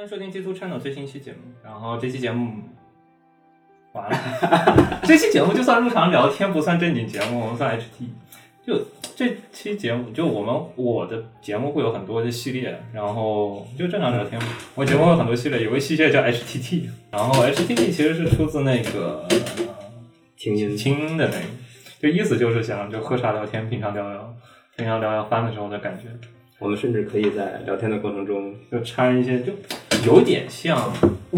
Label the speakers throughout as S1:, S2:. S1: 迎收听《接触 Channel》最新一期节目。然后这期节目完了， 这期节目就算日常聊天，不算正经节目，我们算 HT。就这期节目，就我们我的节目会有很多的系列，然后就正常聊天。我节目会有很多系列，有个系列叫 HTT，然后 HTT 其实是出自那个
S2: 听音
S1: 清音的那个，就意思就是想就喝茶聊天，平常聊聊，平常聊聊翻的时候的感觉。
S2: 我们甚至可以在聊天的过程中，
S1: 就掺一些，就有点像。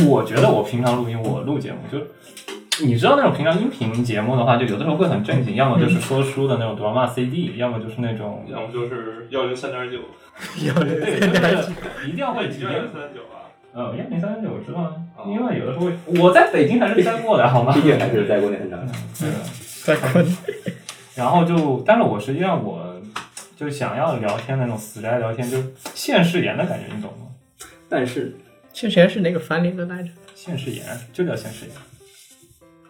S1: 我觉得我平常录音，我录节目，就你知道那种平常音频节目的话，就有的时候会很正经，要么就是说书的那种读万 CD，要么就是那种，
S3: 嗯
S4: 要么就是幺零三点九，
S3: 有
S1: 对，
S3: 点
S1: 就是一定要会几
S4: 幺
S1: 遍
S4: 零。三点九啊，
S1: 呃，幺零三九我知道啊
S4: 哦，
S1: 因为有的时候会我在北京还是待过 的，好吗
S2: 毕？竟还是在国内很长。
S1: 对的
S3: 在困，
S1: 然后就，但是我实际上我就想要聊天那种死宅聊天，就是现世言的感觉，你懂吗？
S2: 但是
S3: 之前是哪个翻译的来着？
S1: 现世言就叫现世言，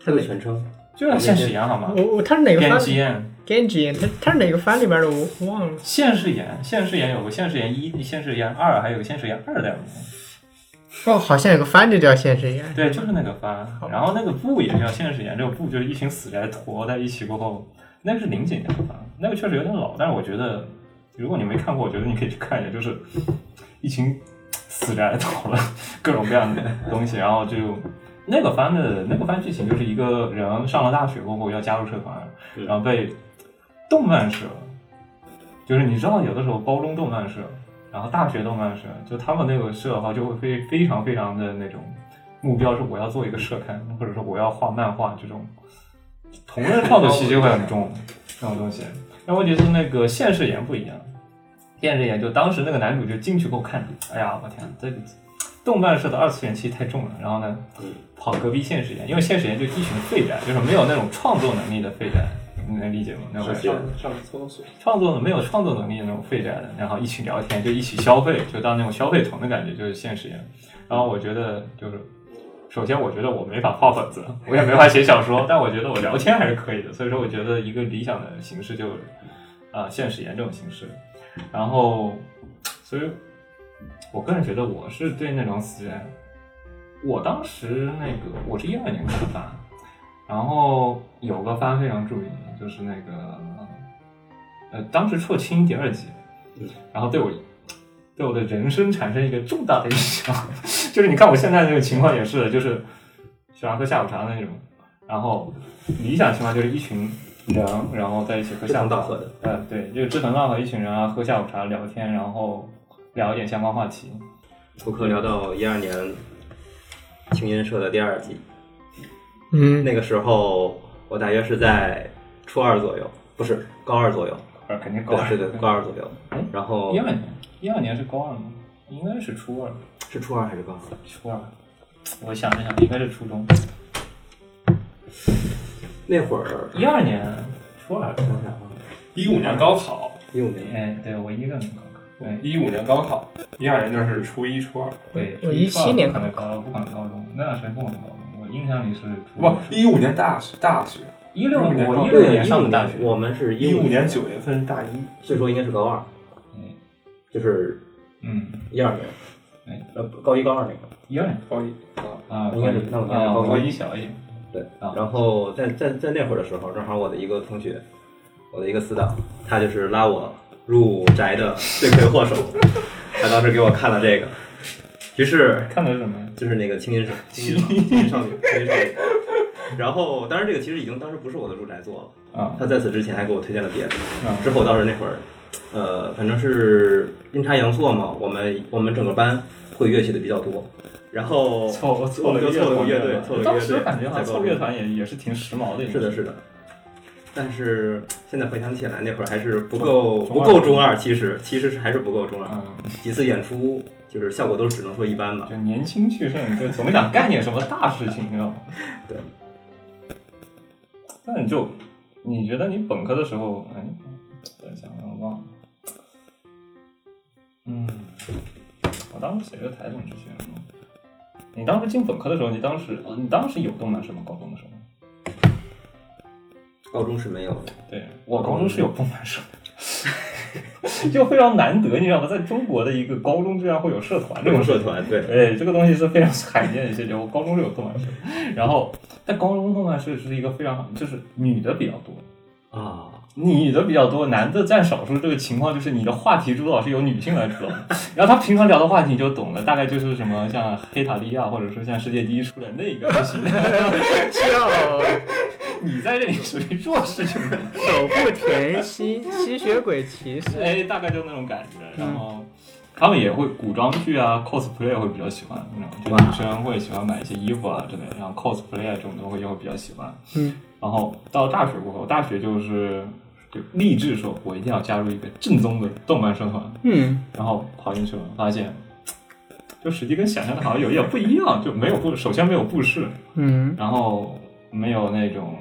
S2: 它的全称
S1: 就叫现世言好吗？
S3: 我我他是哪个
S1: 编
S3: 翻
S1: 辑 n
S3: 啊？Genji，他他是哪个翻里边的？我我忘了。
S1: 现世言，现世言有个现世言一、现世言二，还有个现世言二代目。
S3: 哦，好像有个翻译叫现实言。
S1: 对，就是那个番
S3: 好。
S1: 然后那个部也叫现世言，这个部就是一群死宅坨在一起过后，那个是零几年的番，那个确实有点老，但是我觉得如果你没看过，我觉得你可以去看一下，就是一群死宅讨论各种各样的东西，然后就。那个番的那个番剧情就是一个人上了大学过后要加入社团，
S2: 嗯
S1: 然后被动漫社，就是你知道有的时候高中动漫社，然后大学动漫社，就他们那个社的话就会非非常非常的那种目标是我要做一个社刊，或者说我要画漫画这种同人创 作气息会很重这种东西。但问题是那个现实言不一样，现实言就当时那个男主就进去给我看，哎呀我天，这个动漫社的二次元气太重了，然后呢
S2: 嗯
S1: 跑隔壁现实言，因为现实言就一群废宅，就是没有那种创作能力的废宅。你能理解吗？那种
S2: 是
S1: 感觉
S2: 对
S4: 上上厕所，
S1: 创作的没有创作能力的那种废宅的，然后一起聊天，就一起消费，就当那种消费虫的感觉，就是现实一样。然后我觉得就是，首先我觉得我没法画本子，我也没法写小说，但我觉得我聊天还是可以的。所以说，我觉得一个理想的形式就是，啊、现实言这种形式。然后，所以我个人觉得我是对那种死宅，我当时那个我是一二年看的番，然后有个番非常著名，就是那个呃，当时出了《清音》第二季
S2: 嗯，
S1: 然后对我对我的人生产生一个重大的影响， 就是你看我现在这个情况也是的，就是喜欢喝下午茶那种，然后理想情况就是一群人，然后在一起喝
S2: 志
S1: 下
S2: 同
S1: 午茶
S2: 道，合的。
S1: 呃，对，就是志同道合一群人啊，喝下午茶聊天，然后聊一点相关话题，
S2: 我可聊到一二年青音社的第二季，
S3: 嗯，
S2: 那个时候我大约是在初二左右，不是高二左右，
S1: 呃，肯定高
S2: 对
S1: 二，
S2: 对对，高二左右
S1: 嗯。
S2: 然后
S1: 一二年，一二年是高二吗？应该是初二，
S2: 是初二还是高三？
S1: 初二。我想了想，应该是初中。
S2: 那会儿
S1: 一二年，初二。
S2: 想想啊，
S4: 一五年高考，
S2: 一五年，
S1: 哎，对，我一六年高考。对
S2: 嗯
S4: 一五年高考，一二年就是初一初二，
S1: 对，
S3: 我17年
S1: 考的高中，不管高中，那谁不管高中？我印象里是初
S4: 不，一五年大学大学，
S1: 一六年，我一
S4: 对
S1: 六年上的大学。
S2: 我们是
S4: 一
S2: 五
S4: 五，年九月份大一，
S2: 所以说应该是高二，
S1: 嗯
S2: 就是
S1: 嗯，
S2: 一二年
S1: 哎，
S2: 呃，高一高二那个。
S1: 一二年
S4: 高一啊，
S1: 啊，
S2: 应该是那我应该是
S1: 啊
S2: 高一
S1: 高一小一点。
S2: 对，
S1: 啊
S2: 然后在在在那会儿的时候，正好我的一个同学，我的一个死党，他就是拉我入宅的罪魁祸首，他当时给我看了这个，于是
S1: 看的是什么呀？
S2: 就是那个青音少青音少女，青音少女。然后，当然这个其实已经当时不是我的入宅作了，
S1: 啊
S2: 他在此之前还给我推荐了别的。
S1: 啊
S2: 之后倒是那会儿，呃，反正是阴差阳错嘛，我们我们整个班会乐器的比较多，然后
S1: 凑
S2: 凑了个乐团凑了个乐队
S1: 当时感觉好像
S2: 在高
S1: 凑
S2: 中
S1: 乐团也也是挺时髦的。
S2: 是的，是的。但是现在回想起来，那会儿还是不够
S1: 中
S2: 不
S1: 二
S2: 够中二，其实其实是还是不够中二。
S1: 嗯，
S2: 几次演出就是效果都只能说一般吧。
S1: 就年轻气盛，就总想干点什么大事情，你知道吗？
S2: 对。
S1: 那你就，你觉得你本科的时候，哎，等一下，我忘了。嗯，我当时写的台总之前，你当时进本科的时候，你当时，你当时有动漫社吗？高中的时候？
S2: 高中是没有的，
S1: 对我高中是有动漫社的。 就非常难得，你知道吗？在中国的一个高中居然会有社团
S2: 这种社团，对，
S1: 哎，这个东西是非常罕见的一些，我高中是有动漫社，然后但高中动漫社是一个非常就是女的比较多，
S2: 啊，
S1: 女的比较多，男的占少数。这个情况就是你的话题主导是由女性来主导，然后她平常聊的话题你就懂了，大概就是什么像黑塔利亚，或者说像世界第一出的那个类型。
S3: 叫
S1: 你在这里属于弱势群体，
S3: 手不甜吸吸血鬼骑士，
S1: 哎，大概就那种感觉。然后他们也会古装剧啊，cosplay 会比较喜欢那种，就女生会喜欢买一些衣服啊之类的，然后 cosplay 啊这种东西也会比较喜欢。
S3: 嗯，
S1: 然后到大学过后，大学就是就立志说，我一定要加入一个正宗的动漫社团。
S3: 嗯，
S1: 然后跑进去了，发现就实际跟想象的好像有一点不一样，就没有不，首先没有布室，
S3: 嗯，
S1: 然后没有那种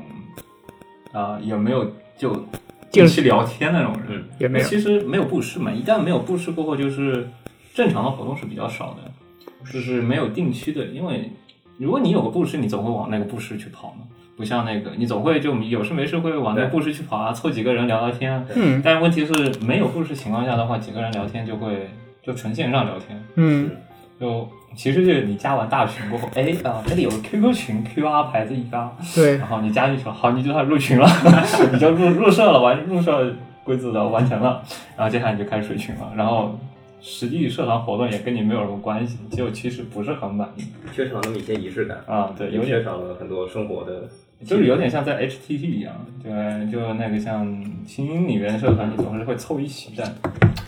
S1: 啊、也没有就
S3: 就
S1: 定
S3: 是嗯
S1: 期聊天那种人，
S3: 也没有
S1: 其实没有布室嘛，一旦没有布室过后，就是正常的活动是比较少的，就是没有定期的，因为如果你有个布室，你总会往那个布室去跑嘛。不像那个，你总会就有事没事会往那
S2: 对
S1: 布室去跑啊，凑几个人聊聊天啊，
S3: 嗯
S1: 但问题是没有故事情况下的话，几个人聊天就会就纯线上聊天，
S3: 嗯
S1: 就其实就是你加完大群过后，哎啊，这里有个 QQ 群，QR 牌子一发，
S3: 对
S1: 然，后你加进去了，好，你就算入群了， 你就入入社了，完入社规则的完成了，然后接下来你就开始水群了，然后实际社团活动也跟你没有什么关系，就其实不是很满意
S2: 缺少那么一些仪式感，
S1: 啊，对，有
S2: 也
S1: 点
S2: 缺少了很多生活的，
S1: 就是有点像在 HTT 一样，对，就那个像新英里面的社团，你总是会凑一起站。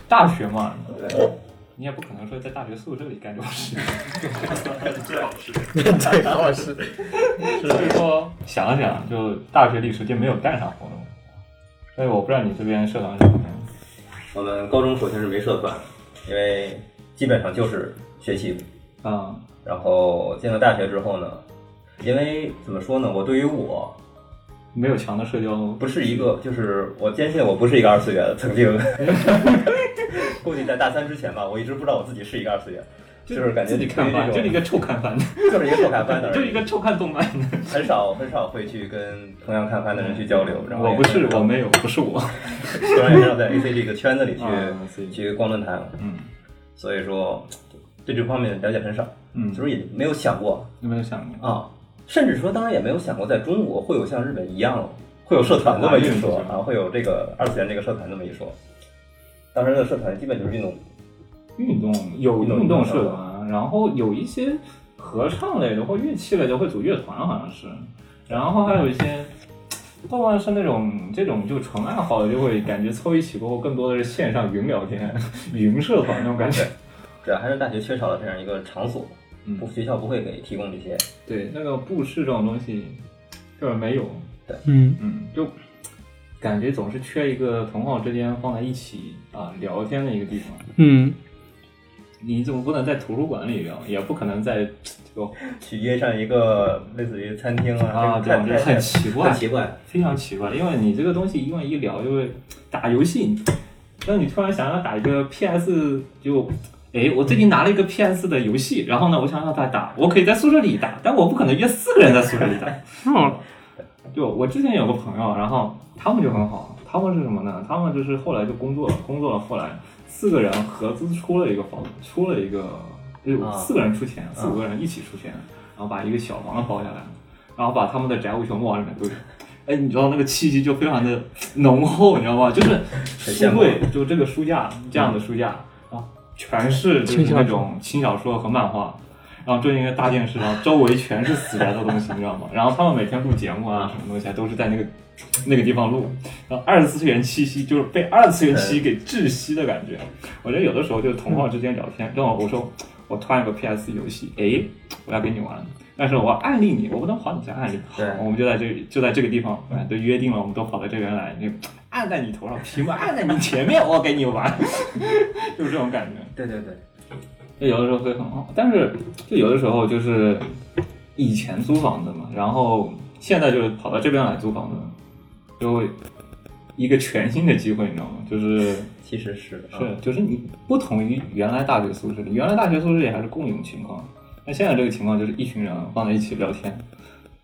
S1: 大学嘛，
S2: 对，
S1: 你也不可能说在大学宿舍里干这种事情，
S3: 对，好是，
S1: 所以说想了想，就大学里实际没有干啥活动。所以我不知道你这边社团是什么样。
S2: 我们高中首先是没社团，因为基本上就是学习
S1: 啊、
S2: 然后进了大学之后呢，因为怎么说呢，我对于我
S1: 没有强的社交，
S2: 不是一个，就是我坚信我不是一个二次元，曾经， 估计在大三之前吧，我一直不知道我自己是一个二次元，就是感觉
S1: 自己看
S2: 对于
S1: 番，就
S2: 这
S1: 是一
S2: 种
S1: 个臭看番，
S2: 就是一个臭看番的
S1: 就是一
S2: 人，
S1: 个臭看动漫的。
S2: 很少很少会去跟同样看番的人去交流。然后
S1: 嗯我不是，我
S2: 们，
S1: 没有，不是我。
S2: 当然要在 AC 这个圈子里去、
S1: 啊所以
S2: 去逛论坛，
S1: 嗯
S2: 所以说对这方面了解很少，
S1: 嗯，
S2: 就是也没有想过
S1: 有没有想过？
S2: 啊，甚至说当然也没有想过在中国会有像日本一样会有社团这么一说
S1: 啊
S2: 啊，会有这个二次元这个社团这么一说。当时的社团基本就是运动
S1: 运动有
S2: 运动
S1: 运动
S2: 社
S1: 社团，然后有一些合唱类的或乐器类的会组乐团，好像是，然后还有一些。动漫是那种这种就纯爱好的，就会感觉凑一起过后，更多的是线上云聊天、 云社团那种感觉。
S2: 主要还是大学缺少了这样一个场所，
S1: 嗯
S2: 不，学校不会给提供这些。
S1: 对，那个布市这种东西就是没有，
S3: 嗯
S1: 嗯，就感觉总是缺一个同好之间放在一起啊聊天的一个地方。
S3: 嗯，
S1: 你总不能在图书馆里聊，也不可能在这个
S2: 去约上一个类似于餐厅
S1: 啊
S2: 啊，
S1: 这种
S2: 这个
S1: 很
S2: 太
S1: 奇怪
S2: 很奇怪。
S1: 非常奇怪，因为你这个东西因为一聊就会打游戏，让你突然想要打一个 PS 就。哎，我最近拿了一个 PS 的游戏，然后呢，我想让他打，我可以在宿舍里打，但我不可能约四个人在宿舍里打。
S3: 哦，
S1: 就我之前有个朋友，然后他们就很好，他们是什么呢？他们就是后来就工作了，工作了后来四个人合资出了一个房，出了一个，就
S2: 啊
S1: 四个人出钱，四五个人一起出钱，然后把一个小房子包下来，然后把他们的宅务全部往里面堆。哎，你知道那个气息就非常的浓厚，你知道吗？ 就是
S2: 羡
S1: 书
S2: 慕
S1: 柜，就这个书架这样的书架，然后全是就是那种轻小说和漫画，然后这一个大电视，然后周围全是死宅的东西，你知道吗？然后他们每天录节目啊，什么东西啊，都是在那个那个地方录，然后二次元气息就是被二次元气息给窒息的感觉。我觉得有的时候就是同好之间聊天，然后我说我突然有个 PS 游戏，诶，我要跟你玩。但是我要暗恋你，我不能跑你家暗恋。好
S2: 对，
S1: 我们就在这里，就在这个地方，哎，都约定了，我们都跑到这边来，就按在你头上，屏幕按在你前面，我给你玩， 就是这种感觉。
S2: 对对对，
S1: 就有的时候会很好，但是就有的时候就是以前租房子嘛，然后现在就是跑到这边来租房子，就会一个全新的机会，你知道吗？就是
S2: 其实是啊的
S1: 是，就是你不同于原来大学宿舍里，原来大学宿舍里还是共用情况，那现在这个情况就是一群人放在一起聊天，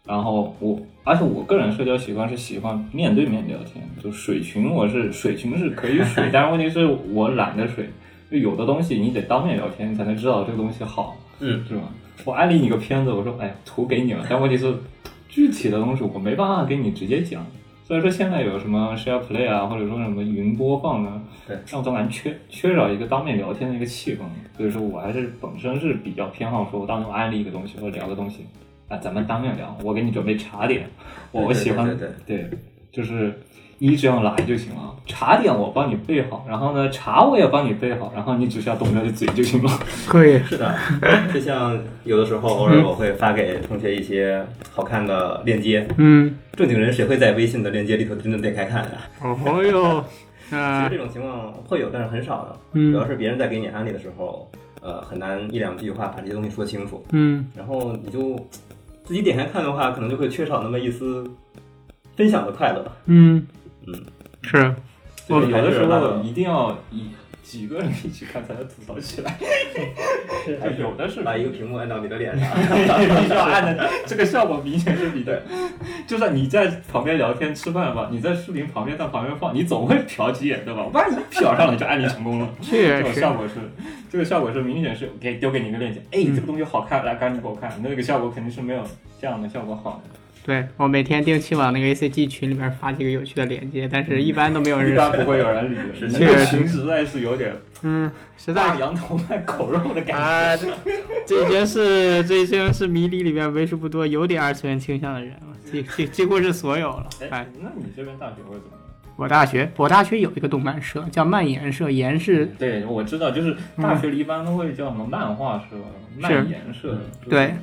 S1: 然后我，而且我个人社交习惯是喜欢面对面聊天，就水群我是水群是可以水，但是问题是我懒得水，就有的东西你得当面聊天，你才能知道这个东西好，
S2: 嗯，
S1: 是吧？我安利你个片子，我说哎呀图给你了，但问题是具体的东西我没办法给你直接讲。虽然说现在有什么 Share Play 啊，或者说什么云播放啊，
S2: 对
S1: 但我总感觉缺缺少一个当面聊天的一个气氛，所以说我还是本身是比较偏好说，我当面我安利一个东西或者聊个东西，啊，咱们当面聊，我给你准备茶点，我我
S2: 对对
S1: 喜欢
S2: 对
S1: 对就是你只要来就行了，茶点我帮你备好，然后呢茶我也帮你备好，然后你只需要动动你的嘴就行了。
S3: 对，
S2: 是的，就像有的时候偶尔我会发给同学一些好看的链接，
S3: 嗯，
S2: 正经人谁会在微信的链接里头真的点开看啊？
S3: 哦哟，
S1: 啊
S2: 其实
S3: 那
S2: 这种情况会有，但是很少的。
S3: 嗯
S2: 主要是别人在给你安利的时候，呃，很难一两句话把这些东西说清楚，
S3: 嗯，
S2: 然后你就自己点开看的话，可能就会缺少那么一丝分享的快乐。
S3: 嗯
S2: 嗯，
S3: 是，
S1: 我哦有的时
S2: 还是
S1: 候
S2: 拉
S1: 一定要以几个人一起看才能吐槽起来，就有的 是啊
S2: 把一个屏幕按到你的脸上，
S1: 必须要按的，这个效果明显是比的。就算你在旁边聊天吃饭吧，你在视频旁边在旁边放，你总会瞟几眼对吧？万一瞟上了，就按你成功了。这
S3: 确
S1: 种
S3: 实
S1: 效果是，这个效果是明显是给丢给你一个链接，哎，
S3: 嗯
S1: 这个东西好看，来赶紧给我看。那个效果肯定是没有这样的效果好的，
S3: 对我每天定期往那个 ACG 群里面发几个有趣的链接，但是一般都没有
S1: 一
S3: 人。
S1: 般不会有人理的。
S2: 是
S1: 你
S2: 的
S1: 这个群实在是有点
S3: 嗯，实在
S1: 大 羊头卖狗肉的感觉。
S3: 啊，这这已经是这已经是迷离里面为数不多有点二次元倾向的人了，几几几乎是所有了。哎
S1: 哎，，那你这边大学会怎么样？
S3: 我大学我大学有一个动漫社叫漫研社，研是
S1: 对，我知道，就是
S3: 嗯
S1: 大学里一般都会叫什么漫画社、漫研社，就是
S3: 嗯
S1: 嗯
S3: 对，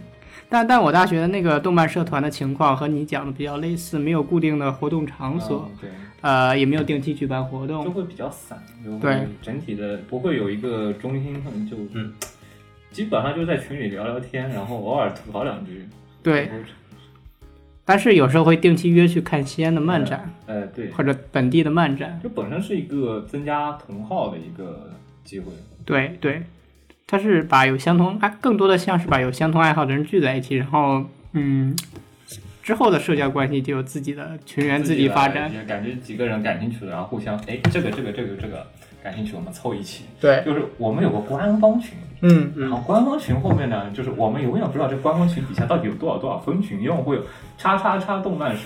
S3: 但但我大学的那个动漫社团的情况和你讲的比较类似，没有固定的活动场所，
S1: 嗯对，
S3: 呃，也没有定期举办活
S1: 就
S3: 动。
S1: 会比较散，就会
S3: 对
S1: 整体的不会有一个中心，可能就
S2: 嗯，
S1: 基本上就在群里聊聊天，然后偶尔吐槽两句。
S3: 对，
S1: 然后，
S3: 但是有时候会定期约去看西安的漫展
S1: 呃，对，
S3: 或者本地的漫展。
S1: 就本身是一个增加同好的一个机会。
S3: 对对，它是把有相同，它更多的像是把有相同爱好的人聚在一起，然后嗯，之后的社交关系就由自己的群员自己
S1: 来
S3: 发展。
S1: 也感觉几个人感兴趣的，然后互相，哎，这个这个这个这个感兴趣，我们凑一起。
S3: 对，
S1: 就是我们有个官方群，
S3: 嗯
S1: 然后官方群后面呢，就是我们永远不知道这官方群底下到底有多少多少分群，因为我会有叉叉叉动漫社，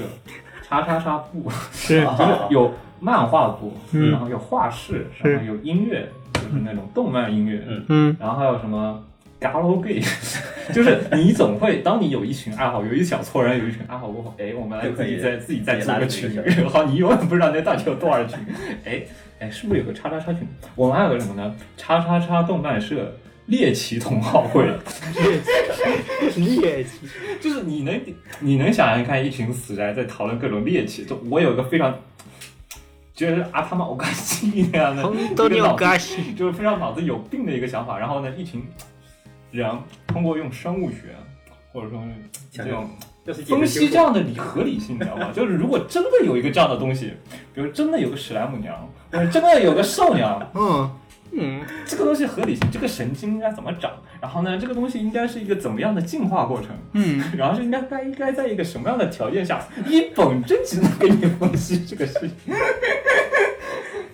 S1: 叉叉叉部，
S3: 是
S1: 就是
S2: 啊
S1: 有漫画部，
S3: 嗯
S1: 然后有画室，
S3: 是
S1: 然后有音乐，就是那种动漫音乐，
S2: 嗯
S3: 嗯
S1: 然后还有什么 galo gay，就是你总会，当你有一群爱好，有一小撮人，有一群爱好过 后，哎，我们来
S2: 就可
S1: 自
S2: 以
S1: 己再自己再
S2: 自己
S1: 组
S2: 拉
S1: 个
S2: 出一
S1: 群，
S2: 个
S1: 然后你永远不知道那到底有多少群，哎哎，是不是有个叉叉叉群？我们还有个什么呢？叉叉叉动漫社。猎奇同好会，
S3: 猎奇，
S1: 就是你能你能想象看一群死宅在讨论各种猎奇，就我有一个非常觉得阿他妈我干西那样的，
S3: 红
S1: 豆
S3: 豆
S1: 牛
S3: 牛
S1: 嘎
S3: 嘎西。
S1: 就是非常脑子有病的一个想法。然后呢，一群人通过用生物学或者说这
S2: 想
S1: 种
S2: 就是解
S1: 分
S2: 释
S1: 析
S2: 清
S1: 这
S2: 楚。
S1: 样的理合理性，你知道吗？就是如果真的有一个这样的东西，比如真的有个史莱姆娘，或者真的有个兽娘，
S3: 嗯嗯，
S1: 这个东西合理性，这个神经应该怎么长？然后呢，这个东西应该是一个怎么样的进化过程？
S3: 嗯，
S1: 然后是应该该应该在一个什么样的条件下，一本正经的给你分析这个事情。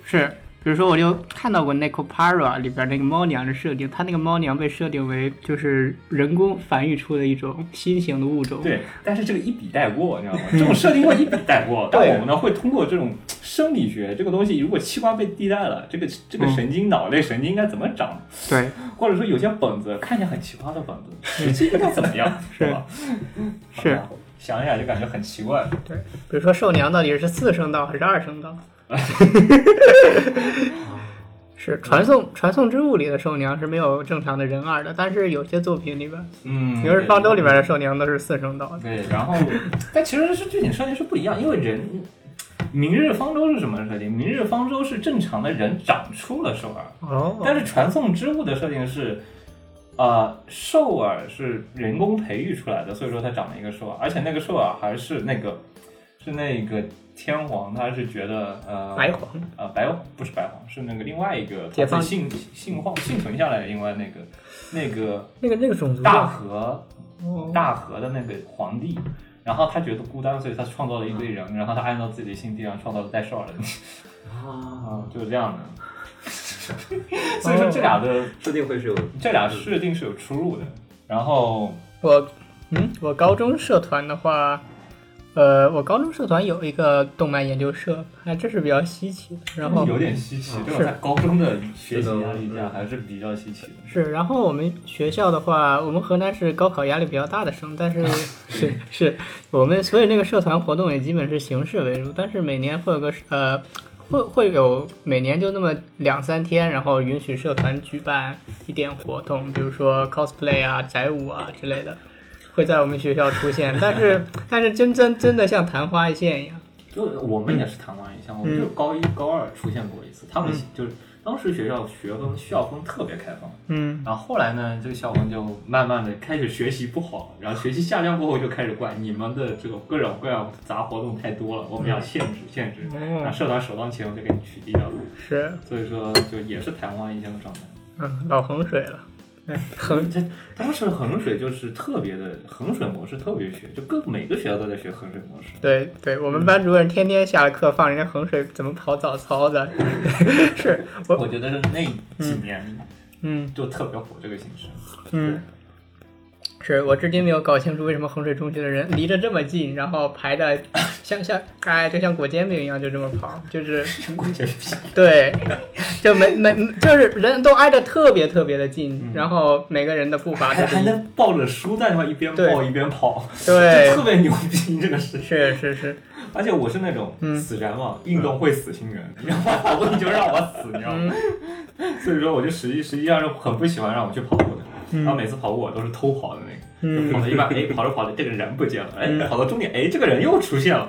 S3: 是，比如说我就看到过《n e c o Para》里边那个猫娘的设定，它那个猫娘被设定为就是人工繁育出的一种新型的物种。
S1: 对，但是这个一笔带过，你知道吗？这种设定会一笔带 过，但
S2: 对
S1: 我们呢会通过这种生理学这个东西，如果器官被替代了，这个这个
S3: 嗯
S1: 神经、脑类神经应该怎么长，
S3: 对，
S1: 或者说有些本子看起来很奇葩的本子，实际应该怎么 样，
S3: 是
S1: 对吧？
S3: 是
S1: 好家伙，想一想就感觉很奇怪。
S3: 比如说兽娘到底是四声道还是二声道？是传送传送之物里的兽娘是没有正常的人二的，但是有些作品里边，
S1: 嗯，
S3: 比如说《方舟》里边
S1: 对
S3: 的兽娘都是四声道的。
S1: 对，然后 但其实是剧情设定是不一样，因为人。明日方舟是什么设定？明日方舟是正常的人长出了兽耳，但
S3: 哦，
S1: 是传送之物的设定是，呃，兽耳是人工培育出来的，所以说它长了一个兽耳，而且那个兽耳还是那个是那个天皇，他是觉得呃
S3: 白皇
S1: 呃白不是白皇，是那个另外一个
S3: 解
S1: 他
S3: 放
S1: 自幸幸化幸存下来的另外那个那个
S3: 那个那个种族
S1: 大
S3: 叫
S1: 和
S3: 哦
S1: 大和的那个皇帝。然后他觉得孤单，所以他创造了一堆人，然后他按照自己的心地上创造了带哨人， 啊，就是这样的。 所以说这俩的
S2: 设定会是有
S1: 这俩设定是有出入的。
S3: 嗯
S1: 然后
S3: 我，嗯，我高中社团的话，呃，我高中社团有一个动漫研究社，还真是比较稀奇的。然后嗯
S1: 有点稀奇，这种
S3: 是嗯
S1: 在高中的学习压力下还是比较稀奇的。
S3: 是，然后我们学校的话，我们河南是高考压力比较大的省，但是是是我们所以那个社团活动也基本是形式为主，但是每年会有个呃，会会有每年就那么两三天，然后允许社团举办一点活动，比如说 cosplay 啊、宅舞啊之类的，会在我们学校出现，但是但是真真真的像昙花一现一样，
S1: 就我们也是昙花一现，我
S3: 嗯
S1: 们就高一高二出现过一次，他们就是当时学校学风校风特别开放，
S3: 嗯，
S1: 然后后来呢，这个校风就慢慢的开始学习不好，然后学习下降过后就开始怪你们的这种各种各样杂活动太多了，我们要限制限制，
S3: 嗯
S1: 那社团首当其冲就给你取缔掉了，
S3: 是，
S1: 所以说就也是昙花一现的状态。
S3: 嗯，老衡水了，哎，衡
S1: 这当时衡水就是特别的衡水模式特别学，就各每个学校都在学衡水模式。
S3: 对对，我们班主任天天下了课放人家衡水怎么跑早操的，是我
S1: 我觉得是那几年
S3: 嗯
S1: 就特别火这个形式。
S3: 嗯，是我至今没有搞清楚为什么衡水中学的人离着这么近，然后排 的像像哎就像裹煎饼一样就这么跑，就是
S1: 过去想
S3: 对，就没没就是人都挨得特别特别的近，然后每个人的步 伐
S1: 还
S3: 都
S1: 还
S3: 是一
S1: 能抱着书在那块一边
S3: 对
S1: 抱一边跑，
S3: 对
S1: 就特别牛逼这个事情。
S3: 是是是，
S1: 而且我是那种
S3: 嗯
S1: 死宅嘛，运动会死心人，你让我跑步你就让我死，你知道吗？ 所以说我就实际实际上是很不喜欢让我去跑步的。
S3: 嗯
S1: 然后每次跑步我都是偷跑的那个，就跑到一半，哎，跑着跑着这个人不见了，哎，
S3: 嗯
S1: 跑到终点，哎，这个人又出现了，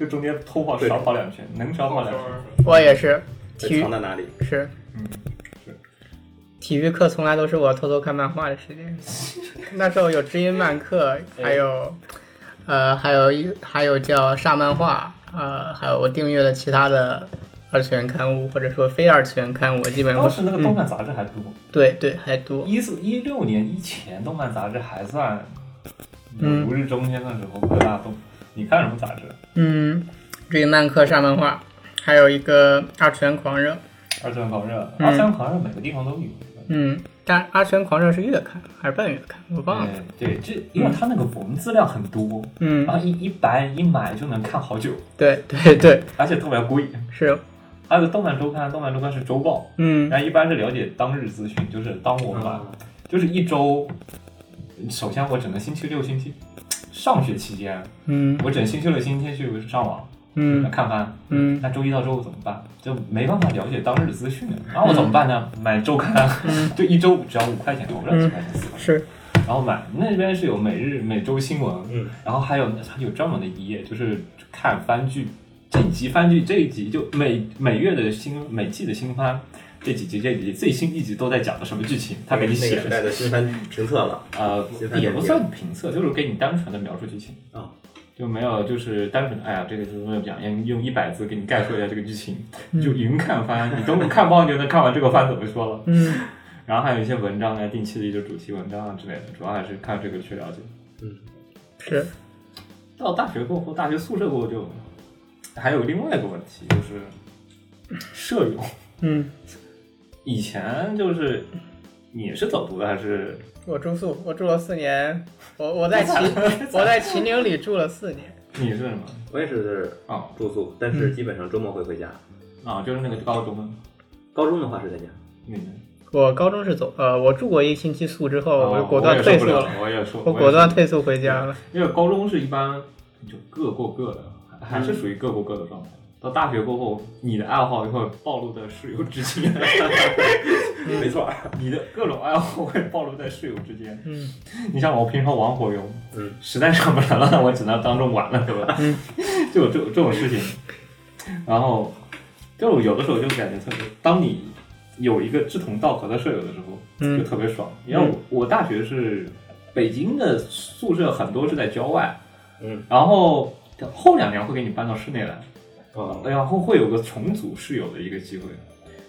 S1: 就中间偷跑少跑两圈，能少跑两圈。
S3: 我也是体
S2: 藏
S3: 育
S2: 在哪里？
S3: 是
S1: 嗯
S3: 体育课从来都是我偷偷看漫画的时间。 那时候有知音漫课，还有，呃，还有一还有叫煞漫画，呃，还有我订阅了其他的二次元刊物，或者说非二次元刊物，我基本
S1: 当
S3: 上
S1: 时那个动漫杂志还多，
S3: 对对还多。
S1: 一四一六年以前，动漫杂志还算有
S3: 嗯
S1: 如日中天的时候，各大动。你看什么杂志？
S3: 嗯，知音漫课煞漫画，还有一个二次元狂热。
S1: 二次元狂热，
S3: 嗯
S1: 二次元狂热每个地方都有。
S3: 嗯，但二次元狂热是月刊还是半月刊，我忘了。
S1: 嗯，对，这因为它那个文字量很多，
S3: 嗯
S1: 然，后一一白一买就能看好久，
S3: 对对对，
S1: 而且特别贵。
S3: 是，
S1: 还有动漫周刊，动漫周刊是周报，
S3: 嗯
S1: 然后一般是了解当日资讯，就是当我把，就是一周。首先，我只能星期六、星期上学期间，
S3: 嗯
S1: 我只能星期六、星期天去上网
S3: 嗯
S1: 看番。
S3: 嗯
S1: 那周一到周五怎么办？就没办法了解当日资讯了。
S3: 嗯
S1: 然后我怎么办呢？买周刊，就一周只要五块钱，我不知道几块钱，四块钱。
S3: 是，
S1: 然后买那边是有每日每周新闻，
S2: 嗯，
S1: 然后还有它有专门的一页，就是看番剧，这一集番剧这一集就每每月的新每季的新番，这几集这几集最新一集都在讲的什么剧情，他给你
S2: 那
S1: 写
S2: 个时代
S1: 的，
S2: 的新番评测了
S1: 呃
S2: 新，番
S1: 也
S2: 简
S1: 不
S2: 介
S1: 算评测，就是给你单纯的描述剧情，
S2: 啊，
S1: 就没有就是单纯的哎呀这个就是么讲，用用一百字给你概括一下这个剧情，就云看番，你都看报就能看完这个番怎么说了。
S3: 嗯。
S1: 然后还有一些文章啊，定期的一些主题文章啊之类的，主要还是看这个去了解。
S3: 是，
S1: 到大学过后，大学宿舍过后就还有另外一个问题，就是舍友。
S3: 嗯，
S1: 以前就是你是走读的还是？
S3: 我住宿，我住了四年， 我我在秦 我在秦岭里住了四年，
S1: 你是什么？
S2: 我也是
S1: 哦
S2: 住宿，但是基本上周末会回家。
S1: 啊，就是那个高中，
S2: 高中的话是在家，
S1: 你呢？
S3: 我高中是走，呃，我住过一星期宿之后，
S1: 哦
S3: 我就果断退宿
S1: 我也受不了，了，我也说，
S3: 我
S1: 也
S3: 果断
S1: 受不了，
S3: 退宿回家了。
S1: 因为高中是一般就各过各的，啊还还
S3: 嗯
S1: 是属于各过各的状态。到大学过后，你的爱好会暴露在室友之 间，
S2: 没错儿。
S1: 你的各种爱好会暴露在室友之间。
S3: 嗯，
S1: 你像我平常玩火游，
S2: 嗯，
S1: 实在上不来了，那我只能当众玩了，对吧？嗯， 就有这这种事情。然后，就有的时候就感觉特别，当你有一个志同道合的舍友的时候，
S3: 嗯
S1: 就特别爽。因为我、我大学是北京的宿舍，很多是在郊外，
S2: 嗯，
S1: 然后后两年会给你搬到室内来，
S2: 哦，
S1: 然后会有个重组室友的一个机会。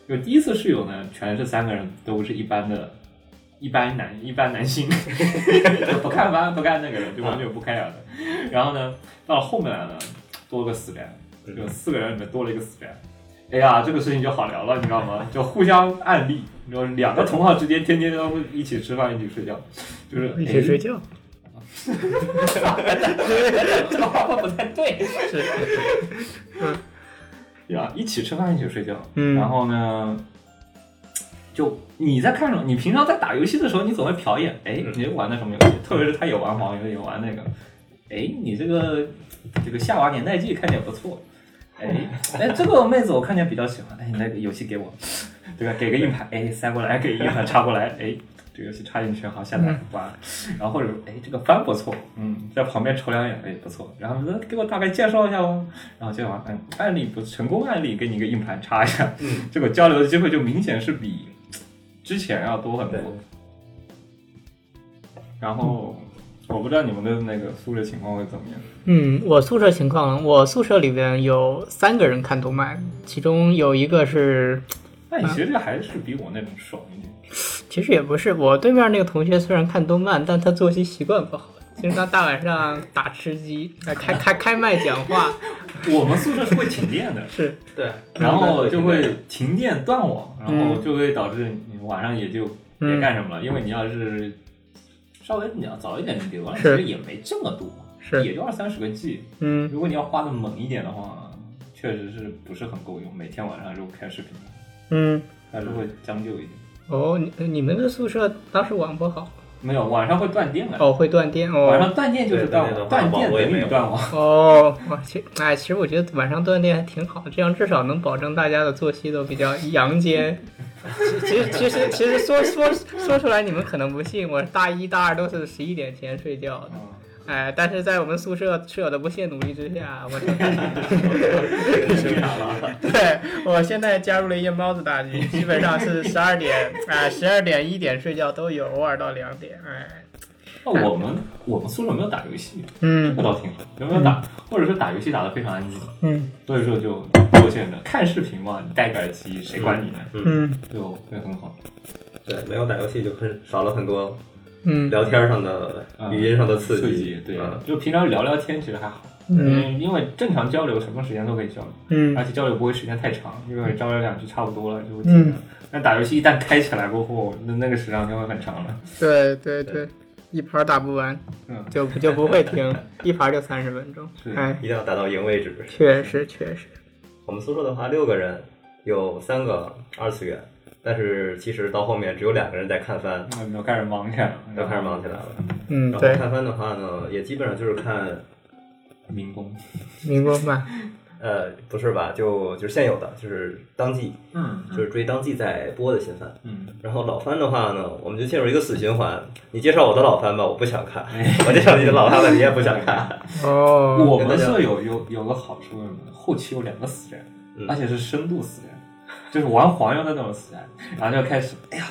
S1: 就第一次室友呢，全是三个人都是一般的一般男一般男 性，就不看番不看那个的，就完全不开了的。然后呢，到了后面来呢，多了个死宅，
S3: 嗯
S1: 有四个人里面多了一个死宅。哎呀，这个事情就好聊了，你知道吗？就互相案例，你说两个同行之间天天都会一起吃饭，一起睡觉，就是
S3: 嗯一起睡
S1: 觉。
S3: 觉，
S1: 哎这个话不太对。
S3: 是
S1: 对啊，一起吃饭，一起睡觉。
S3: 嗯
S1: 然后呢，就你在看什么？你平常在打游戏的时候，你总会瞟一眼，哎，你这玩的什么游戏？特别是他也玩网游，也玩那个，哎，你这个这个夏娃年代记看起来不错，哎，哎，这个妹子我看起来比较喜欢，哎，那个游戏给我，对吧？给个硬盘，哎，塞过来，给硬盘插过来，哎。这个游戏插进去，好下载玩，然后或者哎，这个番不错，嗯，在旁边瞅两眼，哎，不错，然后说给我大概介绍一下哦，然后介绍完，嗯，案例不成功案例，给你一个硬盘插一下，嗯，这个交流的机会就明显是比之前要多很多
S2: 对。
S1: 然后我不知道你们的那个宿舍情况会怎么样，
S3: 嗯，我宿舍情况，我宿舍里边有三个人看动漫，其中有一个是，
S1: 那
S2: 啊
S1: 你其实还是比我那种爽一点。
S3: 其实也不是，我对面那个同学虽然看动漫，但他作息习惯不好，经常大晚上打吃鸡，呃开开开麦讲话，
S1: 我们宿舍是会停电的，
S3: 是
S2: 对，嗯
S1: 然后就 会停电断网，然后就会导致你晚上也就别干什么了，因为你要是稍微你要早一点给完，其
S3: 是
S1: 实也没这么多，
S3: 是
S1: 也就二三十个 G。
S3: 嗯，
S1: 如果你要花的猛一点的话，确实是不是很够用，每天晚上如果看视频，
S3: 嗯，
S1: 还是会将就一点。
S3: 哦，你你们的宿舍当时网不好，
S1: 没有，晚上会断电的，
S3: 哦，会断电
S1: 晚
S3: 哦，
S1: 上断电就是断网，
S2: 对
S1: 断
S2: 断
S1: 电
S2: 电的话网络也
S1: 等
S2: 没
S1: 于
S2: 有
S1: 断网。
S3: 哦，哇，其哎，其实我觉得晚上断电还挺好，这样至少能保证大家的作息都比较阳间。 其其实其实其实说说说出来你们可能不信，我大一大二都是十一点前睡觉的。哎，但是在我们宿舍舍友的不懈努力之下，我 对我现在加入了夜猫子大军，基本上是十二点，哎，十二点一点睡觉都有，偶尔到两点，哎，
S1: 那我们我们宿舍没有打游戏，啊这
S3: 嗯
S1: 个倒挺好，有没有打，或者说打游戏打得非常安静，
S3: 嗯
S1: 嗯所以说就受限着看视频嘛，你戴个耳机谁管你呢？
S3: 嗯
S1: 就会很好。
S2: 对，没有打游戏就很少了很多
S3: 嗯
S2: 聊天上的、
S1: 嗯
S2: 语音上的刺
S1: 刺激对
S2: 嗯，
S1: 就平常聊聊天其实还好，
S3: 嗯，
S1: 因为正常交流什么时间都可以交流，而
S2: 哎
S3: 嗯，
S1: 且交流不会时间太长，因为交流两句差不多了就会停
S3: 嗯
S1: 了。但打游戏一旦开起来过后，那那个时长就会很长了。
S3: 对对对，一盘儿打不完
S1: 嗯，
S3: 就不就不会停， 一盘儿就三十分钟
S1: 是，
S3: 哎，
S2: 一定要打到赢为止。
S3: 确实确实，
S2: 我们宿舍的话，六个人有三个二次元，但是其实到后面只有两个人在看番，
S1: 我们开始忙起来了，
S2: 都开始忙起来了。
S3: 嗯
S2: 然，后
S3: 对，
S2: 看番的话呢，也基本上就是看，
S1: 民工，
S3: 民工吧，
S2: 呃，不是吧？就就是现有的，就是当季，
S1: 嗯
S2: 就是追当季在播的新番。
S1: 嗯，
S2: 然后老番的话呢，我们就进入一个死循环。你介绍我的老番吧，我不想看；
S1: 哎
S2: 我介绍你的老番吧，你也不想看。
S3: 哦，
S1: 嗯我们舍友有有个好处是什么？后期有两个死宅，
S2: 嗯
S1: 而且是深度死宅，就是玩黄油的那种死 宅，然后就开始，哎呀，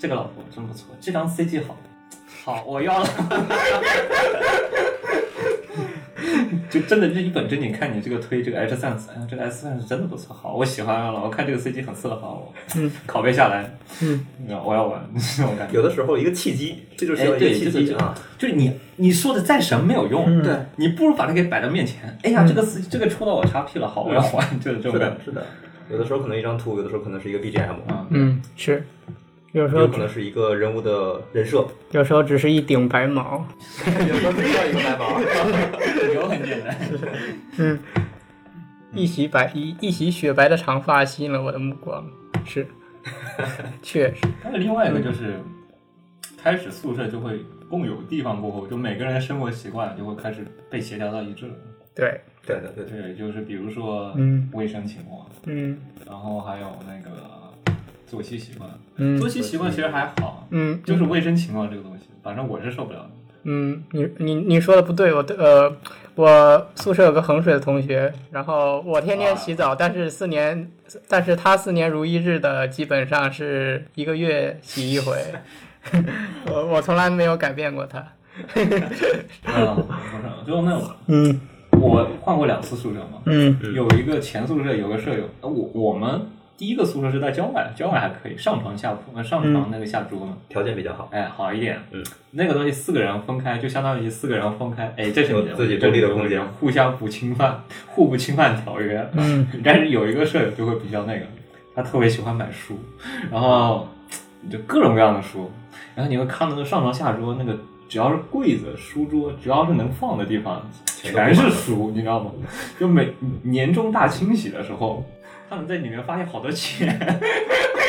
S1: 这个老婆真不错，这张 CG 好，好，我要了。 就真的就一本正经看你这个推这个 H 三十，哎呀，这个 S 三十真的不错，好，我喜欢了，我看这个 CG 很适合我，
S3: 嗯，
S1: 拷贝下来，
S3: 嗯，
S1: 我要玩 这种感觉。
S2: 有的时候一个契机，这就是需要
S1: 哎
S2: 一个
S1: 对
S2: 契
S1: 这个
S2: 机
S1: 就
S2: 啊。
S1: 就是你你说的再神没有用，
S3: 嗯对
S1: 你不如把它给摆到面前。哎呀，这个司这个戳到我 x P 了，好，我要还，就是这
S2: 是
S1: 种感
S2: 的，
S1: 觉。
S2: 是的。有的时候可能一张图，有的时候可能是一个 BGM，
S1: 嗯，
S3: 嗯，是，有时候
S2: 有可能是一个人物的人 设。
S3: 有时候只是一顶白毛，
S2: 有时候需要一个白毛。
S1: 理由很简单。
S3: 嗯，
S2: 嗯
S3: 一袭白一一袭雪白的长发吸引了我的目光， 是，确实，
S1: 还有另外一个就是，开始宿舍就会共有地方过后，就每个人生活习惯就会开始被协调到一致了。
S3: 对，
S2: 对对对对，
S1: 对，就是比如说
S3: 嗯
S1: 卫生情况，
S3: 嗯
S1: 然后还有那个作息习惯。
S3: 嗯
S1: 作息习惯其实还好，
S3: 嗯，
S1: 就是卫生情况这个东西，反正我是受不了的。
S3: 嗯，你你你说的不对，我对呃，我宿舍有个衡水的同学，然后我天天洗澡，但是四年，但是他四年如一日的，基本上是一个月洗一 回，我我从来没有改变过他。
S1: 啊，不是，就那种。
S3: 嗯
S1: 我换过两次宿舍嘛，
S3: 嗯
S1: 哎有一个前宿舍有个舍友，呃我我们第一个宿舍是在郊外，郊外还可以，上床下铺，呃，上床那个下铺嘛，
S2: 条件比较好，
S1: 哎，好一点。
S2: 嗯，
S1: 那个东西四个人分开，就相当于四个人分开，哎，这是你
S2: 有自己独立的空间
S1: 这是互相不侵犯，互不侵犯条约。
S3: 嗯，
S1: 但是有一个舍友就会比较那个，他特别喜欢买书，然后就各种各样的书，然后你会看到那上床下桌那个。只要是柜子、书桌，只要是能放的地方，
S2: 都
S1: 全是书，你知道吗？就每年终大清洗的时候，他们在里面发现好多钱，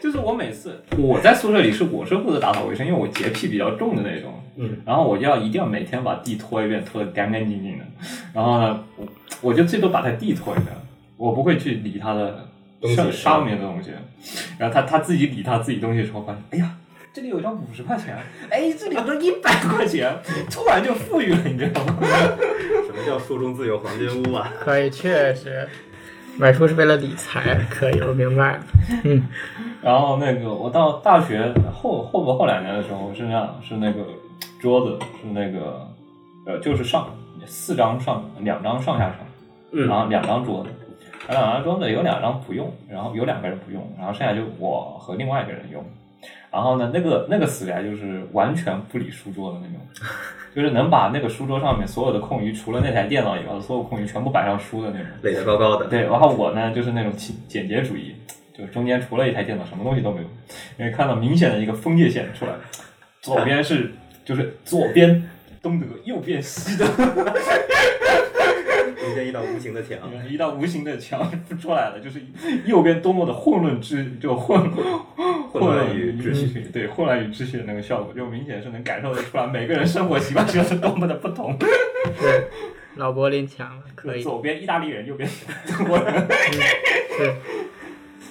S1: 就是我每次我在宿舍里是我是负责打扫卫生，因为我洁癖比较重的那种。
S2: 嗯，
S1: 然后我就要一定要每天把地拖一遍，拖得干干净净的。然后呢，我我就最多把它地拖一遍，我不会去理它的
S2: 东西
S1: 上上面的东西。然后他他自己理他自己东西的时候，发现哎呀，这里有一张五十块钱，哎，这里有张一百块钱，突然就富裕了，你知道吗？
S2: 什么叫书中自有黄金屋啊？
S3: 可以，确实，买书是为了理财，可以，我明白了。
S1: 然后那个我到大学后后后两年的时候是那样，是那个桌子是那个呃就是上四张上两张上下床，
S2: 嗯
S1: 然后两张桌子，然后两张桌子有两张不用，然后有两个人不用，然后剩下就我和另外一个人用。然后呢，那个那个死宅就是完全不理书桌的那种，就是能把那个书桌上面所有的空余，除了那台电脑以外，所有空余全部摆上书的那种。
S2: 垒得高高的，
S1: 对，然后我呢就是那种简简洁主义，就是中间除了一台电脑，什么东西都没有。因为看到明显的一个分界线出来，左边是就是左边东德，右边西德，
S2: 中间一道无形的墙，
S1: 一道无形的墙出来了，就是右边多么的混乱之就混
S2: 混
S1: 混
S2: 乱
S1: 乱
S2: 与
S1: 与
S2: 秩
S1: 秩
S2: 序。
S1: 序，对混乱与秩序的那个效果，就明显是能感受得出来，每个人生活习惯就是多么的不同。
S3: 是，老柏林强了，可以，
S1: 左边意大利人，右边中国人。
S3: 是，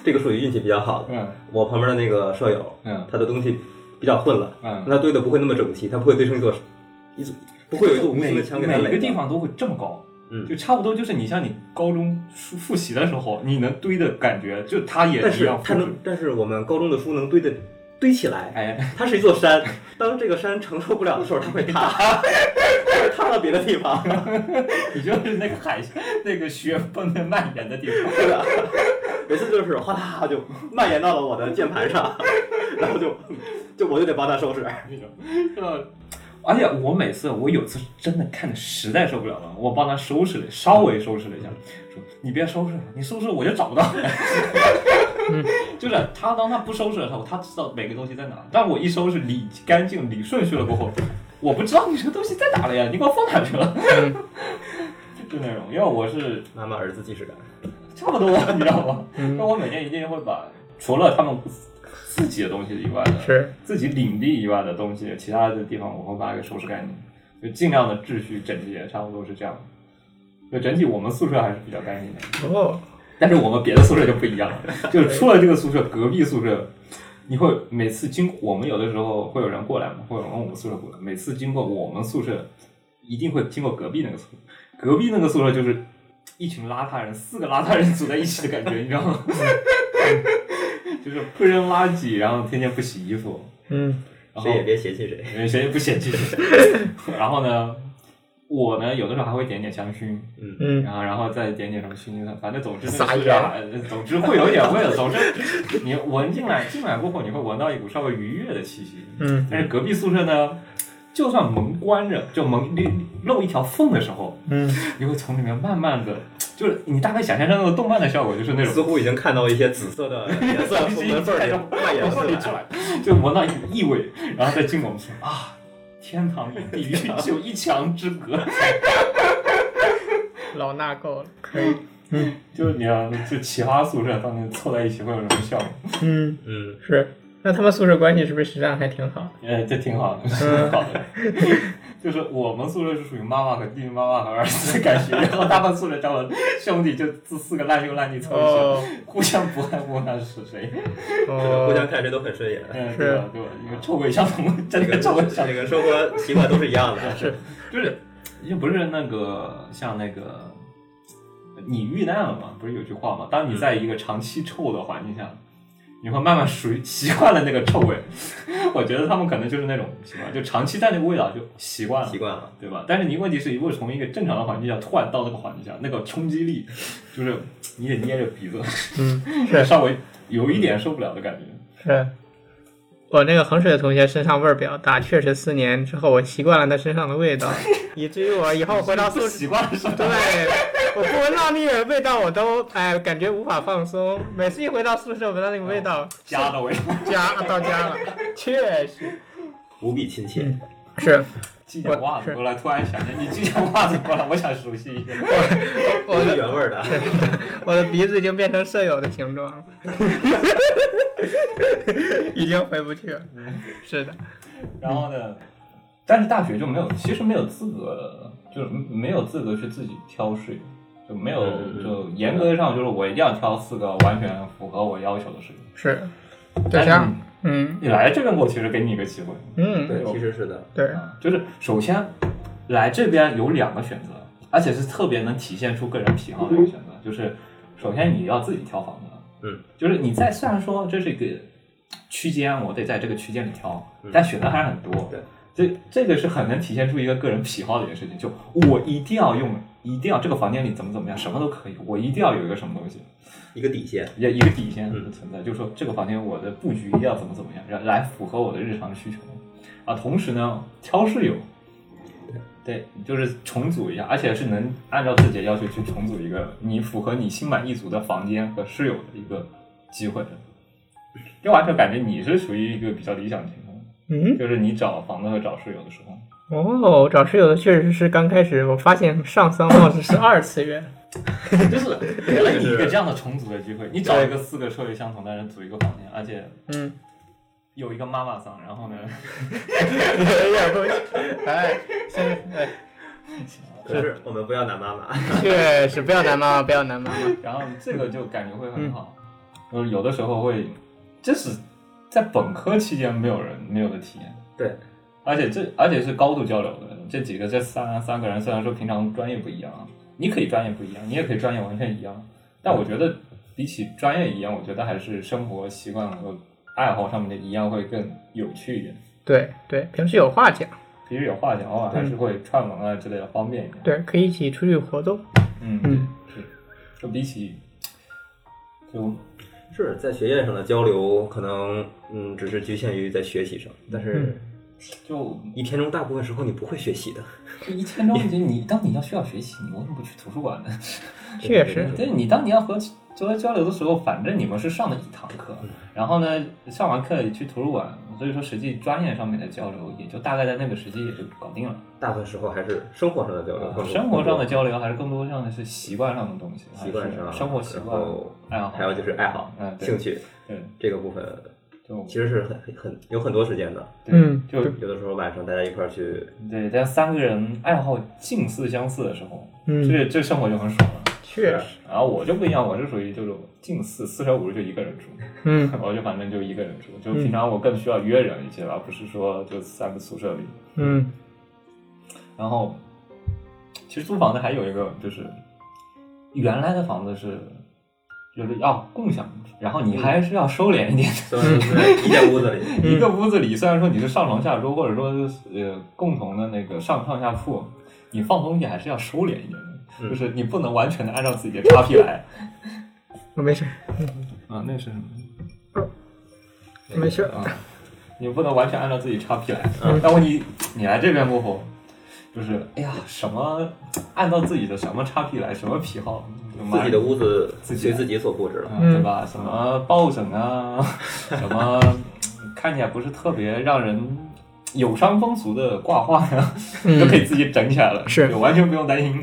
S2: 这个属于运气比较好的。
S1: 嗯
S2: 我旁边的那个舍友，
S1: 嗯
S2: 他的东西比较混乱，
S1: 嗯，
S2: 那他堆的不会那么整齐，他不会堆成一座一座，不会有一座无
S1: 每
S2: 形的墙给他垒
S1: 每个
S2: 着
S1: 地方都会这么高，
S2: 嗯
S1: 就差不多就是你像你高中复复习的时候，你能堆的感觉，就它也
S2: 但
S1: 一
S2: 是
S1: 样复
S2: 他
S1: 制
S2: 能，但是我们高中的书能堆的堆起来，
S1: 哎，
S2: 它是一座山。当这个山承受不了的时候，它会塌，它会塌到别的地方。
S1: 你就是那个海那个雪崩的蔓延的地方。
S2: 对的，每次就是哗啦就蔓延到了我的键盘上，然后就就我就得帮他收拾。
S1: 那种，呃，而且我每次我有次真的看的实在受不了了，我帮他收拾了，稍微收拾了一下，说你别收拾了，你收拾我就找不到了。 就是他当他不收拾的时候，他知道每个东西在哪，但我一收拾理干净、理顺序了过后，我不知道你这个东西在哪了呀，你给我放哪去了？
S3: 嗯
S1: 就那种，因为我是
S2: 妈妈儿子既视感，
S1: 差不多，你知道吗？那
S3: 嗯，
S1: 我每天一定会把除了他们自己的东西以外的，
S3: 是，
S1: 自己领地以外的东西，其他的地方我会把它给收拾干净，就尽量的秩序整洁，差不多是这样。就整体我们宿舍还是比较干净的，
S3: 哦，
S1: 但是我们别的宿舍就不一样 了，就是出了这个宿舍，隔壁宿舍，你会每次经我们有的时候会有人过来嘛，会有人问我们宿舍过来，每次经过我们宿舍，一定会经过隔壁那个宿舍，隔壁那个宿舍就是一群邋遢人，四个邋遢人组在一起的感觉，你知道吗？就是不扔垃圾，然后天天不洗衣服，
S3: 嗯，
S1: 然后
S2: 谁也别嫌弃谁。
S1: 因为谁也不嫌弃谁。然后呢，我呢有的时候还会点点香薰，
S2: 嗯，
S3: 嗯，
S1: 然后然后再点点什么薰衣草，反正总之那
S3: 撒
S1: 个是啊，呃总之会有点味儿。总之你闻进来，进来过后你会闻到一股稍微愉悦的气息。
S3: 嗯，
S1: 但是隔壁宿舍呢，就算门关着，就门漏漏一条缝的时候，
S3: 嗯，
S1: 你会从里面慢慢的，就是你大概想象中那个动漫的效果，就是那种
S2: 似乎已经看到一些紫色的颜
S1: 啊
S2: 色从门缝里蔓延
S1: 然
S2: 出
S1: 后你出
S2: 来。
S1: 来，就闻到一股异味，然后再进我们宿舍啊，天堂与地狱就一墙之隔。
S3: 老纳够了，可以，
S1: 就你啊，就奇葩宿舍当年凑在一起会有什么效果？
S3: 嗯，
S2: 嗯，
S3: 是。那他们宿舍关系是不是实际上还挺好？
S1: 呃，这挺好的，挺好 的。就是我们宿舍是属于妈妈和弟弟、妈妈和儿子的感觉，然后他们宿舍叫我兄弟，就这四个烂兄烂弟凑一起，
S3: 哦
S1: 互相不爱不那是谁，
S3: 哦，
S2: 互相看谁都很顺眼。
S1: 嗯，
S3: 是
S1: 对吧？对吧？因为臭味相同，
S2: 这
S1: 真
S2: 个
S1: 的臭味相
S2: 这个生活习惯都 是一样的。
S3: 是
S1: 同，就是又不是那个像那个你遇难了嘛？不是有句话嘛？当你在一个长期臭的环境下，你会慢慢属于习惯了那个臭味。 我觉得他们可能就是那种习惯，就长期在那个味道就习惯了
S2: 习，惯了。
S1: 对吧？但是你问题是，如果从一个正常的环境下突然到那个环境下，那个冲击力就是你得捏着鼻子，
S3: 嗯，
S1: 稍微有一点受不了的感觉。
S3: 是我那个衡水的同学身上味儿比较大，确实四年之后我习惯了他身上的味道，以至于我以后回到宿
S1: 不
S3: 舍，
S1: 习惯是 吧？
S3: 对我不闻到那个味道我都哎感觉无法放松，每次一回到宿舍闻到那个味道，
S1: 家的味道，
S3: 家到家了，确实
S2: 无比亲切。
S3: 嗯是。
S1: 寄点袜子过来，突然想起来你寄点袜子过来，我想熟悉一下。
S3: 我
S2: 都是
S3: 的
S2: 原味 儿的，
S3: 我的鼻子已经变成舍友的形状了，已经回不去了。是的，
S1: 然后呢，嗯但是大学就没有，其实没有资格，就是没有资格去自己挑水，就没有
S2: 嗯嗯嗯
S1: 就严格上就是我一定要挑四个完全符合我要求的水。
S3: 是，就
S1: 但
S3: 这
S1: 是
S3: 样，嗯
S1: 你来这边，我其实给你一个机会，
S3: 嗯，
S2: 对，其实是的，
S3: 对，
S1: 啊就是首先来这边有两个选择，而且是特别能体现出个人癖好的一个选择，就是首先你要自己挑房子，
S2: 嗯，
S1: 就是你在虽然说这是一个区间，我得在这个区间里挑
S2: 嗯，
S1: 但选择还是很多，
S2: 对，
S1: 这这个是很能体现出一个个人癖好的一件事情，就我一定要用，一定要这个房间里怎么怎么样，什么都可以，我一定要有一个什么东西，
S2: 一个底线。
S1: 也一个底线的存在，就是说这个房间我的布局要怎么怎么样，来来符合我的日常需求。啊，同时呢，挑室友，对，就是重组一下，而且是能按照自己的要求去重组一个你符合你心满意足的房间和室友的一个机会的。就完全感觉你是属于一个比较理想情况，
S3: 嗯，
S1: 就是你找房子和找室友的时候，
S3: 哦，找室友的确实是刚开始，我发现上桑貌似是二次元，
S1: 就是给了你一个这样的重组的机会，你找一个四个臭味相同的人组一个房间，而且
S3: 嗯，
S1: 有一个妈妈桑，然后呢。
S3: 有点不，哎，先哎，
S2: 可是我们不要拿妈妈，
S3: 确实不要男妈妈，不要男妈妈，
S1: 然后这个就感觉会很好，就是有的时候会，这是在本科期间没有人没有的体验，
S2: 对，
S1: 而且这而且是高度交流的，这几个这三三个人虽然说平常专业不一样，啊，你可以专业不一样，你也可以专业完全一样，但我觉得比起专业一样，我觉得还是生活习惯和爱好上面的一样会更有趣一点，
S3: 对对，平时有话讲，
S1: 平时有话讲，偶尔还是会串门啊之类的方便一点，
S3: 对，可以一起出去活动，
S1: 嗯
S3: 嗯，
S1: 是，就比起就。
S2: 是在学业上的交流，可能嗯，只是局限于在学习上，但是
S3: 嗯
S1: 就
S2: 一天中大部分时候你不会学习的。
S1: 一千钟你你当你要需要学习，你为什么不去图书馆呢？
S3: 确实，
S1: 对你当你要和交流交流的时候，反正你们是上的一堂课，
S2: 嗯
S1: 然后呢上完课也去图书馆，所以说实际专业上面的交流也就大概在那个时期也就搞定了。
S2: 大部分时候还是生活上的交流
S1: 啊，
S2: 更多
S1: 生活上的交流还是更多上的是习惯上的东西，
S2: 习惯
S1: 还
S2: 上，
S1: 是生活习
S2: 然
S1: 惯、
S2: 后
S1: 爱好，
S2: 还有就是爱好、
S1: 嗯对
S2: 兴趣
S1: 对
S2: 这个部分，
S1: 就
S2: 其实是很很很有很多时间的。
S1: 对
S3: 嗯
S1: 就
S2: 有的时候晚上大家一块儿去，
S1: 对，在三个人爱好近似相似的时候，
S3: 嗯，
S1: 这这生活就很爽了。
S3: 确实，
S1: 然后我就不一样，我是属于这种近似四舍五入就一个人住，
S3: 嗯
S1: 我就反正就一个人住，就平常我更需要约人一些，而不是说就三个宿舍里。
S3: 嗯
S1: 然后，其实租房子还有一个就是，原来的房子是就是要共享，然后你还是要收敛一点。
S2: 虽然是一间屋 子里，
S1: 一个屋子里虽然说你是上床下桌，或者说呃共同的那个上上下铺，你放东西还是要收敛一点的，
S2: 嗯
S1: 就是你不能完全的按照自己的 XP 来。
S3: 我嗯没 事，
S1: 啊，那是什么？
S3: 嗯没事，
S1: 啊，你不能完全按照自己叉 P 来
S3: 嗯。
S1: 但问题你来这边过后，就是哎呀，什么按照自己的什么叉 P 来，什么癖好，
S2: 自己的屋子
S1: 自己
S2: 随自己所布置了。
S1: 嗯，对吧？什么抱枕啊，什么看起来不是特别让人。有伤风俗的挂画呀，都可以自己整起来了，
S3: 嗯是嗯
S1: 就完全不用担心。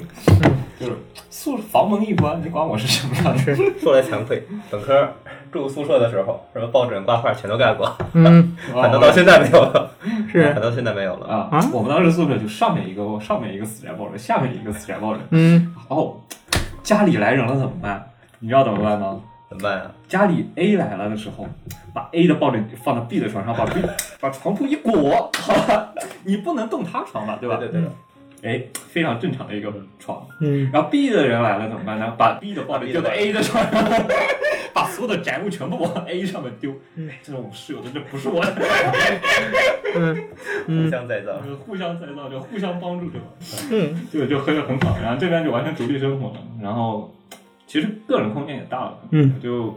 S1: 就是宿房门一关，你管我是什么样的，
S2: 说来惭愧，本科住宿舍的时候，什么抱枕、挂画全都干过，
S3: 嗯
S1: 反
S2: 反倒到现在没有了，
S3: 是
S2: 反，倒现在没有了。
S1: 啊
S3: 啊，
S1: 我们当时宿舍就上面一个上面一个死宅抱枕，下面一个死宅抱枕，
S3: 嗯
S1: 哦，家里来人了怎么办？你知道怎么办吗？
S2: 怎么办啊呀？
S1: 家里 A 来了的时候，把 A 的抱枕放到 B 的床上，把 B 把床铺一裹，好吧， 你不能动他床吧，对吧？
S2: 对对对，
S1: 哎，非常正常的一个床。
S3: 嗯。
S1: 啊然后 B 的人来了怎么办呢？把 B 的抱枕丢到 A 的床上， 把所有的宅物全部往 A 上面丢。哎这种室友真的不是我的，
S3: 嗯
S2: 互相再造。
S1: 互相再造就互相帮助，对吧？
S3: 嗯，
S1: 对，就很很好。然后这边就完全独立生活了，然后其实个人空间也大了，
S3: 嗯，
S1: 就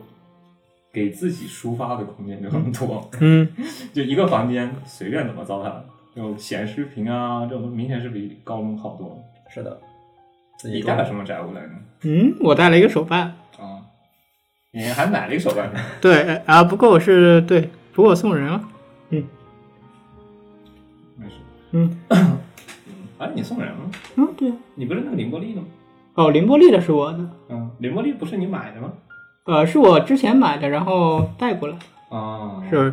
S1: 给自己抒发的空间就很多，
S3: 嗯，
S1: 就一个房间随便怎么糟蹋，就显示屏啊这种明显是比高中好多了。
S2: 是的，自己
S1: 你
S2: 种
S1: 带了什么宅物来呢？
S3: 嗯，我带了一个手办，
S1: 啊，你还买了一个手办，
S3: 对呃啊，不过我是对，不过我送人了，
S1: 没事。
S3: 嗯
S1: 啊，你送人了？
S3: 嗯，对，
S1: 你不是那个凌波丽的吗？
S3: 哦，凌波丽的是我的，
S1: 嗯，凌波丽不是你买的吗？
S3: 呃，是我之前买的，然后带过来，哦
S1: 啊，
S3: 是，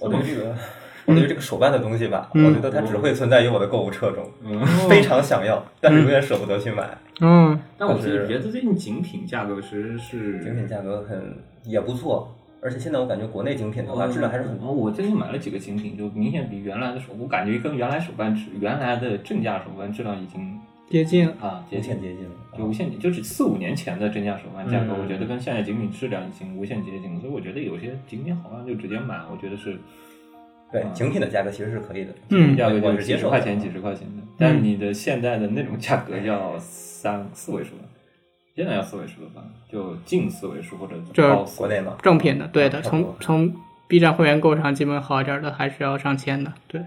S2: 我对这个，我对这个手办的东西吧，
S3: 嗯哦
S2: 我觉得它只会存在于我的购物车中，
S1: 嗯，
S2: 非常想要，但是永远舍不得去买。
S3: 嗯
S1: 但我自己觉得最近精品价格其实是
S2: 精品价格很也不错，而且现在我感觉国内精品的话，
S1: 哦
S2: 质量还是很
S1: 哦我最近买了几个精品，就明显比原来的手，我感觉跟原来手办质、原来的正价手办质量已经
S3: 接近了，
S1: 啊接
S2: 无
S1: 近
S2: 限，接近了。
S1: 就无限接就是四五年前的正价手办价格，
S2: 嗯
S1: 我觉得跟现在精品质量已经无限接近了。所以我觉得有些精品好像就直接买，我觉得是
S2: 对
S1: 嗯
S2: 精品的价格其实是可以的，
S3: 嗯
S1: 价格
S2: 我
S1: 就是
S2: 是
S1: 几
S2: 接
S1: 十
S2: 受的啊
S1: 块钱、几十块钱的，
S2: 嗯
S1: 但你的现在的那种价格要三四位数了，现在要四位数了吧？就近四位数或者
S3: 这
S1: 高四
S2: 国
S1: 位
S2: 内嘛，嗯
S3: 正品的，对的，
S2: 差不
S3: 从
S2: 多
S3: 从 B 站会员购上，基本好一点的还是要上千的，对，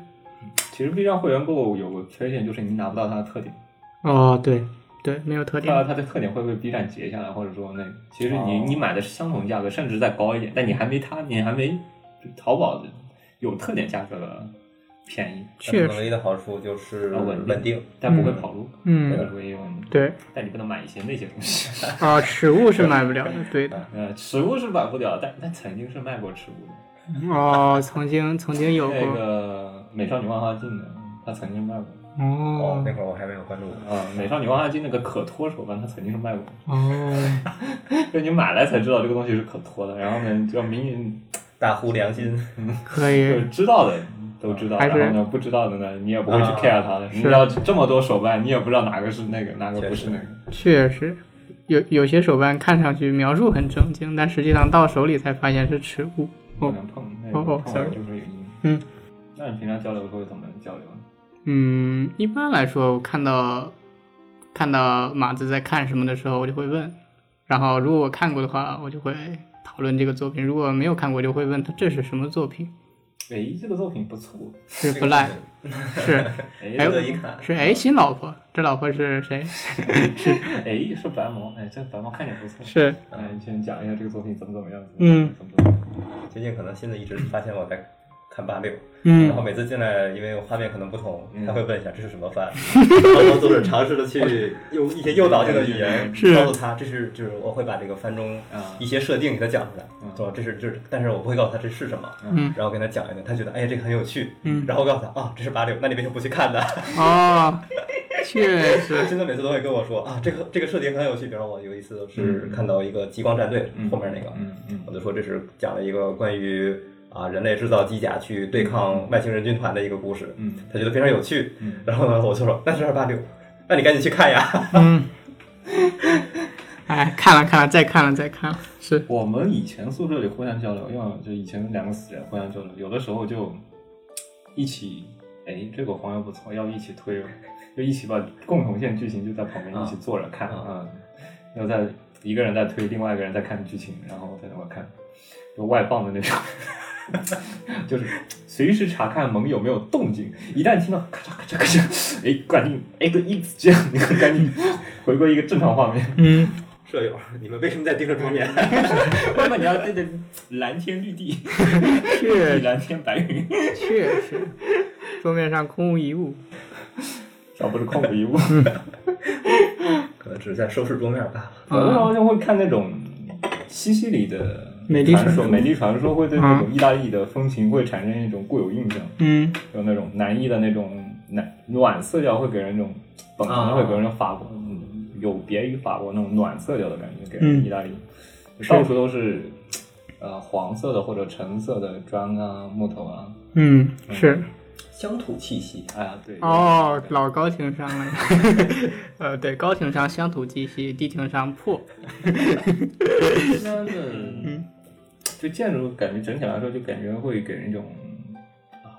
S1: 其实 B 站会员购有个缺陷，就是你拿不到它的特点。
S3: 哦，对对，没有特
S1: 看到
S3: 点，
S1: 它的特点会被 B 站截下来，或者说那个，其实你
S2: 哦
S1: 你买的是相同价格，甚至再高一点，但你还没它，你还没淘宝的有特点价格的便宜，
S3: 确
S2: 但是
S3: 实，
S2: 唯一的好处就是
S1: 啊稳定
S2: 稳定，
S1: 但不会跑路，这
S3: 嗯，
S1: 个唯一问题。
S3: 对，
S1: 但你不能买一些那些东西，
S3: 啊，尺物是买不了的，对的，
S1: 呃，食物是买不掉，但但曾经是卖过食物的，
S3: 哦，曾经曾经有
S1: 那
S3: 过，
S1: 个美少女万花镜的，它曾经卖过。
S2: 哦
S3: 哦，
S2: 那会儿我还没有关注过。
S1: 啊、美少女万花镜那个可脱手办，它曾经是卖过 的，
S3: 哦，
S1: 就你买来才知道这个东西是可脱的。然后呢，就明明
S2: 大呼良心，
S3: 可
S1: 就是
S3: 以，
S1: 知道的都知道，
S3: 还是
S1: 然后呢不知道的呢，你也不会去
S2: 啊
S1: care 它的。你知道这么多手办，你也不知道哪个是那个，哪个不是那个。
S3: 确实。有有些手办看上去描述很正经，但实际上到手里才发现是尺物。
S1: 不能碰，那
S3: 哦
S1: 个
S3: 哦
S1: 碰了
S3: sorry
S1: 就会有阴影。
S3: 嗯。
S1: 那你平常交流会怎么交流？
S3: 嗯，一般来说，我看到看到马子在看什么的时候，我就会问。然后，如果我看过的话，我就会讨论这个作品；如果没有看过，就会问他这是什么作品，
S1: 哎，这个作品不错。
S3: 是不 赖，是
S1: 哎，
S3: 哎
S1: 这
S2: 值
S1: 个
S2: 得一看。
S3: 是哎新老婆，这老婆是谁？
S1: 哎是白毛，哎这白毛看着不错。。
S3: 是
S1: 哎，你先讲一下这个作品怎么怎么样？
S3: 嗯
S1: 怎么怎么样？
S2: 最近可能新的一直发现我在看八六，然后
S3: 嗯
S2: 每次进来，因为画面可能不同
S1: 嗯，
S2: 他会问一下这是什么番，然后我总是尝试的 去用一些诱导性的语
S1: 嗯
S2: 言
S3: 是
S2: 告诉他，这是就是我会把这个番中
S1: 啊
S2: 一些设定给他讲出来
S1: 嗯，
S2: 说这是这是，但是我不会告诉他这是什么，
S3: 嗯
S2: 然后跟他讲一讲，他觉得哎这个很有趣，
S3: 嗯
S2: 然后告诉他啊这是八六，那你为什么不去看呢？
S3: 哦，确实
S2: 真的每次都会跟我说啊这个这个设定很有趣，比如说我有一次是看到一个极光战队
S1: 嗯
S2: 后面那个，
S1: 嗯嗯
S2: 我就说这是讲了一个关于啊人类制造机甲去对抗外星人军团的一个故事，
S1: 嗯
S2: 他觉得非常有趣。
S1: 嗯，
S2: 然后呢，我就说那是二八六，那你赶紧去看呀。
S3: 嗯，哎，看了看了，再看了再看了，是
S1: 我们以前宿舍里互相交流，要么就以前两个死宅互相交流，有的时候就一起，哎，这个黄油不错，要不一起推，就一起把共同线剧情就在旁边
S2: 啊
S1: 一起坐着看，
S2: 啊
S1: 嗯，要在一个人在推，另外一个人在看剧情，然后在那块看，就外放的那种。 就是随时查看盟友没有动静，一旦听到咔嚓咔嚓咔嚓，哎，赶紧哎个一直这样，你赶紧回归一个正常画面。
S3: 嗯。
S2: 舍友，你们为什么在盯着桌面？
S1: 要不然你要对着蓝天绿地，
S3: 是
S1: 蓝天白云，
S3: 确实，桌面上空无一物。
S1: 要不是空无一 物。
S2: 可能只是在收拾桌面罢了。
S1: 有的时候就会看那种西西里的
S3: 美丽
S1: 传
S3: 传
S1: 说，
S3: 说
S1: 美丽传说会对那种意大利的风情会产生一种固有印象，
S3: 嗯
S1: 有那种南意的那种暖暖色调会给人一种，本可
S3: 啊
S1: 能会给人一种法国，嗯有别于法国那种暖色调的感觉，给人
S3: 嗯
S1: 意大利到处都是。呃，黄色的或者橙色的砖啊、木头啊，
S3: 嗯，是
S2: 乡土气息。哎呀，对，
S3: 哦，老高情商了， 呃，对，高情商乡土气息，低情商破。
S1: 西安的，嗯就建筑感觉整体来说，就感觉会给人一种啊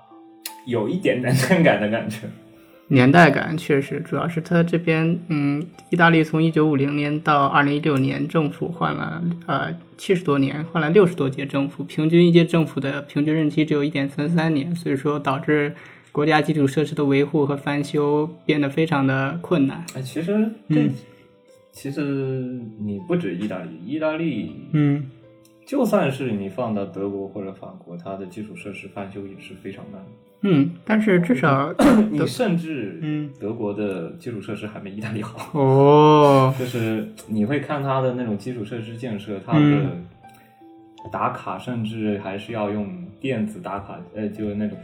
S1: 有一点南山感的感觉。
S3: 年代感确实，主要是它这边，嗯，意大利从一九五零年到二零一六年，政府换了呃七十多年，换了六十多届政府，平均一届政府的平均任期只有一点三三年，所以说导致国家基础设施的维护和翻修变得非常的困难。
S1: 哎，其实
S3: 嗯
S1: 这、其实你不止意大利，意大利
S3: 嗯，
S1: 就算是你放到德国或者法国，它的基础设施翻修也是非常慢的。
S3: 嗯，但是至少，
S1: 你甚至
S3: 嗯
S1: 德国的基础设施还没意大利好，
S3: 哦，
S1: 就是你会看它的那种基础设施建设，它的
S3: 嗯
S1: 打卡甚至还是要用电子打卡，呃，就是那种。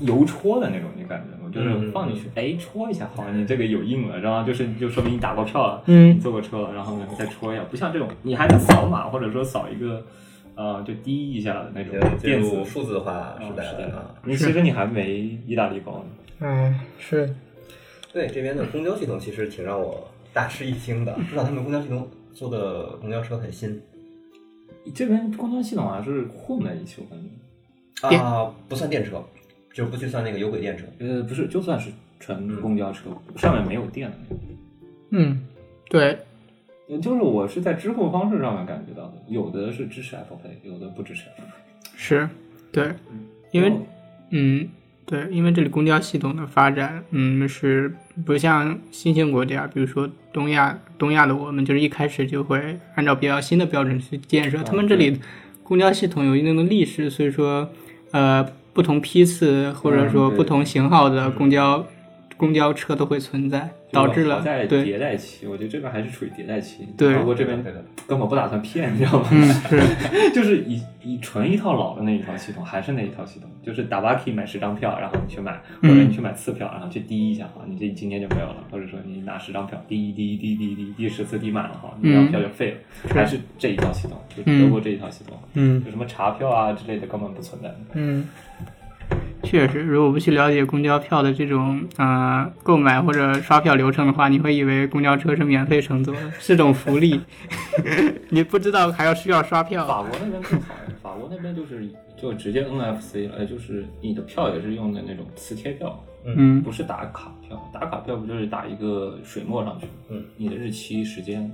S1: 油戳的那种，你感觉吗？
S3: 嗯
S1: 就是放进去，哎，戳一下，好，你这个有印了，然后就是就说明你打过票了，
S3: 嗯
S1: 你坐过车了，然后呢再戳一下，不像这种，你还得扫码或者说扫一个，呃，就滴一下的那种
S2: 进
S1: 电子哦
S2: 入数字化时代
S1: 的
S2: 了。啊。
S1: 你其实你还没意大利高呢。
S3: 哎，是，
S2: 对这边的公交系统其实挺让我大吃一惊的，不知道他们公交系统做的公交车很新
S1: 这边公交系统还是混在一起，我感觉，
S3: 电
S2: 啊，不算电车，就是不去算那个有轨电车。
S1: 呃，不是，就算是
S2: 嗯
S1: 纯公交车，上面没有电的那种。
S3: 嗯，对，
S1: 呃就是我是在支付方式上面感觉到的，有的是支持 Apple Pay，有的不支持 Apple Pay。
S3: 是，对，因
S1: 哦
S3: 为嗯，对，因为这里公交系统的发展，嗯，是不像新兴国家，比如说东亚，东亚的我们就是一开始就会按照比较新的标准去建
S1: 啊
S3: 设。他们这里公交系统有一定的历史，所以说，呃，不同批次或者说
S1: 嗯对
S3: 不同型号的公交、公交车都会存在，导致了
S1: 还在
S3: 对，
S1: 迭代期，我觉得这边还是处于迭代期。
S3: 对
S1: 德国这边
S2: 对的对
S1: 根本不打算骗，你知道吗？
S3: 嗯，是，
S1: 就是以以纯一套老的那一套系统，还是那一套系统，就是打巴 key 买十张票，然后你去买，或
S3: 嗯
S1: 者你去买次票，然后去滴一下啊，你这今天就没有了，或者说你拿十张票滴一滴一滴滴滴滴十次滴满了哈，你这张票就废了，还是这一套系统，就德国这一套系统，
S3: 嗯
S1: 有什么查票啊之类的根本不存在。
S3: 嗯。确实，如果不去了解公交票的这种呃购买或者刷票流程的话，你会以为公交车是免费乘坐的，是种福利。 你不知道还要需要刷票。
S1: 法国那边更好，法国那边就是就直接 NFC，呃，就是你的票也是用的那种磁贴票，
S3: 嗯
S1: 不是打卡票，打卡票不就是打一个水墨上去？
S2: 嗯，
S1: 你的日期、时间，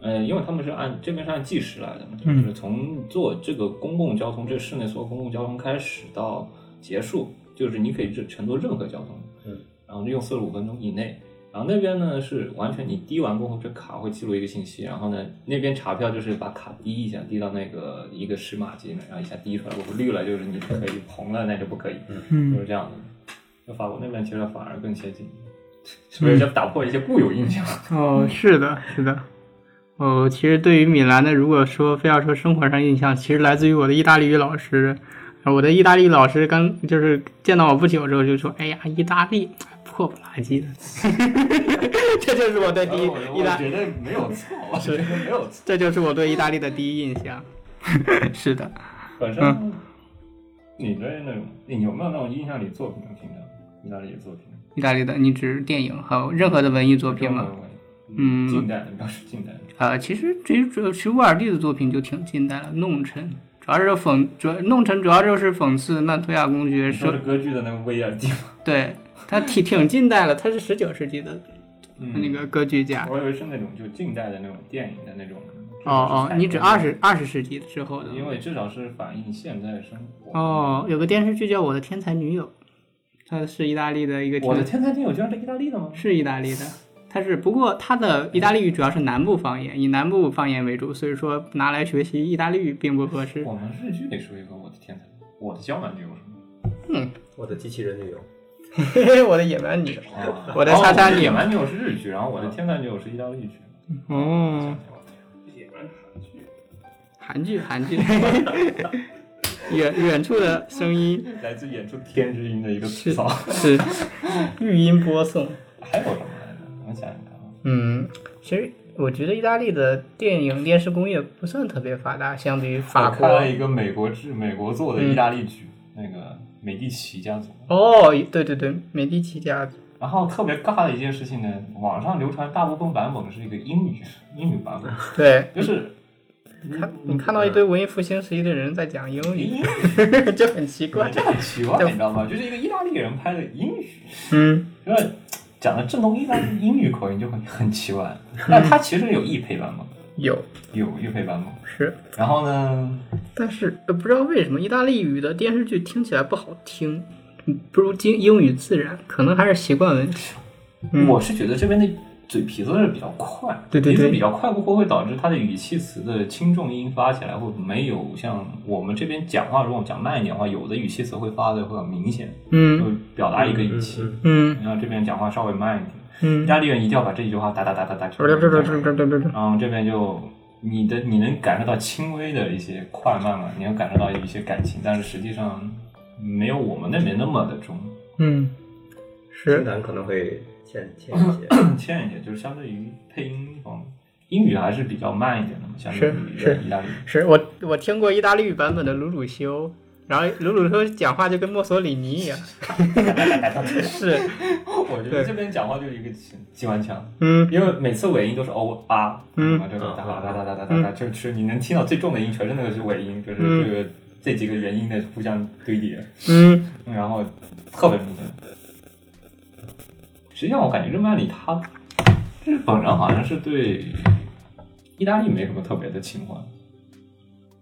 S1: 呃，因为他们是按这边是按计时来的嘛，就
S3: 嗯
S1: 是从坐这个公共交通，这室内所有公共交通开始到结束，就是你可以是乘坐任何交通，
S2: 嗯，
S1: 然后用四十五分钟以内。然后那边呢是完全你滴完过后，这卡会记录一个信息，然后呢那边查票就是把卡滴一下，滴到那个一个识码机里面，然后一下滴出来，过后绿了就是你可以，红了那就不可以，就
S3: 嗯
S1: 是这样的。那法国那边其实反而更接近，是不
S3: 嗯
S1: 是要打破一些固有 印象？
S3: 哦，是的，是的。哦，其实对于米兰的，如果说非要说生活上印象，其实来自于我的意大利语老师。呃我的意大利语老师刚就是见到我不久之后就说：“哎呀，意大利破不拉几的。” 这就是我对第一意大
S1: 觉得没有错，我觉得没有错。
S3: 这就是我对意大利的第一印象。 是的，
S1: 本
S3: 嗯
S1: 身你对那种，你有没有那种印象里作品能听到意大利的作品？
S3: 意大利的，你指电影和任何的文艺作品吗？嗯
S1: 近代的，不要说近代的，
S3: 呃，其实这这其实瓦尔第的作品就挺近代了，《弄臣》主要是讽，主要《弄臣》主要就是讽刺曼图亚公爵
S1: 你说是，
S3: 说
S1: 歌剧的那个威尔第吗？
S3: 对他挺挺近代了，他是十九世纪的 那
S1: 嗯，
S3: 个歌剧家。
S1: 我以为是那种就近代的那种电影的那种。
S3: 哦哦，你指二，十二十世纪之后的。
S1: 因为至少是反映现在生活。，
S3: 哦，有个电视剧叫《我的天才女友》，它是意大利的一个
S1: 我的
S3: 挺
S1: 天才女友居然是意大利的吗？
S3: 是意大利的，它是不过它的意大利语主要是南部方言，以南部方言为主，所以说拿来学习意大利语并不合适。
S1: 我们日剧里说一个我的天才，我的江南女友是吗？
S2: 我的机器人女友，
S3: 嘿嘿，我的野蛮女，
S1: 哦
S3: 我的叉叉女
S1: 野蛮女友是日剧，然后我的天才女友是意大利剧。
S3: 哦，
S4: 野蛮韩剧，
S3: 韩剧韩剧， 远远处的声音
S1: 来自远处天之音的一个吐槽。
S3: 是 语音播送。
S1: 还有什么来着？我想想看啊，
S3: 嗯，其实我觉得意大利的电影电视工业不算特别发达，相比于法
S1: 我看
S3: 国嗯
S1: 了一个美国制美国做的意大利剧，那个美第奇家族。
S3: 哦，对对对，美第奇家族。
S1: 然后特别尬的一件事情呢，网上流传大部分版本是一个英语英语版 本，
S3: 对，
S1: 就是
S3: 看你看到一堆文艺复兴时期的人在讲英 语，
S1: 英
S3: 就很奇怪。
S1: 这很奇怪，你知道吗？就是一个意大利人拍的英语，
S3: 嗯，
S1: 就是讲的正宗意大利英语口音就很很奇怪。那他其实有译配版本，
S3: 有
S1: 有译配版本。
S3: 是，
S1: 然后呢，
S3: 但是呃，不知道为什么意大利语的电视剧听起来不好听，嗯不如英英语自然，可能还是习惯问题。嗯
S1: 我是觉得这边的嘴皮子是比较快，
S3: 对对对
S1: 鼻子比较快，会不会导致他的语气词的轻重音发起来会没有像我们这边讲话，如果讲慢一点的话，有的语气词会发的会很明显，就
S3: 嗯
S1: 是表达一个语气。
S2: 嗯
S3: 嗯
S1: 然后这边讲话稍微慢一点，意
S3: 嗯，
S1: 大利人一定要把这一句话打打打打打，
S3: 这这这这这这 这，
S1: 然后这边就你的你能感受到轻微的一些快慢嘛，你能感受到一些感情，但是实际上没有我们那边那么的重，
S3: 嗯，
S2: 芬
S3: 是，
S2: 兰可能会欠欠一些。
S1: 更欠一点，就是相对于配音方面，英语还是比较慢一点的嘛，相对于
S3: 是
S1: 意大利。
S3: 是我我听过意大利语版本的鲁鲁修，然后鲁鲁修讲话就跟墨索里尼一 样，是，
S1: 我觉得这边讲话就是一个机机关枪，
S3: 嗯
S1: 因为每次尾音都是哦啊，
S3: 嗯
S1: 这个哒哒哒哒哒哒哒哒，就是你能听到最重的音全是那个是尾音，就是这个这几个元音的互相堆叠。
S3: 嗯
S1: 然后特别明显。实际上，我感觉日漫里他日本人好像是对意大利没什么特别的情怀。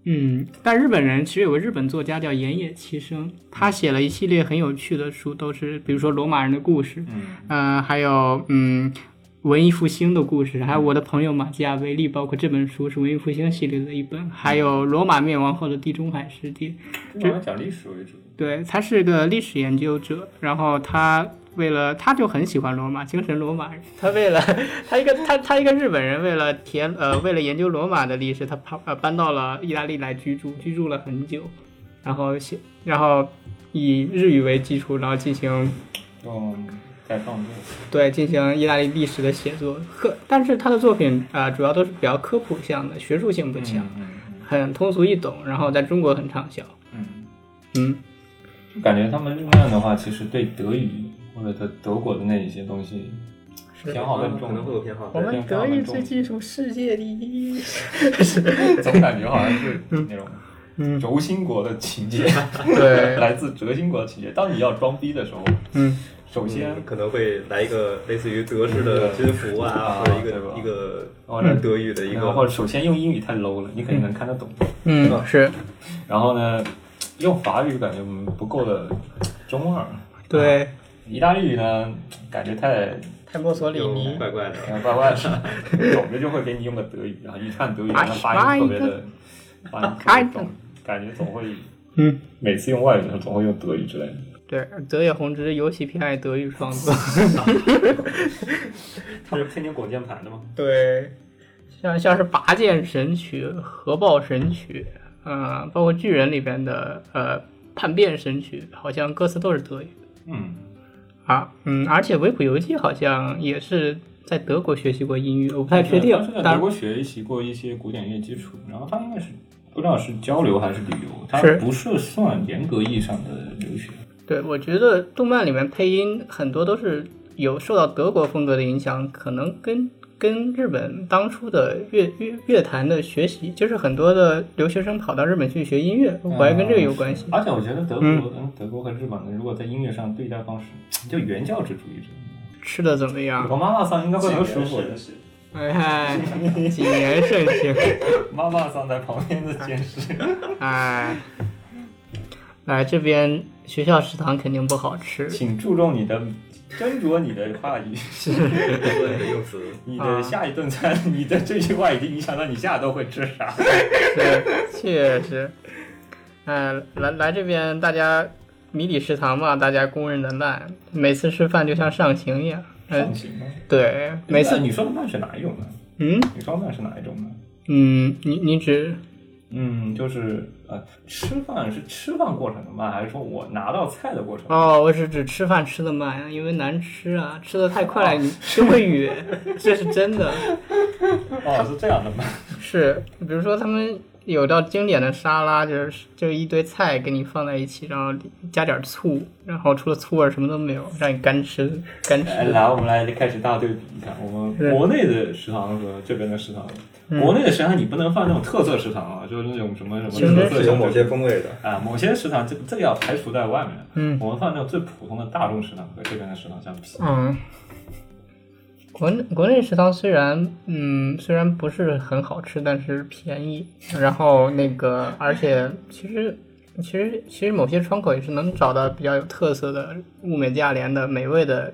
S3: 嗯。但日本人其实有个日本作家叫岩野七生，他写了一系列很有趣的书，都是比如说罗马人的故事，
S1: 嗯，
S3: 呃，还有嗯，文艺复兴的故事，还有我的朋友马基亚维利，包括这本书是文艺复兴系列的一本，还有罗马灭亡后的地中海世界，
S1: 主要讲历史为主。
S3: 对他是个历史研究者，然后他为了他就很喜欢罗马，精神罗马人。他为了他一个他他一个日本人，为了填呃为了研究罗马的历史，他跑呃搬到了意大利来居住，居住了很久，然后写然后以日语为基础，然后进行
S1: 嗯，在创作。
S3: 对，进行意大利历史的写作。科，但是他的作品啊、呃主要都是比较科普向的，学术性不强，
S1: 嗯
S3: 很通俗易懂，然后在中国很畅销。
S1: 嗯，
S3: 嗯
S1: 就感觉他们日漫的话，其实对德语或者德德国的那一些东西
S3: 是
S1: 偏好更
S2: 嗯可能会
S1: 重。
S2: 有偏好。
S3: 我
S2: 对
S3: 们德语最技术世界第一，
S1: 总感觉好像是那种
S3: 嗯，
S1: 轴心国的情节，
S3: 对，
S1: 来自轴心国的情节。当你要装逼的时候，
S3: 嗯，
S1: 首先
S2: 嗯可能会来一个类似于德式的军服
S1: 嗯
S2: 啊，或者一
S1: 对吧
S2: 个一个
S1: 哦那
S2: 德语的一
S1: 然后
S2: 个，
S1: 首先用英语太 low 了，你肯定能看得懂。
S3: 嗯，是
S1: 然后呢，用法语感觉不够的中二。
S3: 对，
S1: 意大利语呢，感觉太
S3: 泰墨索里
S2: 就
S3: 尼，
S2: 怪怪的。
S1: 怪怪了，总之就会给你用个德语，然后一看德语，
S3: 哎
S1: 那发音特别的，发音特别重，感觉总会
S3: 嗯，
S1: 每次用外语的时候总会用德语之类的。
S3: 对，泽野弘之尤其偏爱德语 创作。
S1: 他是天天滚键盘的吗？
S3: 对，像像是拔剑神曲、核爆神曲，呃，包括巨人里边的呃叛变神曲，好像歌词都是德语
S1: 嗯，
S3: 啊，嗯，而且维普游记好像也是在德国学习过音乐，我不太确定
S1: 他是，在
S3: 但
S1: 德国学习过一些古典乐基础，然后他应该是不知道是交流还是旅游，他
S3: 是
S1: 不是算严格意义上的留学。
S3: 对我觉得动漫里面配音很多都是有受到德国风格的影响，可能跟。跟日本当初的乐乐乐坛的学习，就是很多的留学生跑到日本去学音乐，我怀疑跟这个
S1: 哦
S3: 有关系。
S1: 嗯而且我觉得德国、
S3: 嗯
S1: 嗯、德国和日本人如果在音乐上对待方式，就原教旨主义者，
S3: 吃的怎么样？
S1: 我妈妈桑应该会很舒服的
S4: 真。是
S3: 哎，谨言慎行，
S1: 妈妈桑在旁边的监视，
S3: 哎，来这边学校食堂肯定不好吃，
S1: 请注重你的斟酌你的话语，
S2: 说你的用 词，
S1: 你的下一顿餐， 你的这句话已经影响到你下一顿会吃啥。
S3: 对，确实，哎，来来这边大家迷你食堂嘛，大家公认的烂，每次吃饭就像上刑一样，嗯、
S1: 上行吗？呃
S3: 对，每次，
S1: 你说的慢是哪一种呢？
S3: 嗯
S1: 你说的慢是哪一种呢？
S3: 嗯，你你指，
S1: 嗯，就是呃，吃饭是吃饭过程的慢，还是说我拿到菜的过程？
S3: 哦，我是指吃饭吃的慢啊，因为难吃啊，吃的太快了，你就会哕， 这是真的。
S1: 哦，是这样的慢。
S3: 是，比如说他们有道经典的沙拉，就是就是一堆菜给你放在一起，然后加点醋，然后除了醋味儿什么都没有，让你干吃干吃。
S1: 哎 来，我们来开始大对比一下，我们国内的食堂和这边的食堂。
S3: 嗯
S1: 国内的食堂你不能放那种特色食堂啊，就是那种什么什
S3: 清
S1: 么
S3: 真
S1: 特色
S2: 是
S1: 小
S2: 有
S1: 吃
S2: 某些风味的。
S1: 啊，某些食堂这这个要排除在外面。
S3: 嗯
S1: 我们放那种最普通的大众食堂和这边的食堂相比，
S3: 嗯，国内国内食堂虽然嗯虽然不是很好吃，但是便宜，然后那个而且其实其实其实某些窗口也是能找到比较有特色的物美价廉的美味的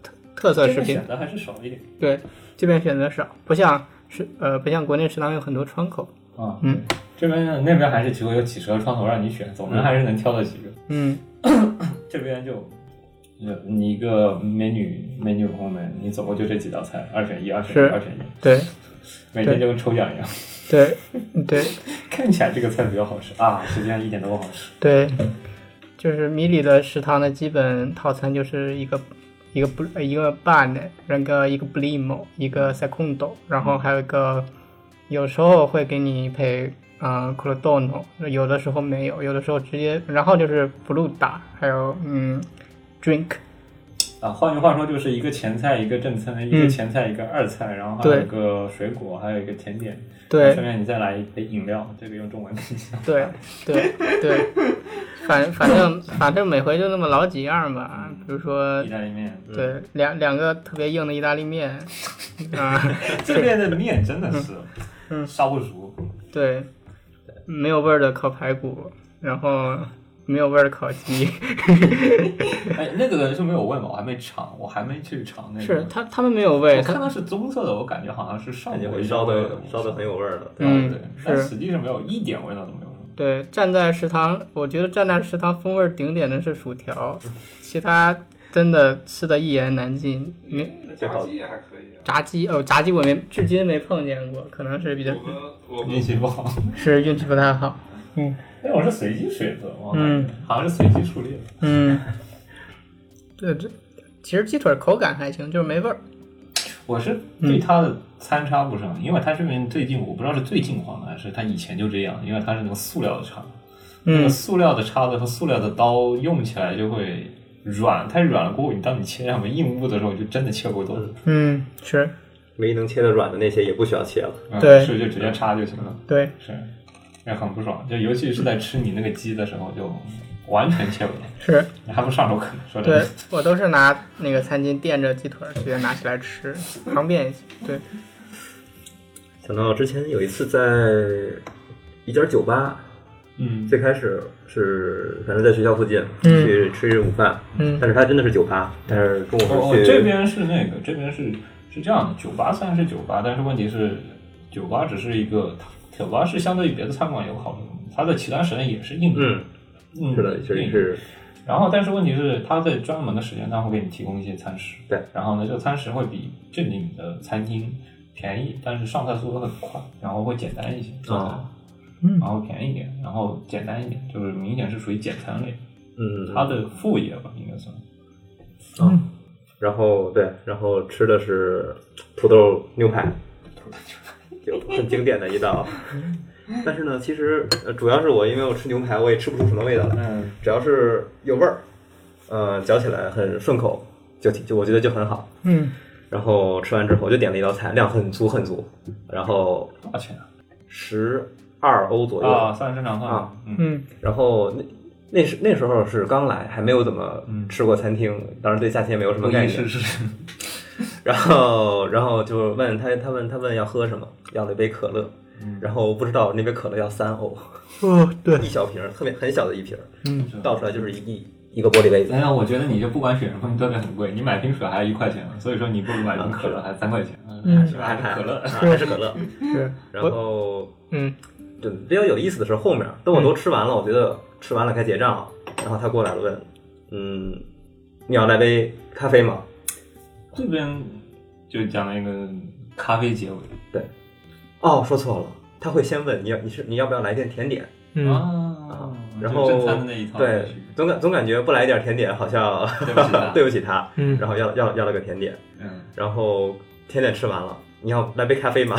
S3: 特特色
S1: 这
S3: 食
S1: 边
S3: 品
S1: 选。择还是少一点。
S3: 对，这边选择少，不像是呃不像国内食堂有很多窗口。
S1: 啊，
S3: 嗯，
S1: 这边那边还是几乎有几十个窗口让你选，总之还是能挑到几个。
S3: 嗯
S1: 这边就，呃你一个美女美女朋友们，你总共就这几道菜，二选一，二选
S3: 是
S1: 一，二选一，，
S3: 对
S1: 每天就跟抽奖一样。
S3: 对对
S1: 看起来这个菜比较好吃啊，实际上一点都不好吃。
S3: 对，就是米里的食堂的基本套餐就是一个一个不一个 ban，然后一个 blimo，一个 secondo，然后还有一个有时候会给你配。啊 c o l o d o n o 有的时候没有，有的时候直接，然后就是 blue 打，还有嗯，drink，
S1: 啊，换句话说，就是一个前菜，一个正餐，一个前菜，一个二菜，然后还有
S3: 嗯对
S1: 一个水果，还有一个甜点，
S3: 对
S1: 顺，便你再来一杯饮料，这个用中文跟你讲。
S3: 对对对，反反正反正每回就那么老几样吧，比如说
S1: 意大利面，
S3: 对两两个特别硬的意大利面，啊，
S1: 这边的面真的是，
S3: 嗯
S1: 烧不熟。
S3: 对，没有味儿的烤排骨，然后没有味儿的烤鸡，
S1: 哎，那个是没有问吧？我还没尝，我还没去尝那个。
S3: 是他他们没有味，
S1: 我看
S3: 他
S1: 到是棕色的，我感觉好像是上
S2: 感觉
S1: 过
S2: 会烧
S1: 的
S2: 的烧的很有味儿的，对
S1: 对
S2: 吧
S3: 嗯
S1: 对，但
S3: 是
S1: 实际上没有一点味道都没有。
S3: 对站在食堂，我觉得站在食堂风味儿顶点的是薯条，其他真的吃的一言难尽，没。
S4: 炸鸡也还可以啊。
S3: 炸鸡哦，炸鸡我没至今没碰见过，可能是比较
S4: 我们呃我
S1: 运
S4: 们
S1: 气不好，
S3: 是运气不太好。嗯，
S1: 那我是随机选择嘛，
S3: 嗯，
S1: 好像是随机数列。
S3: 嗯，对，这其实鸡腿口感还行，就是没味儿。
S1: 我是对它的参差不是很，因为它这边最近我不知道是最近换的还是它以前就这样，因为它是那个塑料的叉，那个
S3: 嗯
S1: 塑料的叉子和塑料的刀用起来就会软，太软了过后，你当你切什么硬物的时候，就真的切不动，
S3: 嗯，是
S2: 唯一能切的软的那些也不需要切了。
S1: 嗯
S3: 对
S1: 是就直接插就行了，
S3: 对，
S1: 是，也很不爽，就尤其是在
S2: 嗯
S1: 吃你那个鸡的时候，就完全切不动，
S3: 是
S1: 你还不上手啃， 说真
S3: 对
S1: 的，嗯
S3: 我都是拿那个餐巾垫着鸡腿儿直接拿起来吃，方便一些。对，
S2: 想到之前有一次在一家酒吧，
S1: 嗯，
S2: 最开始是反正在学校附近、
S3: 嗯
S2: 去吃午饭，
S3: 嗯
S2: 但是它真的是酒吧，但是中午
S1: 哦，
S2: 是去、
S1: 这边是那个，这边是是这样的，酒吧虽然是酒吧，但是问题是，酒吧只是一个，酒吧是相对于别的餐馆有好处，它在其他时间也是硬
S2: 嗯，
S1: 嗯
S2: 是的，确实是
S1: 然后，但是问题是，它在专门的时间，它会给你提供一些餐食。
S2: 对。
S1: 然后呢，这个餐食会比正经的餐厅便宜，但是上菜速度很快，然后会简单一些。
S2: 啊
S3: 嗯
S1: 然后便宜一点，然后简单一点，就是明显是属于简餐类，
S2: 嗯，
S1: 它的副业吧，应该算。
S2: 嗯，然后对，然后吃的是土豆 牛排，就很经典的一道。但是呢，其实呃主要是我因为我吃牛排，我也吃不出什么味道来。
S1: 嗯，
S2: 只要是有味儿，呃，嚼起来很顺口，就挺就我觉得就很好。
S3: 嗯
S2: 然后吃完之后，我就点了一道菜，量很足很足，然后
S1: 多少钱啊？
S2: 十二欧左右。
S1: 啊，算正常算。
S2: 啊
S1: 嗯
S3: 嗯
S2: 然后那那时那时候是刚来，还没有怎么
S1: 嗯
S2: 吃过餐厅，当然对价钱也没有什么
S1: 不
S2: 概
S1: 一
S2: 念。
S1: 是是，
S2: 然后然后就问他，他问他问要喝什么，要了一杯可乐，
S1: 嗯
S2: 然后不知道那杯可乐要三欧，
S3: 哦对
S2: 一小瓶儿，特别很小的一瓶儿，
S3: 嗯
S2: 倒出来就是一一一个玻璃杯子。
S1: 哎呀，我觉得你就不管选什么，你都得很贵。你买瓶水还一块钱，所以说你不如买瓶可乐还三块钱，
S3: 嗯
S1: 起码还是可乐。
S2: 啊还是可 乐，
S3: 是
S2: 然后
S3: 嗯
S2: 对比较有意思的是后面，等我都吃完了，我觉得吃完了该结账了，然后他过来了问，嗯，你要来杯咖啡吗？
S1: 这边就讲了一个咖啡结尾
S2: 哦，说错了，他会先问你要你是你要不要来点甜点
S3: 嗯
S1: 啊
S2: 然后
S1: 哦就正餐的那一套
S2: 对，总感总感觉不来点甜点 好像
S1: 对不起啊
S2: 对不起他，
S3: 嗯
S2: 然后要要要了个甜点，
S1: 嗯，
S2: 然后甜点吃完了，你要来杯咖啡吗？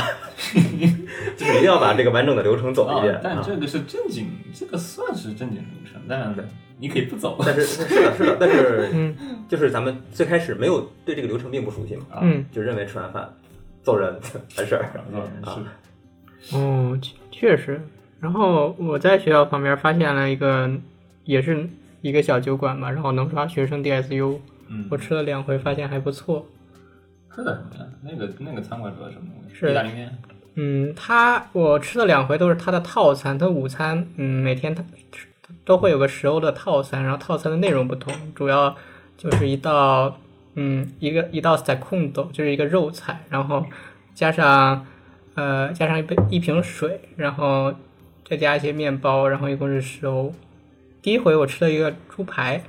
S2: 就是一定要把这个完整的流程走一遍
S3: 哦
S1: 啊。但
S2: 啊
S1: 这个是正经，这个算是正经流程，但你可以不走啊
S2: 但是是的，是的，但是
S3: 嗯
S2: 就是咱们最开始没有对这个流程并不熟悉嘛，
S1: 啊。
S3: 嗯，
S2: 就认为吃完饭揍人完事儿。
S1: 不走人是
S3: 哦，确确实。然后我在学校旁边发现了一个，也是一个小酒馆嘛，然后能刷学生 DSU，
S1: 嗯，
S3: 我吃了两回，发现还不错。
S1: 吃的什么呀？那个那个餐馆主要什么东西？
S3: 是
S1: 意大利面。。
S3: 嗯，他我吃了两回都是他的套餐，他午餐，嗯，每天他都会有个十欧的套餐，然后套餐的内容不同，主要就是一道，嗯，一个一道 s e c o n d o 就是一个肉菜，然后加上呃加上一杯一瓶水，然后再加一些面包，然后一共是十欧。第一回我吃了一个猪排，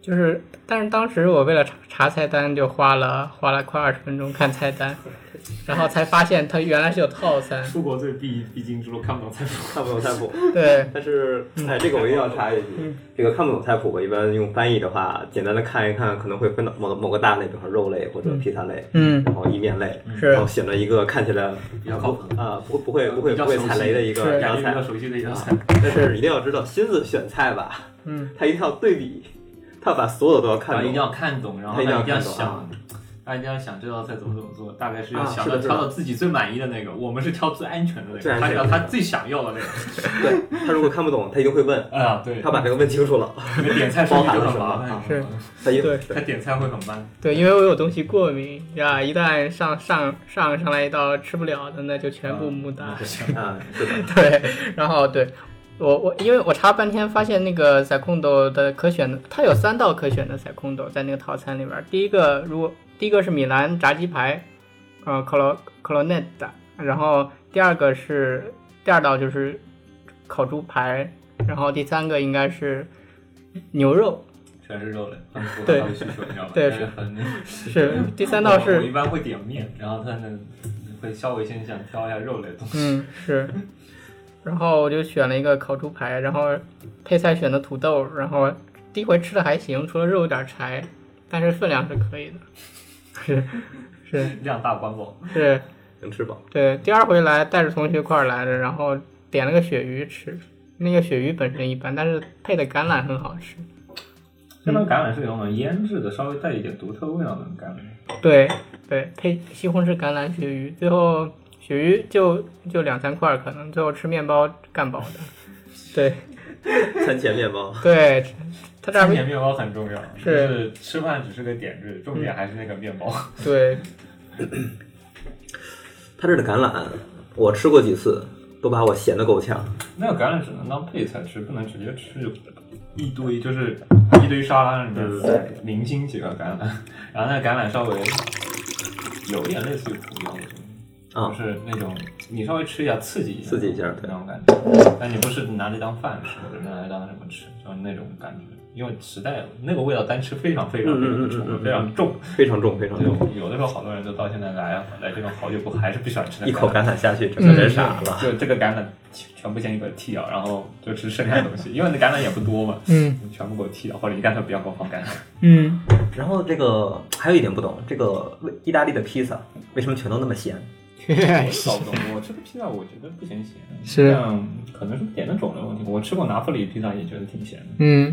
S3: 就是但是当时我为了查查菜单就花了花了快二十分钟看菜单。然后才发现它原来是有套餐
S1: 出国最必必经之路，看不懂菜谱。
S2: 看不懂菜谱，
S3: 对，
S2: 但是
S3: 嗯
S2: 哎，这个我一定要插一句，这个看不懂菜谱，我一般用翻译的话，简单的看一看，可能会分到某个某个大类，比如说肉类或者披萨类，
S3: 嗯
S2: 然后意面类，
S3: 是
S2: 然后选了一个看起来
S1: 比较靠谱
S2: 啊不不会不会
S1: 呃比较
S2: 不会
S1: 熟悉
S2: 踩雷的一
S3: 是
S2: 个一
S1: 亚洲
S2: 道
S1: 比较
S2: 菜，啊
S1: 熟悉的一道菜，
S2: 但是一定要知道心思选菜吧，
S3: 嗯，
S2: 他一定要对比，他把所有都要看
S1: 啊然后一
S2: 懂
S1: 定，要看懂，然后
S2: 他一定
S1: 他
S2: 要
S1: 一定要
S2: 看懂
S1: 想
S2: 啊，
S1: 他一定要想这道菜怎么怎么做，大概是要
S2: 啊
S1: 想
S2: 是
S1: 到
S2: 的是的
S1: 挑到自己最满意的那个。我们是挑最安全的那
S2: 最
S1: 个，
S2: 安
S1: 他
S2: 全的
S1: 挑他最想要的那个。
S2: 对他如果看不懂，他一定会问，
S1: 啊，对，
S2: 他把这个问清楚了，
S1: 你的点菜顺序就很麻烦
S2: 包，
S3: 含了什么
S2: 他一
S3: 对
S1: 他点菜会很慢。
S3: 对，因为我有东西过敏呀，一旦上上上上来一道吃不了的，那就全部木
S1: 啊 嗯
S3: 达。
S2: 啊是的，
S3: 对，然后对我我因为我查半天发现那个 s e c o n d o 的可选的，它有三道可选的 s e c o n d o 在那个套餐里边儿。第一个如果第一个是米兰炸鸡排，呃 c o l o c o l o n e t a 然后第二个是第二道就是烤猪排，然后第三个应该是牛肉，
S1: 全是肉类，他们符合
S3: 对
S1: 他们需求，你知道吧？
S3: 对
S1: 但是很。
S3: 是第三道
S1: 哦我一
S3: 是
S1: 般会点面，然后他们会稍微先想挑一下肉类的东西。
S3: 嗯是，然后我就选了一个烤猪排，然后配菜选的土豆，然后第一回吃的还行，除了肉有点柴，但是分量是可以的，是是
S1: 量大管饱，
S3: 是，
S2: 能吃饱，
S3: 对，第二回来带着同学一块儿来的，然后点了个鳕鱼吃，那个鳕鱼本身一般，但是配的橄榄很好吃，
S1: 这道橄榄是有那种腌制的，稍微带一点独特味道的橄榄。
S3: 对对，配西红柿橄榄鳕鱼，最后鳕鱼就就两三块儿，可能最后吃面包干饱的，对。
S2: 餐前面包，
S3: 对，他这
S1: 吃
S3: 儿
S1: 面面包很重要，就是是吃饭只是个点缀，重
S3: 嗯
S1: 点还是那个面包。
S3: 对，
S2: 他这儿的橄榄我吃过几次，都把我咸的够呛，
S1: 那个橄榄只能当配菜吃，不能直接吃一堆，就是一堆沙拉里
S3: 嗯
S1: 面零星几个橄榄，然后那个橄榄稍微有点类似于苦药，
S2: 啊
S1: 就是那种你稍微吃一下刺激一下，
S2: 刺激一下
S1: 那
S2: 对
S1: 种感觉。但你不是拿这当饭吃，或者拿来当什么吃，就是那种感觉。因为实在那个味道单吃非常非常非常
S2: 嗯嗯嗯
S1: 重，
S2: 嗯
S1: 非常重。
S2: 非常重非常
S1: 就
S2: 重，
S1: 有的时候好多人都到现在来哎来这种好久不还是不喜欢吃那
S2: 一
S1: 个
S2: 口橄榄下去，整个人傻了。
S1: 就这个橄榄全部先给我剔掉，然后就吃剩下的东西，因为那橄榄也不多嘛，
S3: 嗯
S1: 你全部给我剔掉，或者你干脆不要给我放橄榄。
S3: 嗯，
S2: 然后这个还有一点不懂，这个为意大利的披萨为什么全都那么咸？
S1: 我搞不懂，我吃的披萨我觉得不嫌咸，
S3: 哎是
S1: 像可能是点的种类问题。我吃过拿破里披萨也觉得挺咸的，
S3: 嗯，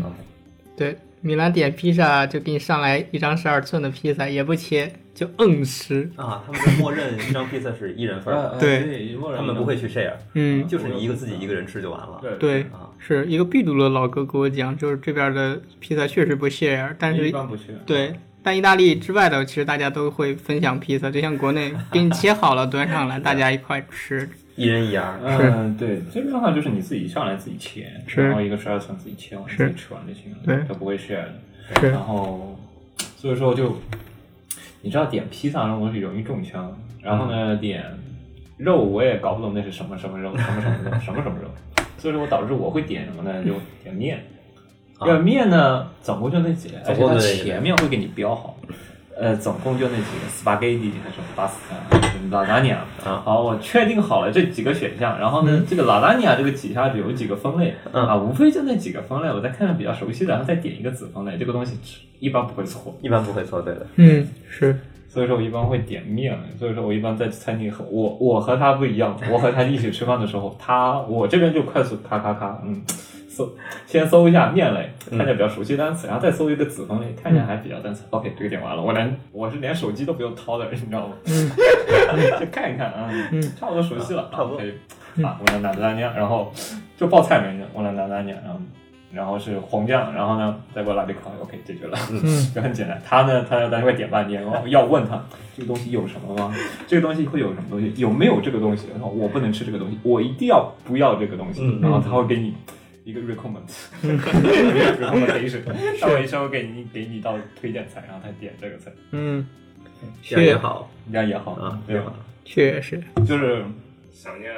S3: 对，米兰点披萨就给你上来一张十二寸的披萨，也不切，就硬吃，
S2: 啊，他们是默认一张披萨是一人份儿，
S1: 呃
S3: 对，
S1: 呃
S2: 他们不会。去 share，
S3: 嗯，
S2: 就是你一个自己一个人吃就完了。
S1: 对
S3: 对
S2: 啊，
S3: 是一个秘鲁的老哥给我讲，就是这边的披萨确实不 share，但
S1: 一
S3: 是
S1: 般不去。
S3: 对。但意大利之外的，其实大家都会分享披萨，就像国内给你切好了端上来，大家一块吃。
S2: 一人一样。
S1: 嗯，对，这边的话就是你自己上来自己切，
S3: 是
S1: 然后一个十二寸自己切完，
S3: 是
S1: 自己吃完就行了，
S3: 对
S1: 它不会 share 的。
S3: 是
S1: 然，后所以说就你知道点披萨那种东西容易中枪，然后
S3: 嗯
S1: 呢点肉我也搞不懂那是什么什么肉，什么什么肉，什么什么肉，所以说我导致我会点什么呢？就点面，
S2: 啊
S1: 因为面呢总共就那几个，而
S2: 总
S1: 且
S2: 共
S1: 它
S2: 就那几个
S1: 前面会给你标好。呃，总共就那几个 spaghetti 还是 pasta 拉拉尼亚
S2: 啊
S1: 好，我确定好了这几个选项，然后呢，这个拉拉尼亚这个底下有几个分类、
S2: 嗯
S1: 啊，无非就那几个分类，我再看看比较熟悉的，然后再点一个子分类，这个东西一般不会错。
S2: 一般不会错对的，
S3: 嗯，是，
S1: 所以说我一般会点面，所以说我一般在餐厅和我我和他不一样，我和他一起吃饭的时候，他我这边就快速咔咔咔，嗯，搜先搜一下面类，
S2: 嗯
S1: 看见比较熟悉单词，然后再搜一个子分类，看见还比较单词，OK，这个点完了，我连我是连手机都不用掏的人，你知道吗？ 就看一看啊，嗯，差不多熟悉了，
S2: 嗯差不多嗯
S1: 啊可以啊，我来拿拿捏，然后就报菜名，我来拿拿捏，然后然后是红酱，然后呢再给我来杯咖啡，OK，解决了，
S3: 嗯，
S1: 就很简单。他呢，他要在那边点半天，我要问他这个东西有什么吗？ 这个东西会有什么东西？有没有这个东西？然后我不能吃这个东西，我一定要不要这个东西。
S2: 嗯
S1: 然后他会给你一个 recommend，recommendation，稍微稍微给你给你一道推荐菜，然后他点这个菜，
S3: 嗯，
S2: 这样也
S3: 确
S2: 好
S1: 这样也好
S2: 啊，
S1: 对吧
S2: 吧？？
S3: 确实，
S1: 就是
S4: 想念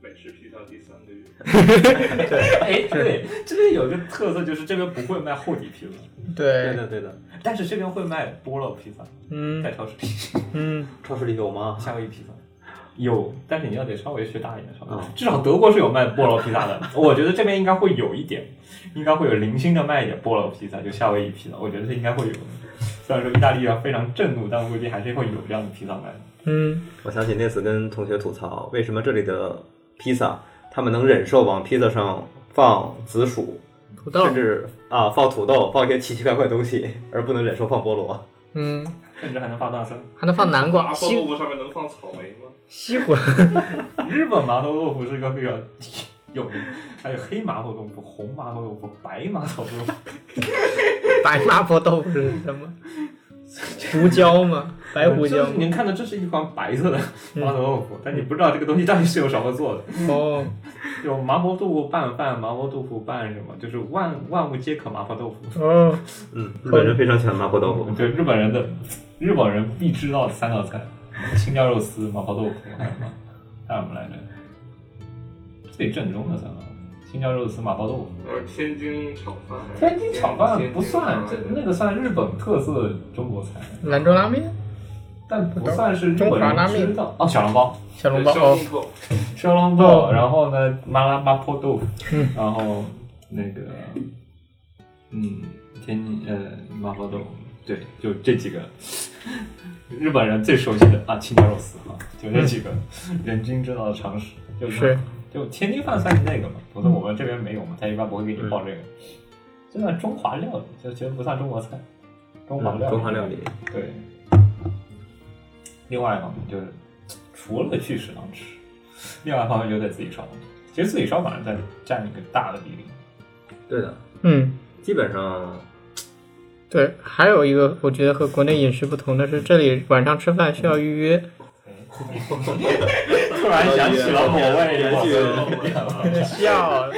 S4: 美食频道第三个月，
S1: 哎，对，这边有一个特色就是这边不会卖厚底披萨，
S2: 对
S3: 对，
S2: 的对的，
S1: 但是这边会卖菠萝披萨，在
S3: 嗯
S1: 超市
S3: 嗯
S2: 超市里有吗？
S1: 夏威夷披萨。有，但是你要得稍微学大一点，稍微、
S2: 嗯
S1: 至少德国是有卖菠萝披萨的，我觉得这边应该会有一点，应该会有零星的卖一点菠萝披萨，就夏威夷披萨，我觉得这应该会有。虽然说意大利人非常震怒，但估计还是会有这样的披萨卖。
S3: 嗯，
S2: 我想起那次跟同学吐槽，为什么这里的披萨他们能忍受往披萨上放紫薯，
S3: 土豆
S2: 甚，至啊放土豆，放一些奇奇怪怪的东西， 而不能忍受放菠萝？
S3: 嗯，
S1: 甚至还能发大森。
S3: 还能放南瓜、
S4: 麻婆豆
S3: 西
S4: 腐上面能放草莓吗？
S3: 西瓜，
S1: 日本麻婆豆腐是一个非常有名，还有黑麻婆豆腐、红麻婆豆腐、白麻婆豆腐。
S3: 白麻婆豆腐是什么？胡椒吗？白胡椒 嗯
S1: 就是您看到这是一款白色的麻婆豆腐，但你不知道这个东西到底是由什么做的。
S3: 哦，
S1: 有麻婆豆腐拌饭，麻婆豆腐拌什么，就是万万物皆可麻婆豆腐。
S3: 哦，
S2: 嗯，日本人非常喜欢麻婆豆腐，
S1: 对日本人的日本人必知道的三道菜：青椒肉丝、麻婆豆腐，还有什么？还有什么来着？最正宗的三道菜：青椒肉丝、麻婆豆腐。
S4: 我是呃天津炒饭。
S1: 天津炒饭不算，这
S4: 天
S1: 那
S4: 津炒饭
S1: 个算日本特色中国菜，
S3: 兰州拉面、
S1: 但不算是日本人知道。哦，小笼包，
S3: 小笼包
S4: 对
S3: 哦，
S4: 包，
S1: 小笼包，
S2: 嗯
S1: 然后呢，麻辣麻婆豆腐，
S3: 嗯
S1: 然后那个，嗯，天津呃麻婆豆腐，对，就这几个。日本人最熟悉的啊，青椒肉丝啊，就这几个
S2: 嗯
S1: 人均知道的常识，就是
S3: 是
S1: 就天津饭算是那个嘛，否则
S2: 嗯
S1: 我们这边没有嘛，他一般不会给你报这个。这算中华料理，就其实不算中国菜，中华料理。
S2: 嗯中华料理。
S1: 对。另外一方面就是，除了去食堂吃，另外一方面就在自己烧。其实自己烧反而占占一个大的比例。
S2: 对的，
S3: 嗯。
S2: 基本上
S3: 对，还有一个我觉得和国内饮食不同的是，这里晚上吃饭需要预约，
S1: 突然想起了某位
S2: 延续
S1: 人，
S3: 需要，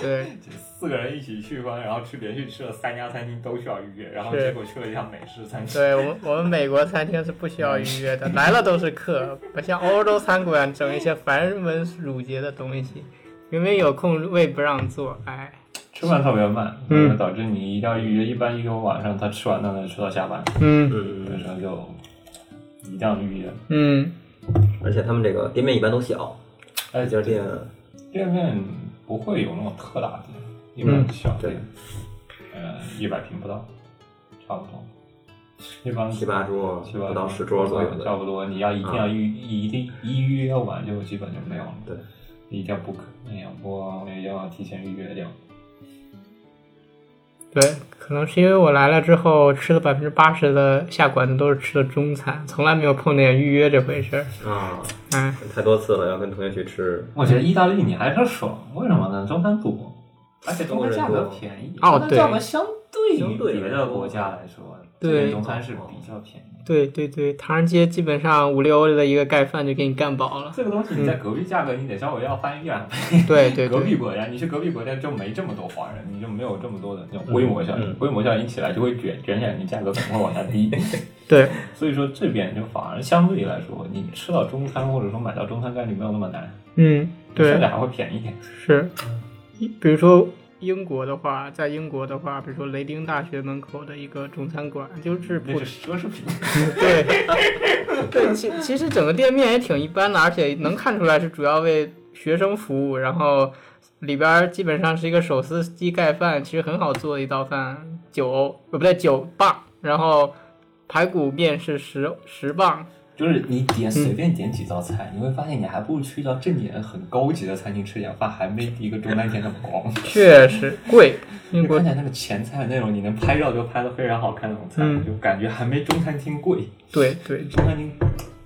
S3: 对，
S1: 四个人一起去关，然后去连续吃了三家餐厅都需要预约，然后
S3: 是
S1: 结果去了一家美式餐厅。
S3: 对我我们美国餐厅是不需要预约的，来了都是客，不像欧洲餐馆整一些繁文缛节的东西，明明有空位不让坐，哎，
S1: 吃饭特别慢，
S3: 嗯
S1: 所以导致你一定要预约。一般一个晚上他吃完饭能吃到下班，
S3: 嗯
S1: 所
S2: 嗯，
S1: 以说就一定要预约。
S3: 嗯
S2: 而且他们这个店面一般都小，
S1: 哎
S2: 这家店
S1: 店面不会有那种特大店，一
S2: 嗯
S1: 般小店，呃，一百平不到，差不多，一般
S2: 七八桌嗯
S1: 七八啊
S2: 不到十桌左右
S1: 差
S2: 的，啊
S1: 不多。你要一定要预、一定一预约晚就基本就没有了，
S2: 对，
S1: 一定要 book，哎呀，我也要提前预约掉。
S3: 对，可能是因为我来了之后吃了百分之八十的下馆子都是吃的中餐，从来没有碰见预约这回事儿，
S2: 啊，
S3: 哎，
S2: 太多次了，要跟同学去吃，
S1: 我觉得意大利你还是爽，为什么呢？中餐多，而且中餐价格便宜，
S3: 哦
S1: 中餐
S3: 对
S1: 价格相对
S2: 相对
S1: 于别
S2: 来
S1: 的
S2: 说
S1: 国家来说，
S3: 对
S1: 这边中餐是比较便宜的。
S3: 对对对，唐人街基本上五六欧的一个盖饭就给你干饱了。
S1: 这个东西你
S2: 嗯
S1: 在隔壁价格，你得稍微要翻一两倍。
S3: 对对
S1: 隔壁
S3: 对，
S1: 国家，你去隔壁国家就没这么多华人，你就没有这么多的那种规模效应。
S2: 嗯嗯
S1: 规模效应一起来就会卷卷起来，你价格可能会往下 低。
S3: 对
S1: 所以说这边就反而相对来说，你吃到中餐或者说买到中餐概率没有那么难，
S3: 嗯，
S1: 甚至
S3: 对
S1: 还会便宜一点。
S3: 是。一比如说英国的话，在英国的话，比如说雷丁大学门口的一个中餐馆，就是普
S1: 那是奢侈品。
S3: 对对，其其实整个店面也挺一般的，而且能看出来是主要为学生服务，然后里边儿基本上是一个手撕鸡盖饭，其实很好做的一道饭，九欧呃不对九磅，然后排骨面是十十磅，
S1: 就是你
S3: 嗯
S1: 点随便点几道菜，你会发现你还不如去到正点很高级的餐厅吃点饭，还没一个中餐厅那么高。
S3: 嗯确实贵。英国
S1: 看起来那个前菜那种你能拍照就拍的非常好看那种菜，
S3: 嗯
S1: 就感觉还没中餐厅贵。
S3: 对对，
S1: 中餐厅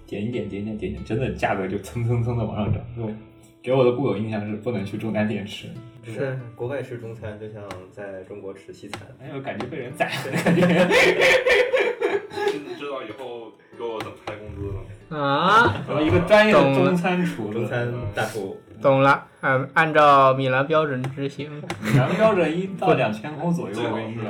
S1: 点一点点一点点一点，真的价格就蹭蹭蹭的往上涨。就给我的固有印象是不能去中餐店吃，
S2: 是国外吃中餐就像在中国吃西餐，
S1: 哎呦感觉被人宰了，感觉。
S4: 知知道以后给我怎么开工资了吗？
S3: 啊，
S1: 然后一个专业的
S3: 懂了
S1: 中餐厨子，
S2: 中 餐大 厨
S3: 懂了，嗯，按照米兰标准执行。
S1: 咱们标准一到两千欧左右，我跟你讲，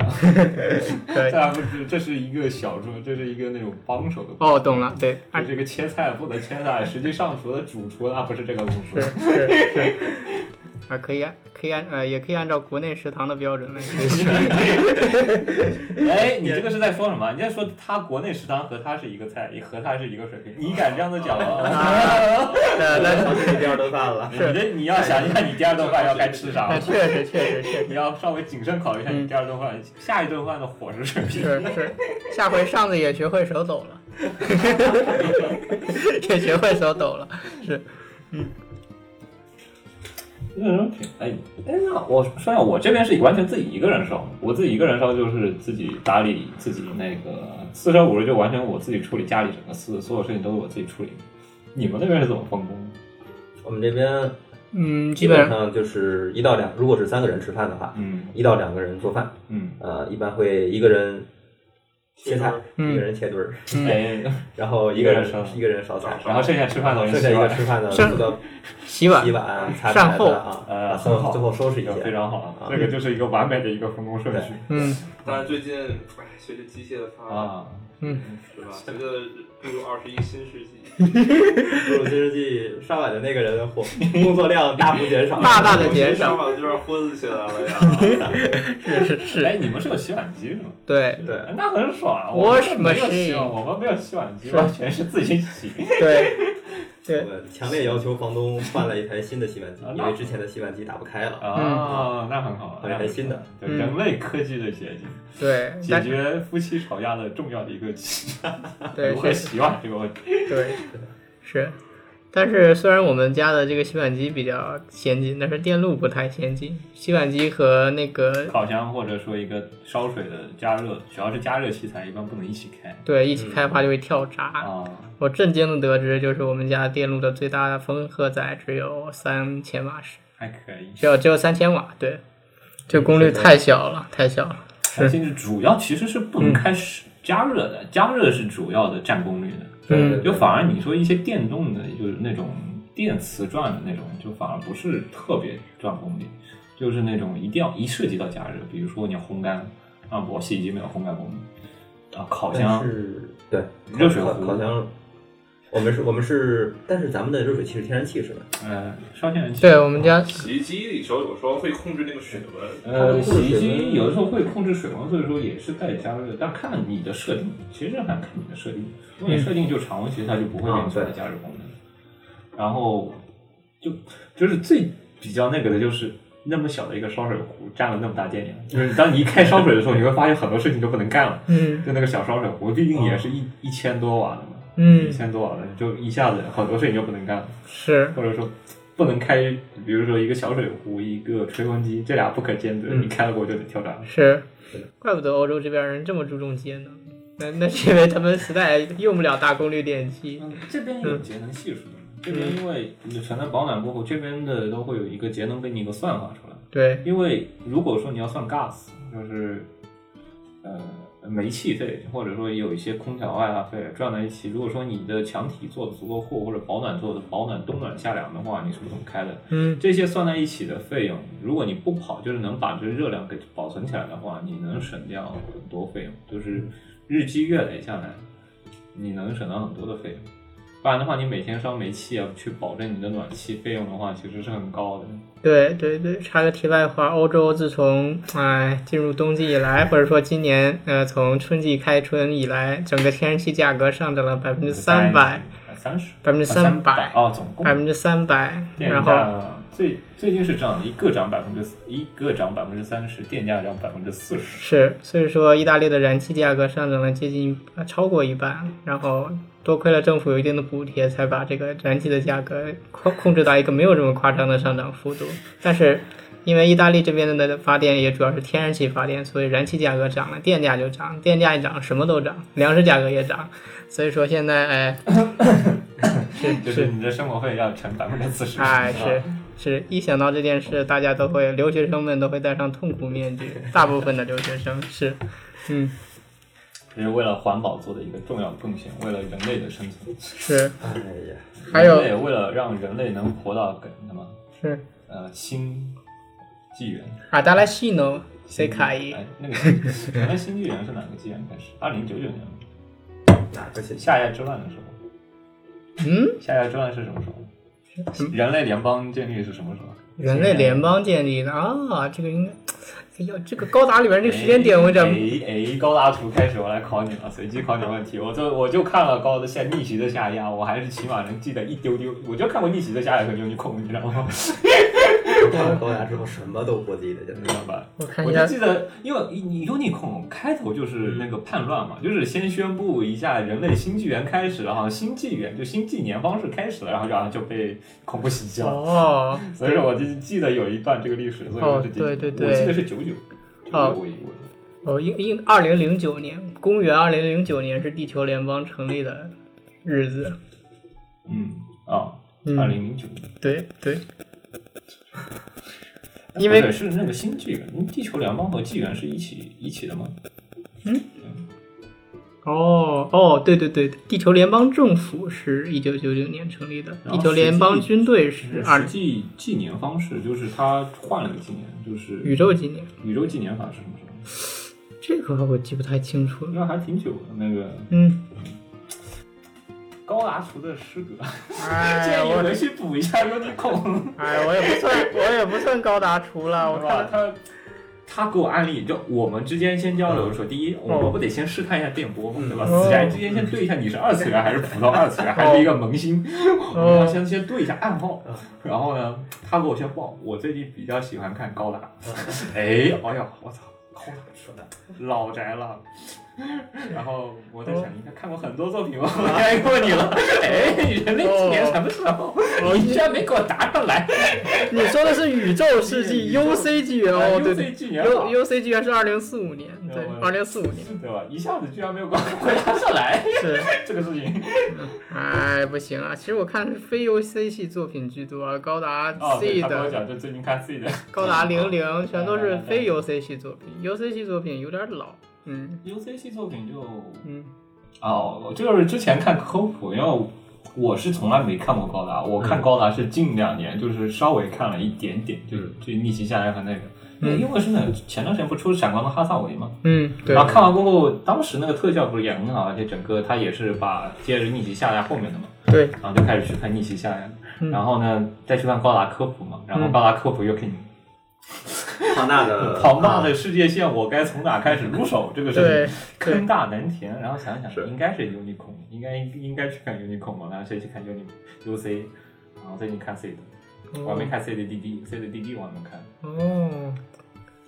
S3: 对
S1: 这还不是，这是一个小桌，这是一个那种帮手的。
S3: 哦，懂了，对，按
S1: 就这个切菜不能切菜，实际上厨的主厨那不是这个路数
S3: 是。是是，啊，可以按可以按呃，也可以按照国内食堂的标准来执行。
S1: 哎，你这个是在说什么？你在说他国内食堂和他是一个菜，和他是一个水平？你敢这样子讲 吗？
S3: 那那
S2: 自己第二顿饭了。
S1: 你这你要想一下，你第二顿饭要该吃 啥
S3: 那？确实确实确实
S1: 你要稍微谨慎考虑一下你
S3: 嗯
S1: 第二顿饭、下一顿饭的伙食水平。
S3: 是是，下回上次也学会手抖了，也学会手抖了，是
S1: 嗯，挺哎，哎，那我说一下，我这边是完全自己一个人烧，我自己一个人烧就是自己打理自己那个四舍五入，就完全我自己处理家里整个事，所有事情都是我自己处理。你们那边是怎么分工？
S2: 我们这边
S3: 嗯，
S2: 基
S3: 基本上
S2: 上就是一到两，如果是三个人吃饭的话，
S1: 嗯
S2: 一到两个人做饭，
S1: 嗯，
S2: 呃，一般会一个人切菜，
S3: 嗯
S2: 一个人切墩儿，
S1: 哎，
S2: 然后一个人一个人烧菜，
S1: 然后剩下吃饭的人
S2: 剩下一
S1: 洗
S2: 个
S1: 碗
S2: 吃饭的
S3: 剩
S2: 负责
S3: 洗碗
S2: 洗碗、擦
S3: 善
S2: 盘
S3: 后
S2: 子啊，
S1: 呃
S2: 然
S1: 很
S2: 后
S1: 好
S2: 最后收拾一下。
S1: 非常好
S2: 啊，
S1: 这个就是一个完美的一个分工顺序
S3: 嗯
S4: 但是最近，哎，随着机械的发展，
S1: 啊。
S3: 嗯，
S4: 是吧？随着步入二十一世纪，
S2: 步入新世纪，刷碗的那个人的活工作量大幅减少，
S3: 大大地减少
S4: 上网就让混起来了呀。
S3: 是是是，
S1: 哎，你 们是有洗碗机是吗？哎
S3: 对
S2: 对，
S1: 那很爽。啊
S3: 我
S1: 们
S3: 是
S1: 没有
S3: machine
S1: 洗碗，我们没有洗碗机，
S3: 是
S1: 完全是自己洗。
S3: 对
S2: 我
S3: 对，
S2: 们强烈要求房东换了一台新的洗碗机
S1: 啊，
S2: 因为之前的洗碗机打不开了。
S1: 啊，那很好，
S2: 对还新的，
S1: 对
S3: 嗯
S1: 人类科技的结晶，
S3: 对，
S1: 解
S3: 但是
S1: 决夫妻吵架的重要的一个 技
S3: 对
S1: 如何
S3: 确实
S1: 洗碗这个问题。
S3: 对是。但是虽然我们家的这个洗碗机比较先进，但是电路不太先进。洗碗机和那个
S1: 烤箱或者说一个烧水的加热，只要是加热器材，一般不能一起开
S3: 对，一起开的话就会跳闸。
S1: 啊。
S3: 我震惊的得知，就是我们家电路的最大峰荷载只有三千瓦时，
S1: 还可以，
S3: 只有只有三千瓦，对，这功率太小了，太小了。
S1: 而且是主要其实是不能
S3: 嗯
S1: 开始加热的，加热是主要的占功率的，
S2: 对
S3: 嗯
S2: 对对
S1: 就反而你说一些电动的，就是那种电磁转的那种，就反而不是特别赚功率，就是那种一定要一涉及到加热，比如说你烘干，啊，我洗衣机没有烘干功能，啊，烤
S2: 但
S1: 箱
S2: 是对
S1: 热水
S2: 烤
S1: 壶
S2: 烤箱，我们是，我们是，但是咱们的热水器是天然气是吧？
S1: 呃，烧天然气。
S3: 对我们家，
S4: 洗衣机里头有时候会控制那个水温，
S1: 呃，洗衣机有的时候会控制水温，所以说也是带加热，但看你的设定，其实还看你的设定。如果你设定就常温，其实它就不会给你做加热功能。然后就就是最比较那个的就是那么小的一个烧水壶占了那么大电量，就是当你一开烧水的时候，你会发现很多事情都不能干了。
S3: 嗯
S1: 就那个小烧水壶，毕竟也是一一千多瓦的嘛，一
S3: 嗯，
S1: 千多瓦的，就一下子很多事情就不能干了。
S3: 是，
S1: 或者说不能开，比如说一个小水壶，一个吹风机，这俩不可兼得，
S2: 嗯
S1: 你开了锅就得跳闸。
S3: 是，怪不得欧洲这边人这么注重节能，那那是因为他们实在用不了大功率电器。
S1: 嗯，这边有节能系数，这边因为你全在保暖过后，这边的都会有一个节能给你一个算法出来。
S3: 对，
S1: 因为如果说你要算 gas，就是呃煤气费，或者说有一些空调外拉费啊转在一起，如果说你的墙体做的足够厚，或者保暖做的保暖冬暖夏凉的话，你是不能开的。
S3: 嗯
S1: 这些算在一起的费用，如果你不跑，就是能把这热量给保存起来的话，你能省掉很多费用，就是日积月累下来，你能省到很多的费用。不然的话，你每天烧煤气啊，去保证你的暖气费用的话，其实是很高的。
S3: 对对对，插个题外话，欧洲自从哎进入冬季以来，或者说今年呃从春季开春以来，整个天然气价格上涨了百分之三百，
S1: 三十，
S3: 百分之
S1: 三
S3: 三百，
S1: 哦，总共
S3: 百分之三百，
S1: 电
S3: 然后
S1: 价
S5: 最最近是这样的，一个涨百分之一个涨百分之三十，电价涨百分之四十。
S3: 是，所以说意大利的燃气价格上涨了接近呃超过一半，然后多亏了政府有一定的补贴，才把这个燃气的价格控控制到一个没有这么夸张的上涨幅度。但是因为意大利这边的发电也主要是天然气发电，所以燃气价格涨了，电价就涨，电价一涨什么都涨，粮食价格也涨，所以说现在哎。
S1: 就是你的生活费要乘百分之四十。
S3: 哎，是是，一想到这件事，大家都会，留学生们都会戴上痛苦面具，大部分的留学生是，嗯，
S1: 这是为了环保做的一个重要贡献，为了人类的生存，
S3: 是，
S1: 啊
S2: 哎呀，
S3: 还有
S1: 也为了让人类能活到跟什么
S3: 是
S1: 呃新纪元。
S3: 阿达拉西诺塞卡伊，
S1: 哎，那个新原来新纪元是哪个纪元开始？二零九九年吗
S2: 哪个信息？
S1: 夏亚之乱的时候。
S3: 嗯，
S1: 夏亚之乱是什么时候？人类联邦建立是什么时候？
S3: 人
S1: 啊
S3: 类联邦建立的啊，这个应该，哎呦，这个高达里边这个时间点我讲，
S1: 哎哎，高达图开始，我来考你了，随机考你问题。我就我就看了高的下逆袭的下压，我还是起码能记得一丢丢。我就看过逆袭的下压和牛尼控，你知道吗？
S2: 看了高达之后什么都不记得，现
S1: 你
S2: 在
S1: 知道吧？
S3: 我看
S1: 我
S3: 一
S1: 就
S3: 下，
S1: 记得，因为你 Unicon 开头就是那个叛乱嘛，就是先宣布一下人类新纪元开始了，好像新纪元就新纪年方式开始了，然后然后就被恐怖袭击了。
S3: 哦，
S1: 所以说我就记得有一段这个历史，所以
S3: 哦
S1: 我就记得
S3: 对对对
S1: 我记得是九九，
S3: 哦
S1: 我我
S3: 哦，应应二零零九年，公元二零零九年是地球联邦成立的日子，
S1: 嗯啊，
S3: 嗯
S1: 二零零九年。
S3: 对对，因为
S1: 哦不对是那个新纪元，地球联邦和纪元是一起一起的吗？
S3: 哦哦，对对对，地球联邦政府是一九九九年成立的，
S1: 然后
S3: 地球联邦军队
S1: 实
S3: 是二
S1: 际纪年方式就是它换了个纪年，就是
S3: 宇宙纪念，
S1: 宇宙纪年法是什么时
S3: 这个我记不太清楚
S1: 候？
S3: 了。
S1: 那还挺久的那个
S3: 嗯，
S1: 高达图的诗歌，
S3: 哎
S1: 建议回去补一下 Unicon，
S3: 哎，我也不算，我也不算高达厨了，
S1: 是吧？他他给我案例，就我们之间先交流说，第一，我
S3: 嗯
S1: 们不得先试探一下电波嘛，对吧？
S3: 哦
S1: 死宅之间先对一下，你是二次元还是普通二次元，还是一个萌新，我
S3: 哦
S1: 们要
S3: 嗯
S1: 先先对一下暗号。然后呢，他给我先报，我最近比较喜欢看高达。
S3: 嗯
S1: 哎，哎呀，我操，高达说的老宅了。 然后我在想，
S3: 嗯
S1: 应该看过很多作品吧？我该过你了。 哎，人类
S3: 哦
S1: 纪年什么时候？你居然没给我答上来。
S3: 你说的是宇宙世纪 UC 纪元哦，对
S1: 最
S3: 对
S1: 近
S3: ，U UC 纪元是二零四五年，对
S1: 嗯，
S3: 二零四五年
S1: 对吧？一下子居然没有给我回答上来
S3: 是。
S1: 这个事情。
S3: 哎，不行啊，其实我看的是非 UC 系作品居多，啊，高达
S1: 哦，对
S3: C
S1: 他跟我
S3: 的。
S1: 讲，嗯就最近看 C 的
S3: 高达零零全都是非 UC 系作品，UC 系作品有点老，嗯
S1: UCC 作品就
S3: 嗯，
S1: 哦，我就是之前看科普，因为我是从来没看过高达，
S3: 嗯
S1: 我看高达是近两年，就是稍微看了一点点，就
S2: 嗯
S1: 就逆袭下来和那个。
S3: 嗯
S1: 因为是那个前段时间不出《闪光的哈萨维》嘛，
S3: 嗯，对
S1: 然，后看完过后，当时那个特效不是也很好，而且整个它也是把接着逆袭下来后面的嘛，
S3: 对，
S1: 然后就开始去看逆袭下来，
S3: 嗯
S1: 然后呢再去看高达科普嘛，然后
S3: 嗯呃
S1: 高达科普又给你
S2: 庞大的
S1: 庞大的世界线，我该从哪开始入手？这个是
S3: 对
S1: 坑大难填。然后想一想，
S2: 是
S1: 应该是 Unicom，应该应该去看 Unicom 嘛，然后先去看 Uni UC，然后最近看 C 的，
S3: 嗯
S1: 我还没看 C 的 DD，C 的 DD 我还没看
S3: 哦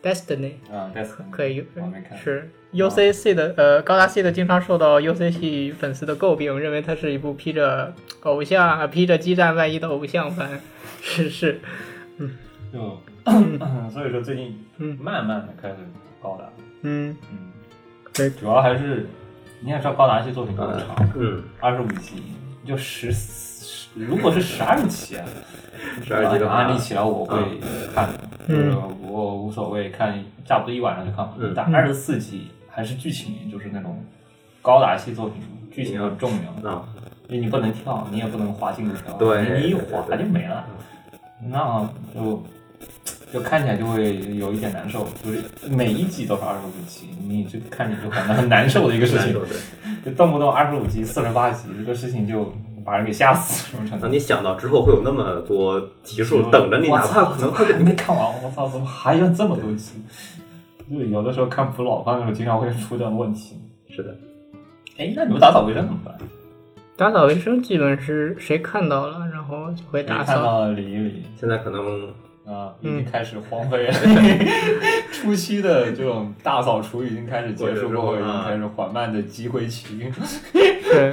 S3: ，Destiny
S1: 啊，但是
S3: 可以嗯
S1: 我还没看。
S3: 是
S2: 啊
S3: UCC 的呃高达 C 的经常受到 UCC 粉丝的诟病，认为它是一部披着偶像啊披着激战外衣的偶像番，是是，
S1: 就所以说最近
S3: 嗯
S1: 慢慢的开始高达，
S3: 嗯，
S1: 嗯，
S3: 对
S1: 主要还是你也知道高达系作品都很长，
S2: 嗯，
S1: 二十五集，就十十，如果是十二集啊。
S2: 十二级的
S1: 安利
S2: 话，
S1: 起来我会看，
S3: 嗯
S1: 呃我无所谓，看差不多一晚上就看完。
S2: 嗯
S1: 但二十四集还是剧情，就是那种高达系作品，剧情很重要，
S2: 啊，
S1: 因为你不能跳，你也不能滑进度条，
S2: 对嗯
S1: 你你一滑就没了，那就就看起来就会有一点难受，就是每一集都是二十五集，你就看着就感到很难受的一个事
S2: 难
S1: 情
S2: 受，对。
S1: 就动不动二十五集、四十八集，这个事情就把人给吓死，什么程度
S2: 当？你想到之后会有那么多集数等着你，
S1: 我
S2: 哪怕
S1: 操，
S2: 可
S1: 怎么
S2: 能会
S1: 还没看完？我操，怎么还有这么多集？ 就是有的时候看补老番的时候，经常会出这样的问题。
S2: 是的，
S1: 哎，那你们打扫卫生怎么办？
S3: 打扫卫生基本是谁看到了，然后就会打
S1: 看
S3: 扫。
S1: 到李一李
S2: 现在可能
S1: 啊，已
S3: 嗯
S1: 经开始荒废 了。初期的这种大扫除已经开始结束过后，
S2: 或者
S1: 已
S2: 是
S1: 经开始缓慢的积灰期，
S3: 是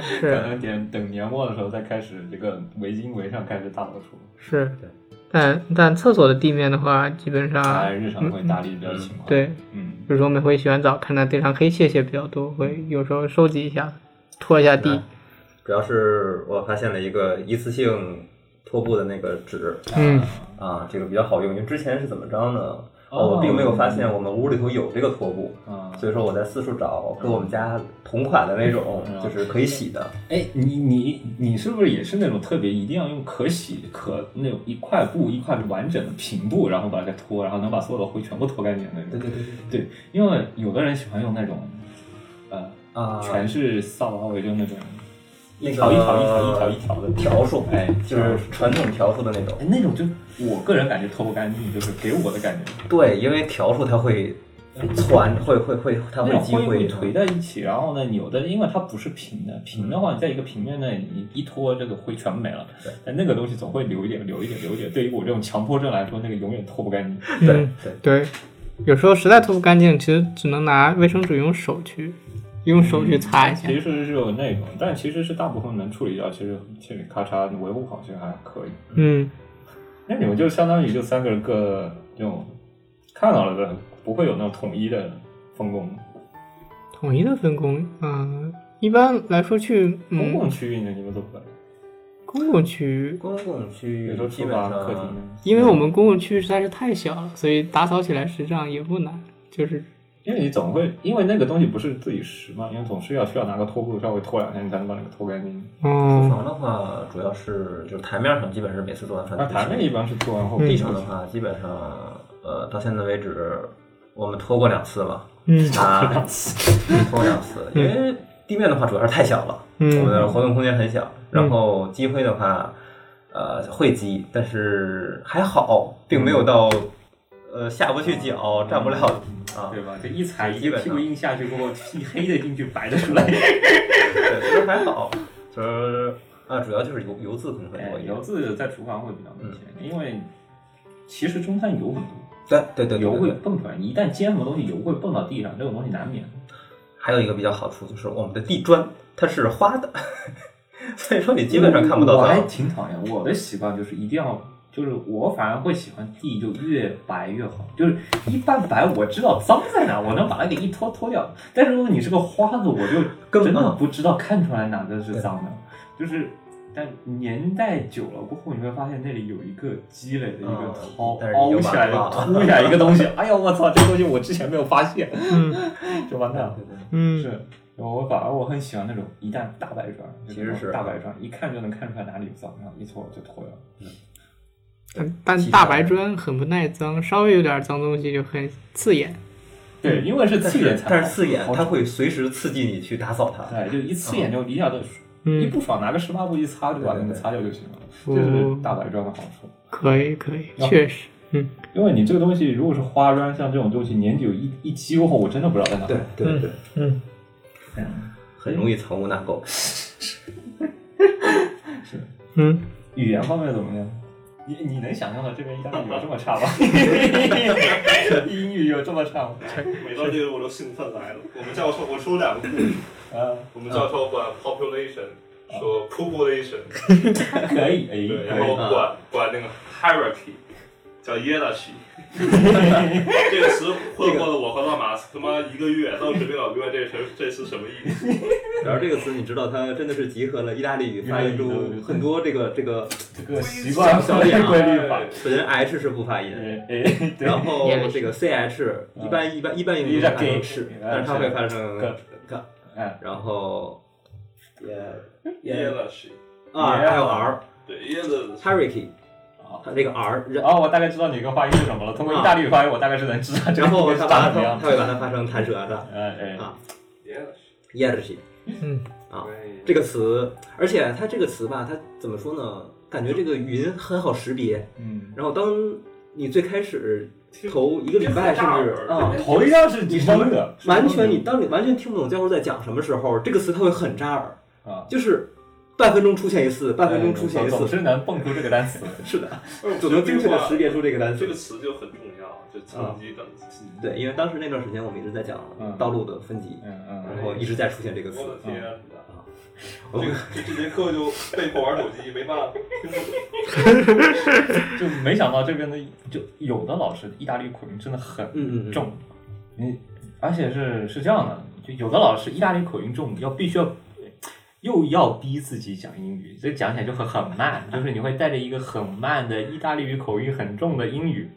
S1: 可
S3: 是
S1: 能点等年末的时候再开始这个围巾围上开始大扫除。
S3: 是
S2: 对，
S3: 但但厕所的地面的话，基本上、
S1: 大家日常会打理比较勤快。，
S3: 嗯对，
S1: 嗯，
S3: 有时候我们会洗完澡，看到地上黑屑屑比较多，会有时候收集一下，拖一下地。
S2: 主要是我发现了一个一次性拖布的那个纸
S3: 嗯
S2: 啊，这个比较好用，因为之前是怎么着呢？
S1: 哦
S2: 哦，我并没有发现我们屋里头有这个拖布，
S1: 啊，
S2: 所以说我在四处找跟我们家同款的那种，
S1: 嗯
S2: 就是可以洗的。
S1: 哎，你你你是不是也是那种特别一定要用可洗可那种一块布一块完整的平布，然后把它拖，然后能把所有的灰全部拖干净的那
S2: 对
S1: 种？
S2: 对对对
S1: 对，因为有的人喜欢用那种，呃，
S2: 啊，
S1: 全是扫把尾，就那种
S2: 那个
S1: 一条一条一条一条一条的
S2: 条数，
S1: 哎
S2: 就是传统条数的那种。
S1: 哎那种就我个人感觉拖不干净，就是给我的感觉，
S2: 对，因为条数它会攒，会会会，它
S1: 那
S2: 会
S1: 种
S2: 积
S1: 灰
S2: 灰
S1: 会颓在一起，然后呢，有的因为它不是平的，平的话你在一个平面内你一拖，这个灰全没了
S2: 对。
S1: 但那个东西总会留一点，留一点，留一点。对于我这种强迫症来说，那个永远拖不干净。
S2: 对
S3: 嗯，
S2: 对，
S3: 对，有时候实在拖不干净，其实只能拿卫生纸用手去用手去擦一下。
S1: 嗯其实是有那种，但其实是大部分能处理掉，其实其实咔嚓维护好，其实还可以。
S3: 嗯，
S1: 那你们就相当于就三个人各这种看到了的，不会有那种统一的分工。
S3: 统一的分工，嗯、一般来说去
S1: 公
S3: 嗯
S1: 共区域呢，你们都不干，
S3: 公共区域，
S2: 公共区
S1: 比
S2: 域
S1: 如说
S2: 基
S1: 厨
S2: 本
S1: 房、
S2: 上
S1: 客厅呢，
S3: 因为我们公共区域实在是太小了，所以打扫起来实际上也不难，就是
S1: 因为你总会，因为那个东西不是自己拾嘛，因为总是要需要拿个拖布稍微拖两下，你才能把那个拖干
S2: 嗯
S1: 净。
S2: 厨
S3: 哦，
S2: 房的话，主要是就是台面上基本是每次做完饭
S1: 那
S2: 就
S1: 啊台面一般是拖
S3: 嗯
S1: 完后，
S2: 地上的话，基本上呃到现在为止，我们拖过两次吧，
S3: 嗯
S2: 啊，拖过两次，因为地面的话主要是太小了，
S3: 嗯
S2: 我们的活动空间很小，然后积灰的
S1: 嗯
S2: 话，呃会积，但是还好，并没有到呃下不去脚，站不了
S1: 嗯
S2: 啊，
S1: 对吧？这一踩一
S2: 基
S1: 个
S2: 本
S1: 屁
S2: 上
S1: 股印下去过后，黑的进去，白的出来。
S2: 对，其实还好，就是啊，主要就是油油渍可能会
S1: 哎
S2: 多一点
S1: 油，渍在厨房会比较明显，因为其实中餐油很多，
S2: 对对对，对
S1: 油
S2: 对
S1: 会
S2: 对
S1: 蹦出来。你一旦煎什么东西，油会蹦到地上，这种东西难免。
S2: 还有一个比较好处就是我们的地砖它是花 的，所以说你基本上看不到
S1: 我还
S2: 脏。
S1: 挺讨厌，我的习惯就是一定要，就是我反而会喜欢地就越白越好，就是一般白我知道脏在哪，我能把它给一拖拖掉。但是如果你是个花子，我就
S2: 根本
S1: 真的不知道看出来哪个是脏的，就是。但年代久了过后，你会发现那里有一个积累的一个
S2: 嗯
S1: 凹
S2: 但是你
S1: 凹
S2: 就
S1: 起来的
S2: 把它
S1: 凸起来一个东西， 哎呀，我操，这东西我之前没有发现，
S3: 嗯
S1: 就完蛋了。
S3: 嗯，
S1: 是，我反而我很喜欢那种一旦大白砖，就
S2: 其实
S1: 那种
S2: 是
S1: 大白砖，一看就能看出来哪里有脏，然后一搓就脱掉。
S3: 但但
S2: 其
S3: 大
S2: 实
S3: 白砖很不耐脏，稍微有点脏东西就很刺眼。
S1: 对，因为嗯是
S2: 但
S1: 刺眼
S2: 是
S1: 才好，
S2: 但是刺眼
S1: 好
S2: 它
S1: 使
S2: 会随时刺激你去打扫它。
S1: 对，就一刺眼就一下子，一
S3: 嗯，
S1: 不爽拿个湿抹布一擦就把
S2: 对
S1: 那
S2: 对
S1: 个
S2: 对
S1: 擦掉就行了，这
S3: 哦
S1: 是大白砖的好处。
S3: 可以可以，
S1: 啊
S3: 确实，嗯
S1: 因为你这个东西如果是花砖，像这种东西年久一一积过后，我真的不知道在哪。
S2: 对，对对，
S3: 嗯，
S2: 很容易藏污纳垢。
S3: 嗯，
S1: 语言方面怎么样？你你能想象到这边意大利有这么差吗？ 英语有这么差吗？
S4: 每到这个我都兴奋来了。我们教授我说两个故事，
S1: 啊，
S4: 我们教授管 population，说 population，
S1: 可以，哎，
S4: 对，然
S1: 可以
S4: 后管管那个 hierarchy，叫 hierarchy。这个词混过了我和乱马他妈一个月，当时没搞明白这词这是什么意思。
S2: 然后这个词你知道，它真的是集合了意大利语发音中很多这个这个
S1: 这个习惯
S2: 小点
S1: 规律法
S2: 啊。，本身 H 是不发音，
S1: 哎哎，对，
S2: 然后这个 CH 一般一般一般英语发成是，但是它会发成个，
S1: 哎，
S2: 然后也也
S4: hierarchy，
S2: 啊还有 R
S4: 对 hierarchy。
S2: hierarchy，它这个 R 然
S1: 哦，我大概知道你个发音是什么了。通过意大利语发音，我大概是能知道这个
S2: 然后
S1: 音是
S2: 他
S1: 长
S2: 把它
S1: 什么样
S2: 它
S1: 的。
S2: 会把它发成弹舌的
S1: 哎哎，
S2: 啊
S4: hierarchy，
S2: y e r s h
S3: 嗯
S2: 啊
S4: 对
S2: 这个词，而且它这个词吧，它怎么说呢？感觉这个语音很好识别。
S1: 嗯，
S2: 然后当你最开始头一个礼拜甚至
S4: 这个
S2: 啊，
S1: 头一张是你扔的，
S2: 完全你当你完全听不懂教授在讲什么时候，这个词它会很扎耳，
S1: 啊，哎
S2: 就是半分钟出现一次，半分钟出现一
S1: 总
S2: 次，
S1: 是能蹦出这个单词。
S2: 是的，
S4: 我
S2: 总能精确的
S4: 话
S2: 识别出这个单
S4: 这
S2: 词
S4: 个。词就很重啊要，就层级等级。
S2: 对，因为当时那段时间我们一直在讲
S1: 嗯
S2: 道路的分级，
S1: 嗯
S2: 然
S1: 嗯，
S2: 后一直在出现这个
S4: 我
S2: 词
S4: 的。天，啊
S2: 我
S4: 这
S2: 们
S4: 个这这节课就被迫玩手机，没办法听不懂。
S1: 就没想到这边的就有的老师意大利口音真的很
S2: 嗯嗯嗯
S1: 重，你而且是是这样的，就有的老师意大利口音重，要必须要又要逼自己讲英语，所以讲起来就会很慢，就是你会带着一个很慢的意大利语口音很重的英语，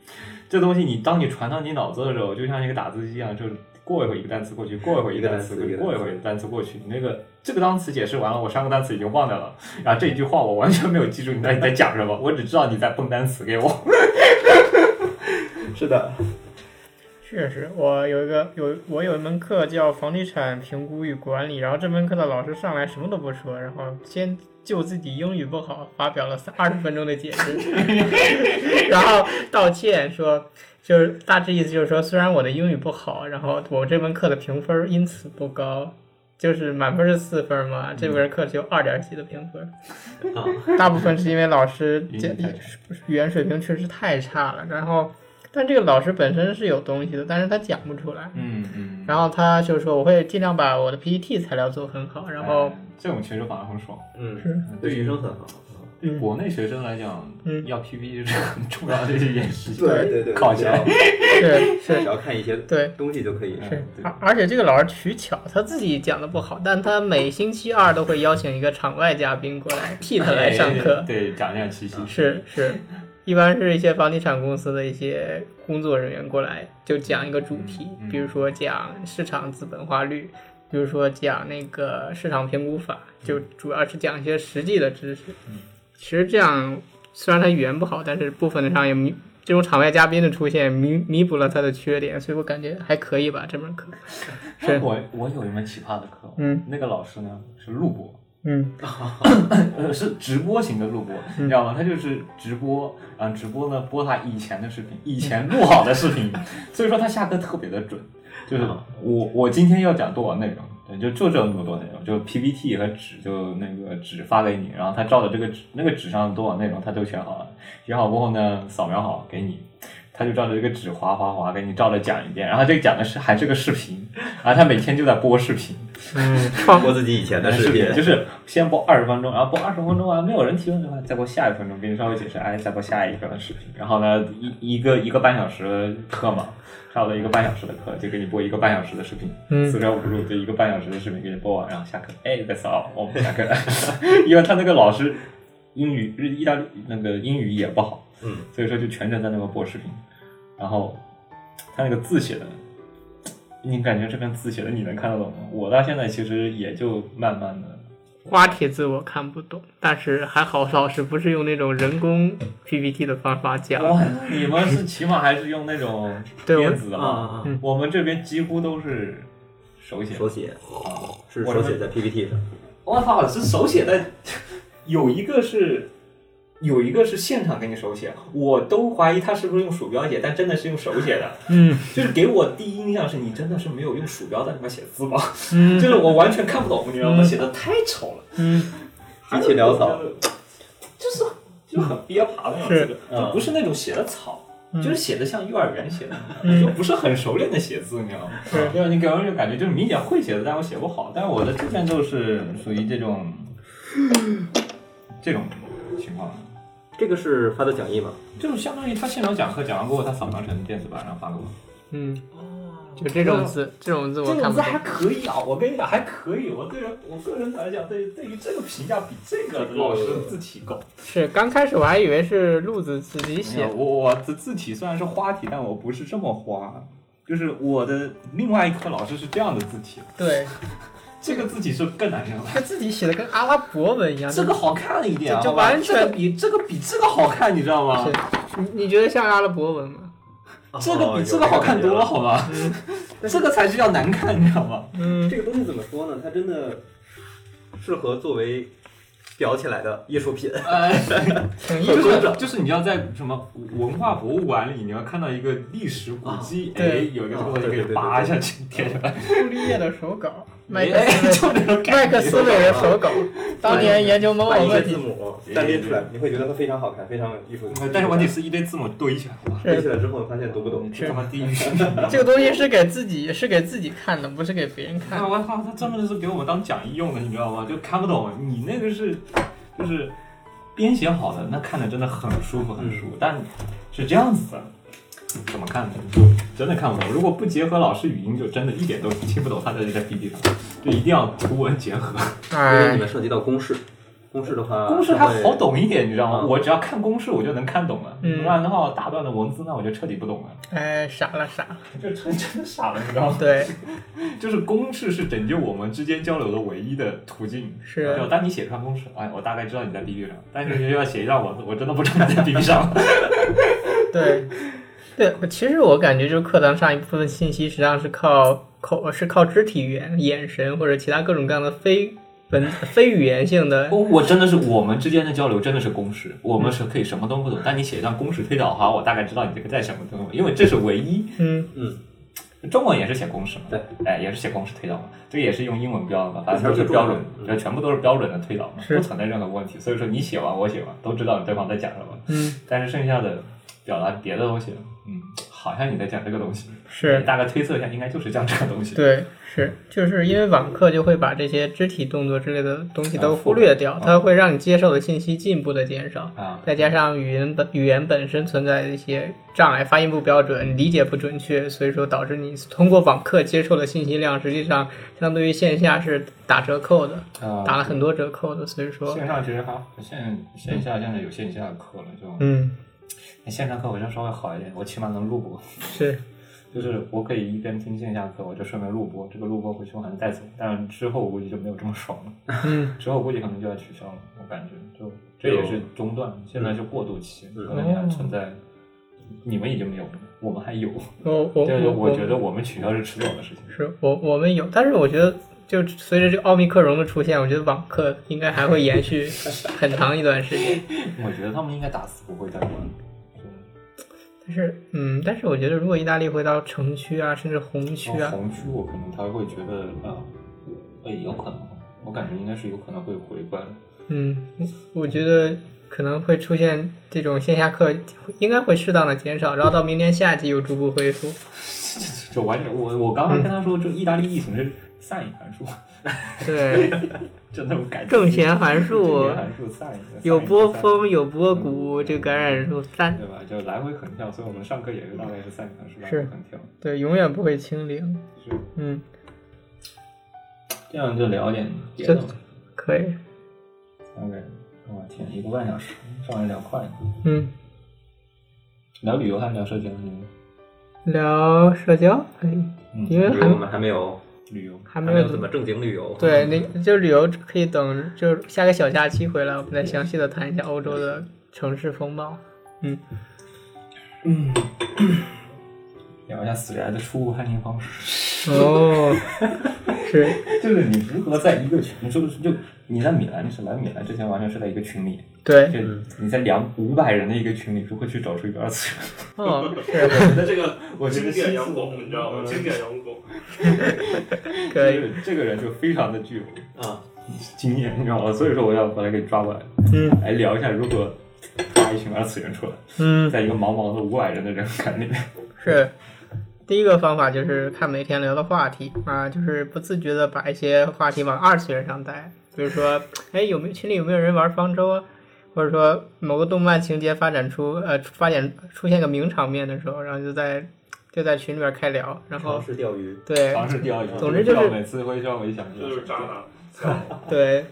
S1: 这东西你当你传到你脑子的时候，就像一个打字机一样，就是。过一会儿一个单词过去，过一会儿一个单词过去，
S2: 一个单词
S1: 过一会儿一个单词过去。你那个这个单词解释完了，我上个单词已经忘掉了，然后这一句话我完全没有记住你到底在讲什么，我只知道你在蹦单词给我。
S2: 是的，
S3: 确实，我有一个有我有一门课叫房地产评估与管理，然后这门课的老师上来什么都不说，然后先就自己英语不好发表了二十分钟的解释， 然后道歉说。就是大致意思就是说，虽然我的英语不好，然后我这门课的评分因此不高，就是满分是四分
S1: 嗯
S3: 嘛，这门课只有二点几的评分，
S2: 啊，
S3: 大部分是因为老师
S1: 哦英语
S3: 这
S1: 太差
S3: 语言水平确实太差了。然后，但这个老师本身是有东西的，但是他讲不出来。
S1: 嗯 嗯，
S3: 然后他就说我会尽量把我的 PPT 材料做很好。然后
S1: 哎，这种其实反而很爽。
S2: 嗯，
S3: 嗯
S2: 对学生很好。
S1: 对国内学生来讲，
S3: 嗯
S1: 要 PPT 是很重要的一件事情。
S2: 对对对，
S1: 靠前
S3: 是
S2: 只
S3: 是，
S2: 要看一 些
S3: 对
S2: 东西就可以。嗯
S1: 是
S3: 而而且这个老师取巧，他自己讲的不好，但他每星期二都会邀请一个场外嘉宾过来替他来上课。
S1: 对，讲讲七夕。
S3: 是 是，一般是一些房地产公司的一些工作人员过来，就讲一个主题
S1: 嗯嗯，
S3: 比如说讲市场资本化率，比如说讲那个市场评估法，就
S1: 嗯
S3: 主要是讲一些实际的知识。其实这样虽然他语言不好，但是部分上也弥这种场外嘉宾的出现弥弥补了他的缺点，所以我感觉还可以吧这门课。是
S1: 我我有一门奇葩的课，
S3: 嗯，
S1: 那个老师呢是录播，
S3: 嗯
S1: 呃，是直播型的录播，你知道吗？他就是直播，然后直播呢播他以前的视频，以前录好的视频，所以说他下课特别的准。就是我我今天要讲多少内容，对，就就这么多内容，就 PPT 和纸，就那个纸发给你，然后他照着这个纸那个纸上多少内容他都选好了，选好过后呢扫描好给你。他就照着这个纸划划划，给你照着讲一遍，然后这个讲的是还是个视频，然后他每天就在播视频，
S3: 嗯，创
S2: 我自己以前的
S1: 视
S2: 视频
S1: 频，就是先播二十分钟，然后播二十分钟完没有人提问的话，再播下一分钟，给你稍微解释，哎，再播下一个视频，然后呢，一一个一个半小时课嘛，差不多一个半小时的课，就给你播一个半小时的视频，
S3: 嗯
S1: 四舍五入就一个半小时的视频给你播完，然后下课，哎，that's all，我们下课，因为他那个老师英语日意大利那个英语也不好，
S2: 嗯，
S1: 所以说就全程在那边播视频，然后他那个字写的。你感觉这篇字写的你能看得懂吗？我到现在其实也就慢慢的
S3: 花帖子我看不懂，但是还好老师不是用那种人工 PPT 的方法讲。
S1: 哇，你们是起码还是用那种
S3: 对我
S1: 电子
S2: 啊
S1: 啊？
S2: 啊，啊
S3: 嗯
S1: 我们这边几乎都是手写。
S2: 手写
S1: 啊
S2: 是
S1: 我
S2: 手
S1: 这
S2: 写
S1: 边
S2: 在 PPT 上。
S1: 我操，是手写的， 有一个是。有一个是现场给你手写，我都怀疑他是不是用鼠标写，但真的是用手写的。
S3: 嗯
S1: 就是给我第一印象是你真的是没有用鼠标在里面写字吗？
S3: 嗯
S1: 就是我完全看不懂，你知道吗？写的太丑了，
S3: 嗯
S2: 极其潦草，
S1: 就是就很憋爬的那种
S3: 是
S1: 字，就不是那种写的草，
S3: 嗯
S1: 就是写的像幼儿园写的，
S3: 嗯
S1: 就不是很熟练的写字，你知道吗？
S3: 是
S1: 对，你给我一种感觉就是明显会写的，但我写不好。但是我的出现都是属于这种这种情况，
S2: 这个是发的讲义吗？
S1: 就是相当于他现场讲课讲完过后，他扫描成电子版然后发给我。
S3: 嗯，就这种字，这种字我
S1: 这
S3: 看
S1: 种
S3: 不
S1: 字
S3: 懂。
S1: 还可以啊，我跟你讲还可以。我对人我个人来讲，对对于这个评价比这个老师字体高。
S3: 是刚开始我还以为是路子自己
S1: 没有
S3: 写，
S1: 我我的字体虽然是花体，但我不是这么花，就是我的另外一科老师是这样的字体，
S3: 对，
S1: 这个字体是更难认了。
S3: 他自己写的跟阿拉伯文一样。
S1: 这个好看一点啊，
S3: 这
S1: 好吧
S3: 完全
S1: 这个比这个比这个好看，你知道吗
S3: 是？你你觉得像阿拉伯文吗？
S1: 这个比这个好看多了，
S2: 哦。有这个感觉
S1: 好吗？ 这个才是要难看，你知道吗？
S3: 嗯
S2: 这个东西怎么说呢？它真的适合作为裱起来的艺术品。
S1: 呃，
S3: 挺
S1: 就
S3: 艺术的。
S1: 是就是你要在什么文化博物馆里，你要看到一个历史古迹，哎，
S3: 对
S1: 有一个
S2: 哦
S1: 东西
S2: 对
S1: 可以
S2: 对对
S1: 扒下去贴上来。
S3: 朱丽叶的手稿，麦克斯
S1: 就那种
S3: 麦克斯韦人手稿，当年研
S1: 哦
S3: 究某
S2: 把
S3: 某
S2: 一堆
S3: 问
S2: 字
S3: 题，
S2: 母单列出来，你会觉得它非常好看，非常有艺术性。
S1: 嗯但是问题是一堆字母堆起来，哇，
S2: 背起来之后，发现读不懂。
S1: 这他妈地狱视频！
S3: 这个东西是给自己是给自己看的，不是给别人看
S1: 哎，
S3: 的。
S1: 我操，他专门是给我们当讲义用的，你知道吗？就看不懂，你那个是就是编写好的，那看着真的很舒服，很舒服。但是这样子的，怎么看呢？就真的看不懂。如果不结合老师语音，就真的一点都听不懂他在这在哔哔上，就一定要图文结合。
S2: 因为
S3: 哎
S2: 里，面涉及到公式，公式的话，
S1: 公式
S2: 它
S1: 它
S2: 会
S1: 好懂一点，你知道吗？
S2: 嗯
S1: 我只要看公式，我就能看懂了。
S3: 嗯
S1: 不然的话，大段的文字那我就彻底不懂了，
S3: 哎，傻了傻了，
S1: 就真真的傻了，你知道吗？
S3: 对，
S1: 就是公式是拯救我们之间交流的唯一的途径。
S3: 是
S1: 就当你写上公式，哎，我大概知道你在 BB 上，但是要写一段文字，我真的不知道你在 BB 上。
S3: 对， 对，我其实我感觉就是课堂上一部分信息实际上是靠口，是靠肢体语言、眼神或者其他各种各样的非文、非语言性的
S1: 我我真的是我们之间的交流真的是公式，我们是可以什么都不懂，但你写一段公式推导的话，我大概知道你这个在什么东西，因为这是唯一。
S3: 嗯，
S1: 中文也是写公式嘛，
S2: 对，
S1: 哎，也是写公式推导嘛，这个也是用英文标的嘛，反正都是标准，就全部都是标准的推导嘛，
S3: 是
S1: 不存在任何问题。所以说你写完我写完，都知道对方在讲什么。
S3: 嗯，
S1: 但是剩下的表达别的东西，嗯，好像你在讲这个东西，
S3: 是
S1: 你大概推测一下，应该就是讲这个东西。
S3: 对，是，就是因为网课就会把这些肢体动作之类的东西
S1: 啊
S3: 都
S1: 忽
S3: 忽
S1: 略
S3: 略掉，
S1: 啊
S3: 它会让你接受的信息进一步的减少，
S1: 啊，
S3: 再加上语言本语言本身存在的一些障碍，发音不标准，理解不准确，所以说导致你通过网课接受的信息量，实际上相对于线下是打折扣的，
S1: 呃
S3: 打了很多折扣的，所以说，
S1: 线上其实还好线线下现在有线下课了，就、
S3: 嗯，
S1: 线上课我觉得稍微好一点，我起码能录播，
S3: 是，
S1: 就是我可以一边听线下课，我就顺便录播，这个录播回去我还能带走，但之后我估计就没有这么爽了。
S3: 嗯，
S1: 之后估计可能就要取消了，我感觉就这也是中断，现在是过渡期，
S3: 嗯
S1: 可能你还存在，你们已经没有了，我们还有，
S3: 我 我
S1: 就是
S3: 我
S1: 我觉得我们取消是迟早的事情。
S3: 是我我们有，但是我觉得就随着这个奥密克戎的出现，我觉得网课应该还会延 续很长一段时间。
S1: 我觉得他们应该打死不会再关。
S3: 但是嗯，但是我觉得如果意大利回到城区啊，甚至红区
S1: 然
S3: 啊
S1: 后，哦红区我可能他会觉得啊，呃，有可能，我感觉应该是有可能会回关。
S3: 嗯，我觉得可能会出现这种线下课，应该会适当的减少，然后到明年夏季又逐步恢复。
S1: 就完全，我我刚刚跟他说，就意大利疫情是 sin 函数，
S3: 对，
S1: 就那种感觉。
S3: 正弦函数
S1: 正弦函数 sin
S3: 有波，峰，
S1: sin
S3: 有波谷，这个感染人数三，
S1: 对吧？就来回横跳，所以我们上课也是大概是 sin 函数来回
S3: 是
S1: 横跳。
S3: 对，永远不会清零。
S1: 是
S3: 嗯，
S1: 这样就聊点别的吧。
S3: 可以，
S1: 三个人，我天，一个半小时，上来聊快了。
S3: 嗯。
S1: 聊旅游还是聊社交？你们
S3: 聊社交可以，
S1: 嗯
S3: 因为
S2: 比如我
S3: 还
S2: 们还没有
S1: 旅游
S2: 还
S3: 还没
S2: 没
S3: 有
S2: 有怎么正经旅游。
S3: 对，那就旅游可以等，就是下个小假期回来，我们再详细的谈一下欧洲的城市风貌。
S1: 聊一下死宅的出入汉庭方式。
S3: 哦，是，
S1: 就是你如何在一个群，就是就你在米兰，你是来米兰之前完全是在一个群里，
S3: 对
S1: 就，
S3: 嗯
S1: 你在两五百人的一个群里，如何去找出一个二次元？
S3: 哦，
S4: 我
S3: 是
S4: 觉得这个
S1: 我觉得
S4: 经
S1: 是
S4: 典养狗，你知道吗？经典养狗，
S3: 可
S1: 就
S3: 以，
S1: 是这个人就非常的具有
S2: 啊，
S1: 经验，你知道吗？所以说我要把他给抓过来，
S3: 嗯
S1: 来聊一下如何抓一群二次元出来，
S3: 嗯，
S1: 在一个茫茫的五百人的人海里面。
S3: 是。第一个方法就是看每天聊的话题啊，就是不自觉的把一些话题往二次元上带，比如说，哎，有没有群里有没有人玩方舟啊？或者说某个动漫情节发展出呃发展出现个名场面的时候，然后就在就在群里边开聊，然后
S2: 尝试钓鱼，
S3: 对
S1: 尝试钓鱼，
S3: 哎总之就是
S1: 每次会让我一想
S4: 这就是渣男。
S3: 对，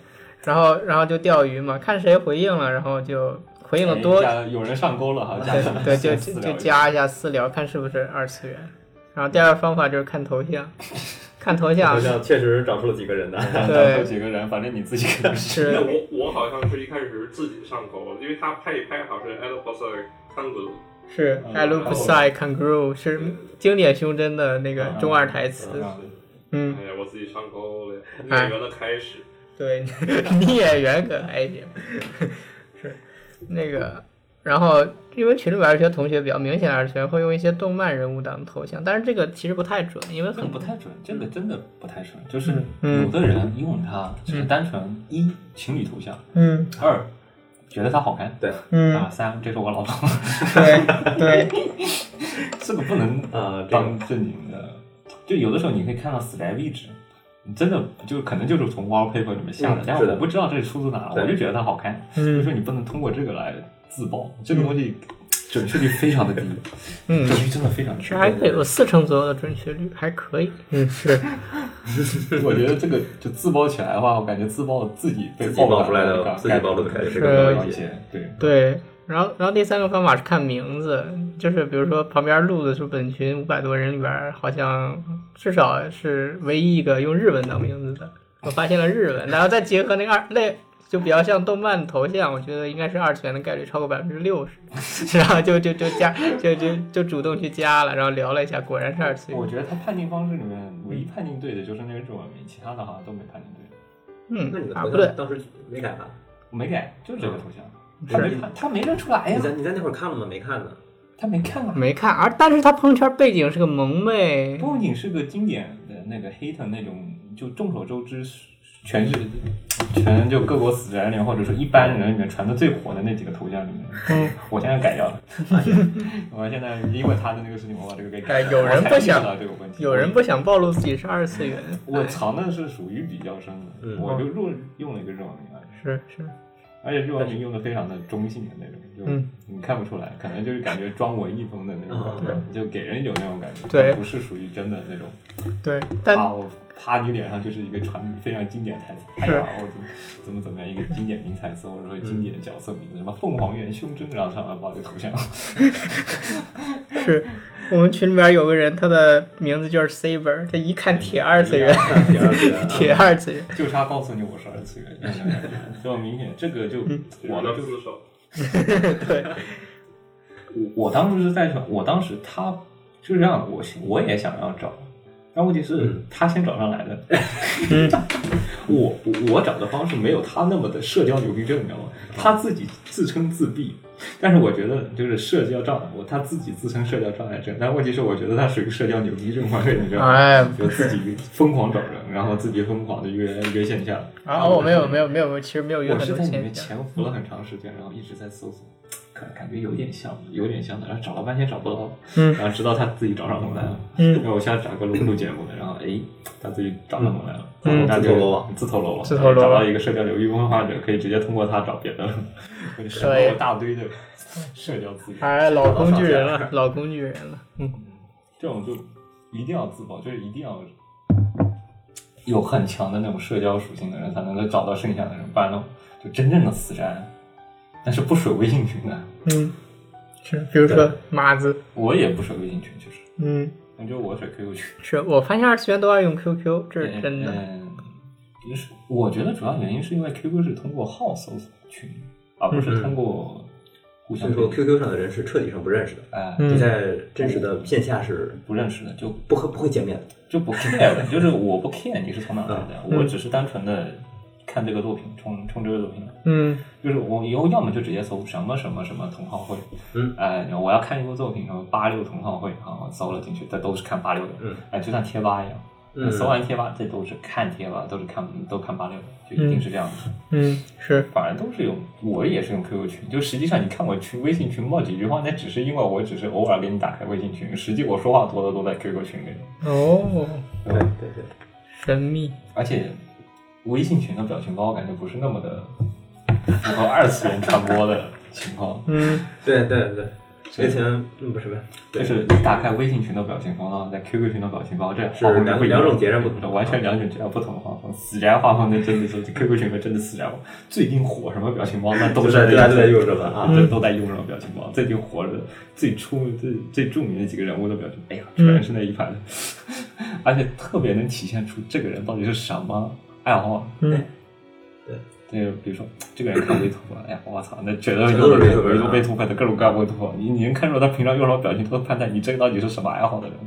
S3: 然后然后就钓鱼嘛，看谁回应了，然后就回应的多，
S1: 哎加有人上钩了哈，加上
S3: 对，就
S1: 私
S3: 就
S1: 聊
S3: 就
S1: 一下
S3: 加一下私聊，看是不是二次元。然后第二个方法就是看头 像，看头
S1: 哎
S3: 像
S2: 好像确实找出了几个人的。
S1: 然后几个人，反正你自己肯定是。
S4: 那
S3: 是
S4: 我我好像是一开始是自己上钩的，因为他拍一拍好像是 a l p o s 看过的，
S3: 是
S1: 嗯
S3: I
S1: 然
S3: look
S1: 后
S3: side kangaroo 是经典胸针的那
S2: 嗯
S3: 个中二台词，嗯，
S4: 哎呀，我自己上钩了，
S3: 哎
S4: 演员的开始。
S3: 对，女演员可还行，是那个然后因为群里边儿有些同学比较明显，而且会用一些动漫人物当头像，但是这个其实不太准，因为
S1: 这
S3: 很
S1: 个嗯不太准，这个真的不太准。就是
S3: 嗯
S1: 有的人用它只是单纯一情侣头像，
S3: 嗯
S1: 二觉得它好看，
S2: 对，
S3: 嗯
S1: 啊三这是我老 婆，
S3: 对对，
S1: 这个不能呃
S2: 啊这个
S1: 当正经的。就有的时候你可以看到死宅壁纸，你真的就可能就是从 wallpaper 里面下的
S2: 嗯，
S1: 但
S2: 是
S1: 是
S2: 的
S1: 我不知道这是出自哪，
S2: 对
S1: 我就觉得它好看。所以
S3: 嗯
S1: 说你不能通过这个来自曝，这
S2: 嗯
S1: 个东西准确率非常的低，
S3: 嗯
S1: 准确率真的非常低。
S3: 这还可以有四成左右的准确率，还可以，嗯是，
S1: 我觉得这个就自曝起来的话，我感觉自曝自己被
S2: 自己爆出来
S1: 感
S2: 的，自己爆出的
S1: 感
S2: 感
S1: 觉
S2: 觉是
S3: 是
S2: 更高
S1: 高
S2: 一
S1: 一
S2: 些。
S1: 些。对，
S3: 对。然后，然后第三个方法是看名字，就是比如说旁边录的是本群五百多人里边儿，好像至少是唯一一个用日文当名字的。我发现了日文，然后再结合那个二类，就比较像动漫头像，我觉得应该是二次元的概率超过百分之六十， 然后就就就加就就就主动去加了，然后聊了一下，果然是二次元
S2: 哦
S1: 我。觉得他判定方式里面唯一判定对的就是那个日文名，其他的好像都没判定对。
S3: 嗯
S2: 那你的，
S3: 啊不
S2: 头
S3: 对
S2: 像，当时没改吧？
S1: 我没改，就是这个头像，
S2: 是
S1: 他没判，他没认出来呀
S2: 你，在你在那会儿看了吗？没看呢。
S1: 他没看啊。
S3: 没看，而但是他朋友圈背景是个萌妹，
S1: 不仅是个经典的那个 hater 那种，就众所周知，全是全就各国死宅里面，或者说一般人里面传的最火的那几个头像里面。
S3: 嗯，
S1: 我现在改掉了，我现在因为他的那个事情，我把这个给改
S3: 哎
S1: 掉。
S3: 有人
S1: 我才
S3: 不
S1: 意识
S3: 想
S1: 到这个问题，
S3: 有人不想暴露自己是二次元，
S1: 我藏的是属于比较深的，
S2: 嗯
S1: 我就用用了一个日文名，啊
S3: 是是，
S1: 而且日文名用的非常的中性的那种，就
S3: 嗯
S1: 你看不出来，可能就是感觉装文艺风的那种感觉，就给人有那种感觉，
S3: 对
S1: 不是属于真的那种。
S3: 对，但
S1: 啊，我啪你脸上就是一个传非常经典的台词，哎呀，我怎么怎么怎么样一个经典名台词，或者说
S3: 嗯
S1: 经典角色名字，什么凤凰院胸针，然后上面报这个头像，
S3: 是我们群里边有个人，他的名字就是 Saber，他一看铁二次元，
S2: 第二遍
S3: 铁二次元，
S1: 就差告诉你我是二次元，这种感 觉就很明显，这个就
S3: 嗯
S4: 我
S1: 我
S4: 的
S1: 的
S4: 自首，
S3: 对，
S1: 我我当时是在想，我当时他就让我我也想要找，但问题是
S2: 嗯
S1: 他先找上来的。 我我找的方式没有他那么的社交牛逼症，你知道吗？他自己自称自闭，但是我觉得就是社交障碍，我他自己自称社交障碍症，但问题是我觉得他属于社交牛逼症嘛，你知道吗？
S3: 哎，
S1: 就自己疯狂找人，然后自己疯狂的约约线下。
S3: 啊，哦，没有没有没有，其实没有约
S1: 我
S3: 很
S1: 是
S3: 多嗯
S1: 在里
S3: 线
S1: 面
S3: 下，
S1: 潜伏了很长时间，然后一直在搜索，可感觉有点像，有点像的，然后找了半天找不到，
S3: 嗯
S1: 然后直到他自己找上门来了，
S3: 嗯
S1: 然后我现在找个录录节目的，然后哎，他自己找上门来了，
S3: 嗯
S1: 那就
S2: 自投罗网
S1: 自投罗网，
S3: 自投罗网
S1: 找到一个社交流域文化者，可以直接通过他找 别的了，我就省 了我大堆的社交资源，
S3: 哎，老工具人了，老工具人了，嗯，
S1: 这种就一定要自保，就是一定要。有很强的那种社交属性的人，才能够找到剩下的人，不然的话就真正的死宅，但是不水微信群的，
S3: 嗯，是，比如说马子，
S1: 我也不水微信群，就是
S3: 嗯，
S1: 我觉得我水 QQ 群
S3: 是我发现二次元都爱用 QQ，这是真的，
S1: 嗯，就是我觉得主要原因是因为 QQ 是通过号搜索群，而不是通过互相
S2: 所以说
S1: 推荐。
S2: QQ 上的人是彻底上不认识的，
S1: 哎、
S3: 嗯
S2: 你在真实的线下是
S1: 不认识的就
S2: 不和不会见面的。
S1: 就不 care 了，就是我不 care 你是从哪来的，我只是单纯的看这个作品，冲冲这个作品。
S3: 嗯
S1: 就是我以后要么就直接搜什么什么什么同好会，
S2: 嗯，
S1: 哎、我要看一部作品，什么八六同好会，然后搜了进去，这都是看八六的，
S2: 嗯，
S1: 哎、就像贴吧一样，
S2: 嗯
S1: 搜完贴吧，这都是看贴吧，都是看都看八六，就一定是这样子。
S3: 嗯，是，
S1: 反正都是用，我也是用 QQ 群，就实际上你看我群微信群冒几句话，那只是因为我只是偶尔给你打开微信群，实际我说话多的都在 QQ 群里，
S3: 哦，
S2: 对对对，
S3: 神秘，
S1: 而且微信群的表情包感觉不是那么的符合二次元传播的情况。
S3: 嗯
S2: 对对对，之前嗯不是不是，
S1: 就
S2: 对
S1: 是你打开微信群的表情包，然啊后在 QQ 群的表情包，这
S2: 是
S1: 画风就
S2: 两
S1: 不一样
S2: 两种截然不同
S1: 完全两种截然不同的画风。死宅画风那真的是 QQ 群的真的死宅，最近火什么表情包那都
S2: 就是在
S1: 那
S2: 就在就在
S1: 种
S2: 用什么啊？
S1: 这都在用这种表情包。最近火的、最出名、最最著名的几个人物的表情，哎呀，全是那一排的， 而且特别能体现出这个人到底是什么爱好。
S3: 嗯，
S1: 对，比如说这个人看微突破，哎呀，我操，那绝对
S2: 全都是微突破
S1: 有微突破的各种各样微突破，你你能看出他平常用什么表情，都能判断你这个到底是什么爱好的人。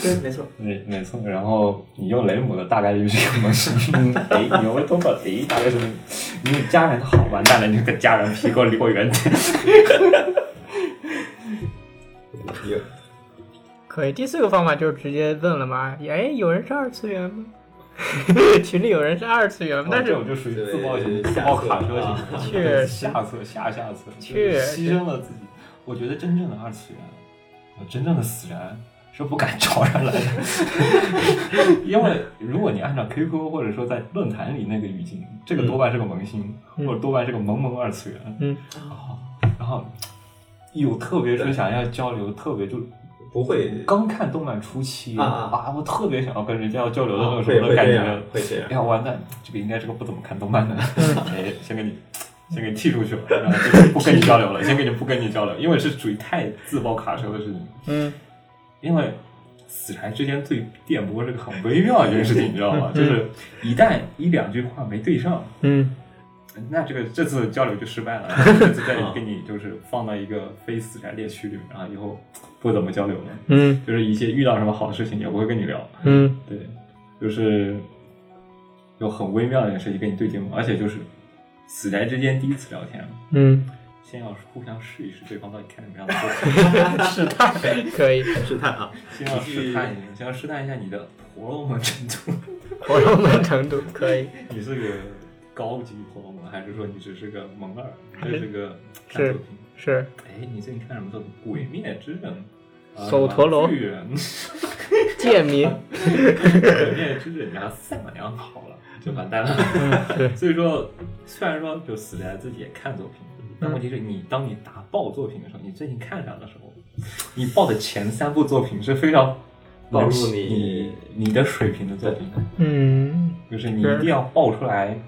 S2: 对，没错。
S1: 对，没错。然后你用雷姆的大概率是一个模式，嗯哎，你用微突破，哎，大概是你用家人好完蛋了，你就跟家人皮给我离我远点。
S2: 也
S3: 可以，第四个方法就是直接问了嘛，哎，有人是二次元吗？群里有人是二次元吗？哦但
S1: 这
S3: 是
S1: 种就属于
S2: 对
S1: 自爆型、
S2: 下
S1: 自爆
S2: 策啊
S1: 卡车型，
S3: 确实
S1: 下策、下下策，
S3: 确
S1: 就是
S3: 实
S1: 牺牲了自己。我觉得真正的二次元，呃真正的死人是不敢找人来的， 因为如果你按照 QQ 或者说在论坛里那个语境，这个多半是个萌新，
S3: 嗯
S1: 或者多半是个萌萌二次元，啊
S3: 嗯，
S1: 然后有特别是想要交流，特别就
S2: 不会
S1: 刚看动漫初期
S2: 啊啊
S1: 啊，我特别想要跟人家要交流的那
S2: 啊
S1: 种
S2: 会
S1: 什么
S2: 会
S1: 感
S2: 这
S1: 觉。
S2: 样，会这样
S1: 哎。呀，完蛋，这个应该是个不怎么看动漫的， 哎，先给你。先给你踢出去了，然后就不跟你交流了。先给你不跟你交流，因为是属于太自爆卡车的事情。
S3: 嗯，
S1: 因为死宅之间对电波是个很微妙的一件事情，你知道吗？就是一旦一两句话没对上，
S3: 嗯，
S1: 那这个这次交流就失败了。然后这次再给你就是放到一个非死宅猎区里面，然后以后不怎么交流了。
S3: 嗯，
S1: 就是一些遇到什么好的事情也不会跟你聊。
S3: 嗯，
S1: 对，就是有很微妙的一件事情跟你对接嘛，而且就是死宅之间第一次聊天，
S3: 嗯，
S1: 先要互相试一试对方到底看什么样的作品，
S3: 试探可以，
S2: 试探啊，
S1: 先要试探一下，先要试探一下你的婆罗门程度，
S3: 活动的程度可以，
S1: 你是个高级婆罗门，还是说你只是个萌二，这是个 看
S3: 是
S1: 作品？
S3: 是
S1: 哎，你最近看什么作品？《鬼灭之刃》。啊
S3: 手陀螺
S1: 巨人，
S3: 贱民，
S1: 鬼灭之刃，然后赛马娘跑了，就完蛋了。
S3: 嗯，
S1: 所以说，虽然说就死宅自己也看作品，但问题是你当你打爆作品的时候，你最近看啥的时候，你爆的前三部作品是非常
S2: 暴露
S1: 能
S2: 你
S1: 你你的水平的作品，
S3: 嗯，
S1: 就是你
S3: 是。
S1: 一定要爆出来，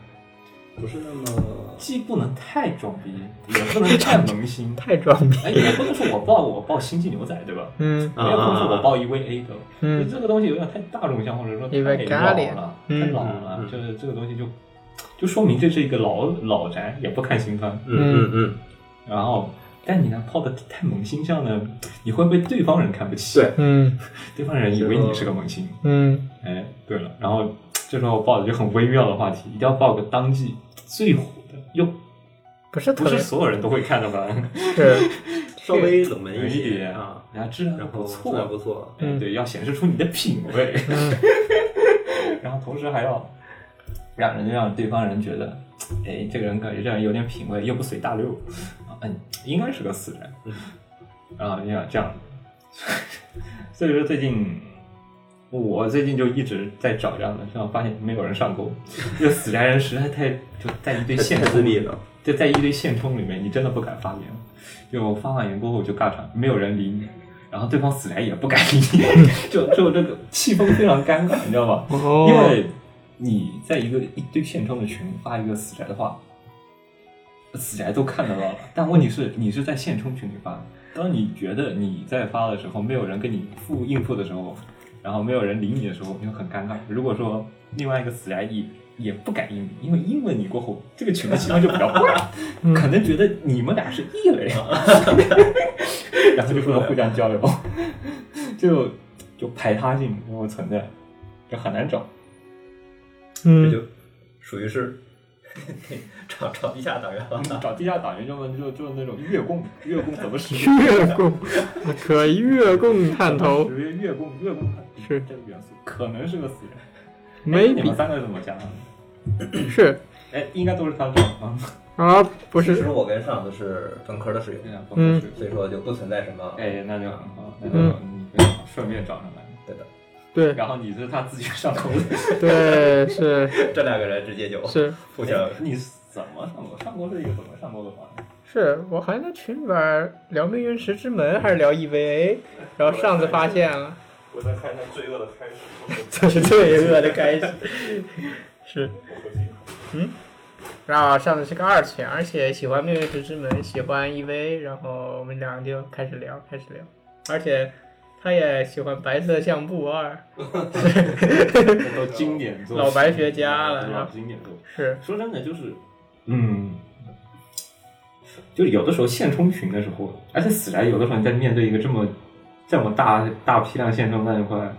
S2: 不是那么
S1: 既不能太装逼，也不能太萌新
S3: 太装逼，
S1: 哎，也不能说我爆我爆星际牛仔对吧？
S3: 嗯
S2: 啊
S1: 也不能说我爆 EVA 的，
S3: 嗯
S1: 就这个东西有点太大众向，或者说太
S3: EVA
S1: 老了，
S3: 嗯
S1: 太老了，
S2: 嗯
S1: 就是这个东西就就说明这是一个老老宅，也不看新番。
S2: 嗯嗯，
S1: 然后，但你呢泡的太萌新像呢，你会被对方人看不起，
S2: 对，
S3: 嗯
S1: 对方人以为你是个萌新。
S3: 嗯
S1: 哎，对了，然后这时候报的就很微妙的话题，一定要报个当季最火的，又
S3: 不是
S1: 不
S3: 特别
S1: 是所有人都会看的吧，哎
S3: 是，
S2: 稍微冷门
S1: 有
S2: 一
S1: 一
S2: 些
S1: 点
S2: 啊，，
S1: 然后质量
S2: 然
S1: 不
S2: 后质
S1: 错，
S2: 量不错，
S1: 哎，对，要显示出你的品味，
S3: 嗯
S2: 嗯
S1: 然后同时还要让人让对方人觉得，哎，这个人感觉这人有点品味，又不随大流，啊嗯，应该是个死人。
S2: 嗯
S1: 啊，你想这样， 所以说最近我最近就一直在找这样的，然后发现没有人上钩，这个死宅人实在太就在一堆
S2: 太
S1: 线
S2: 自
S1: 冲
S2: 闭，了，
S1: 就在一堆线冲里面，你真的不敢发言，就发完言过后就尬场，没有人理你。然后对方死宅也不敢理你， 就就这个气氛非常尴尬，你知道吧？
S3: 哦
S1: 因为你在一个一堆现充的群发一个死宅的话，死宅都看得到了。但问题是，你是在现充群里发，当你觉得你在发的时候，没有人跟你复应付的时候，然后没有人理你的时候，你会很尴尬。如果说另外一个死宅也也不敢应你，因为应了你过后，这个群的气氛就比较怪，可能觉得你们俩是异类，然后就不能互相交流，就就排他性然后存在，就很难找。
S2: 这
S3: 嗯
S2: 就属于是找找地下党员了。
S1: 找地下党员就问，就就那种月 供，月供怎么使用？
S3: 月供可以月供探头
S1: 属于月供，月供
S3: 是
S1: 这个元素可能是个死人。哎你们
S3: maybe
S1: 三个怎么想？
S3: 是
S1: 哎，应该都是他的啊。
S3: 啊不
S2: 其实
S3: 是
S2: 我跟上都是本科的室友，
S1: 对啊，
S3: 嗯
S2: 所以说就不存在什么
S1: 哎，那就很好，那就嗯非常好顺便找上来。
S2: 对的。
S3: 对
S1: 然后你是他自己上钩的，
S3: 对是
S2: 这两个人直接就是互相
S1: 哎你怎么上钩？上钩是一个怎么上钩的方法？
S3: 是我好像在群里边儿聊《命运石之门》还是聊 EVA，然后上次发现了，
S4: 我再看一下《罪恶的开始》
S3: 这是罪恶的开始。 是，
S4: 我手机。
S3: 然后上次是个二次元，而且喜欢《命运石之门》，喜欢 EVA，然后我们俩就开始聊，开始聊，而且他也喜欢《白色相簿二》，
S1: 都经典作，
S3: 老白学家了
S1: 老经典作。
S3: 是，
S1: 说真的，就是嗯，就有的时候线冲群的时候，而且死宅有的时候你在面对一个这么这么大大批量线冲那一块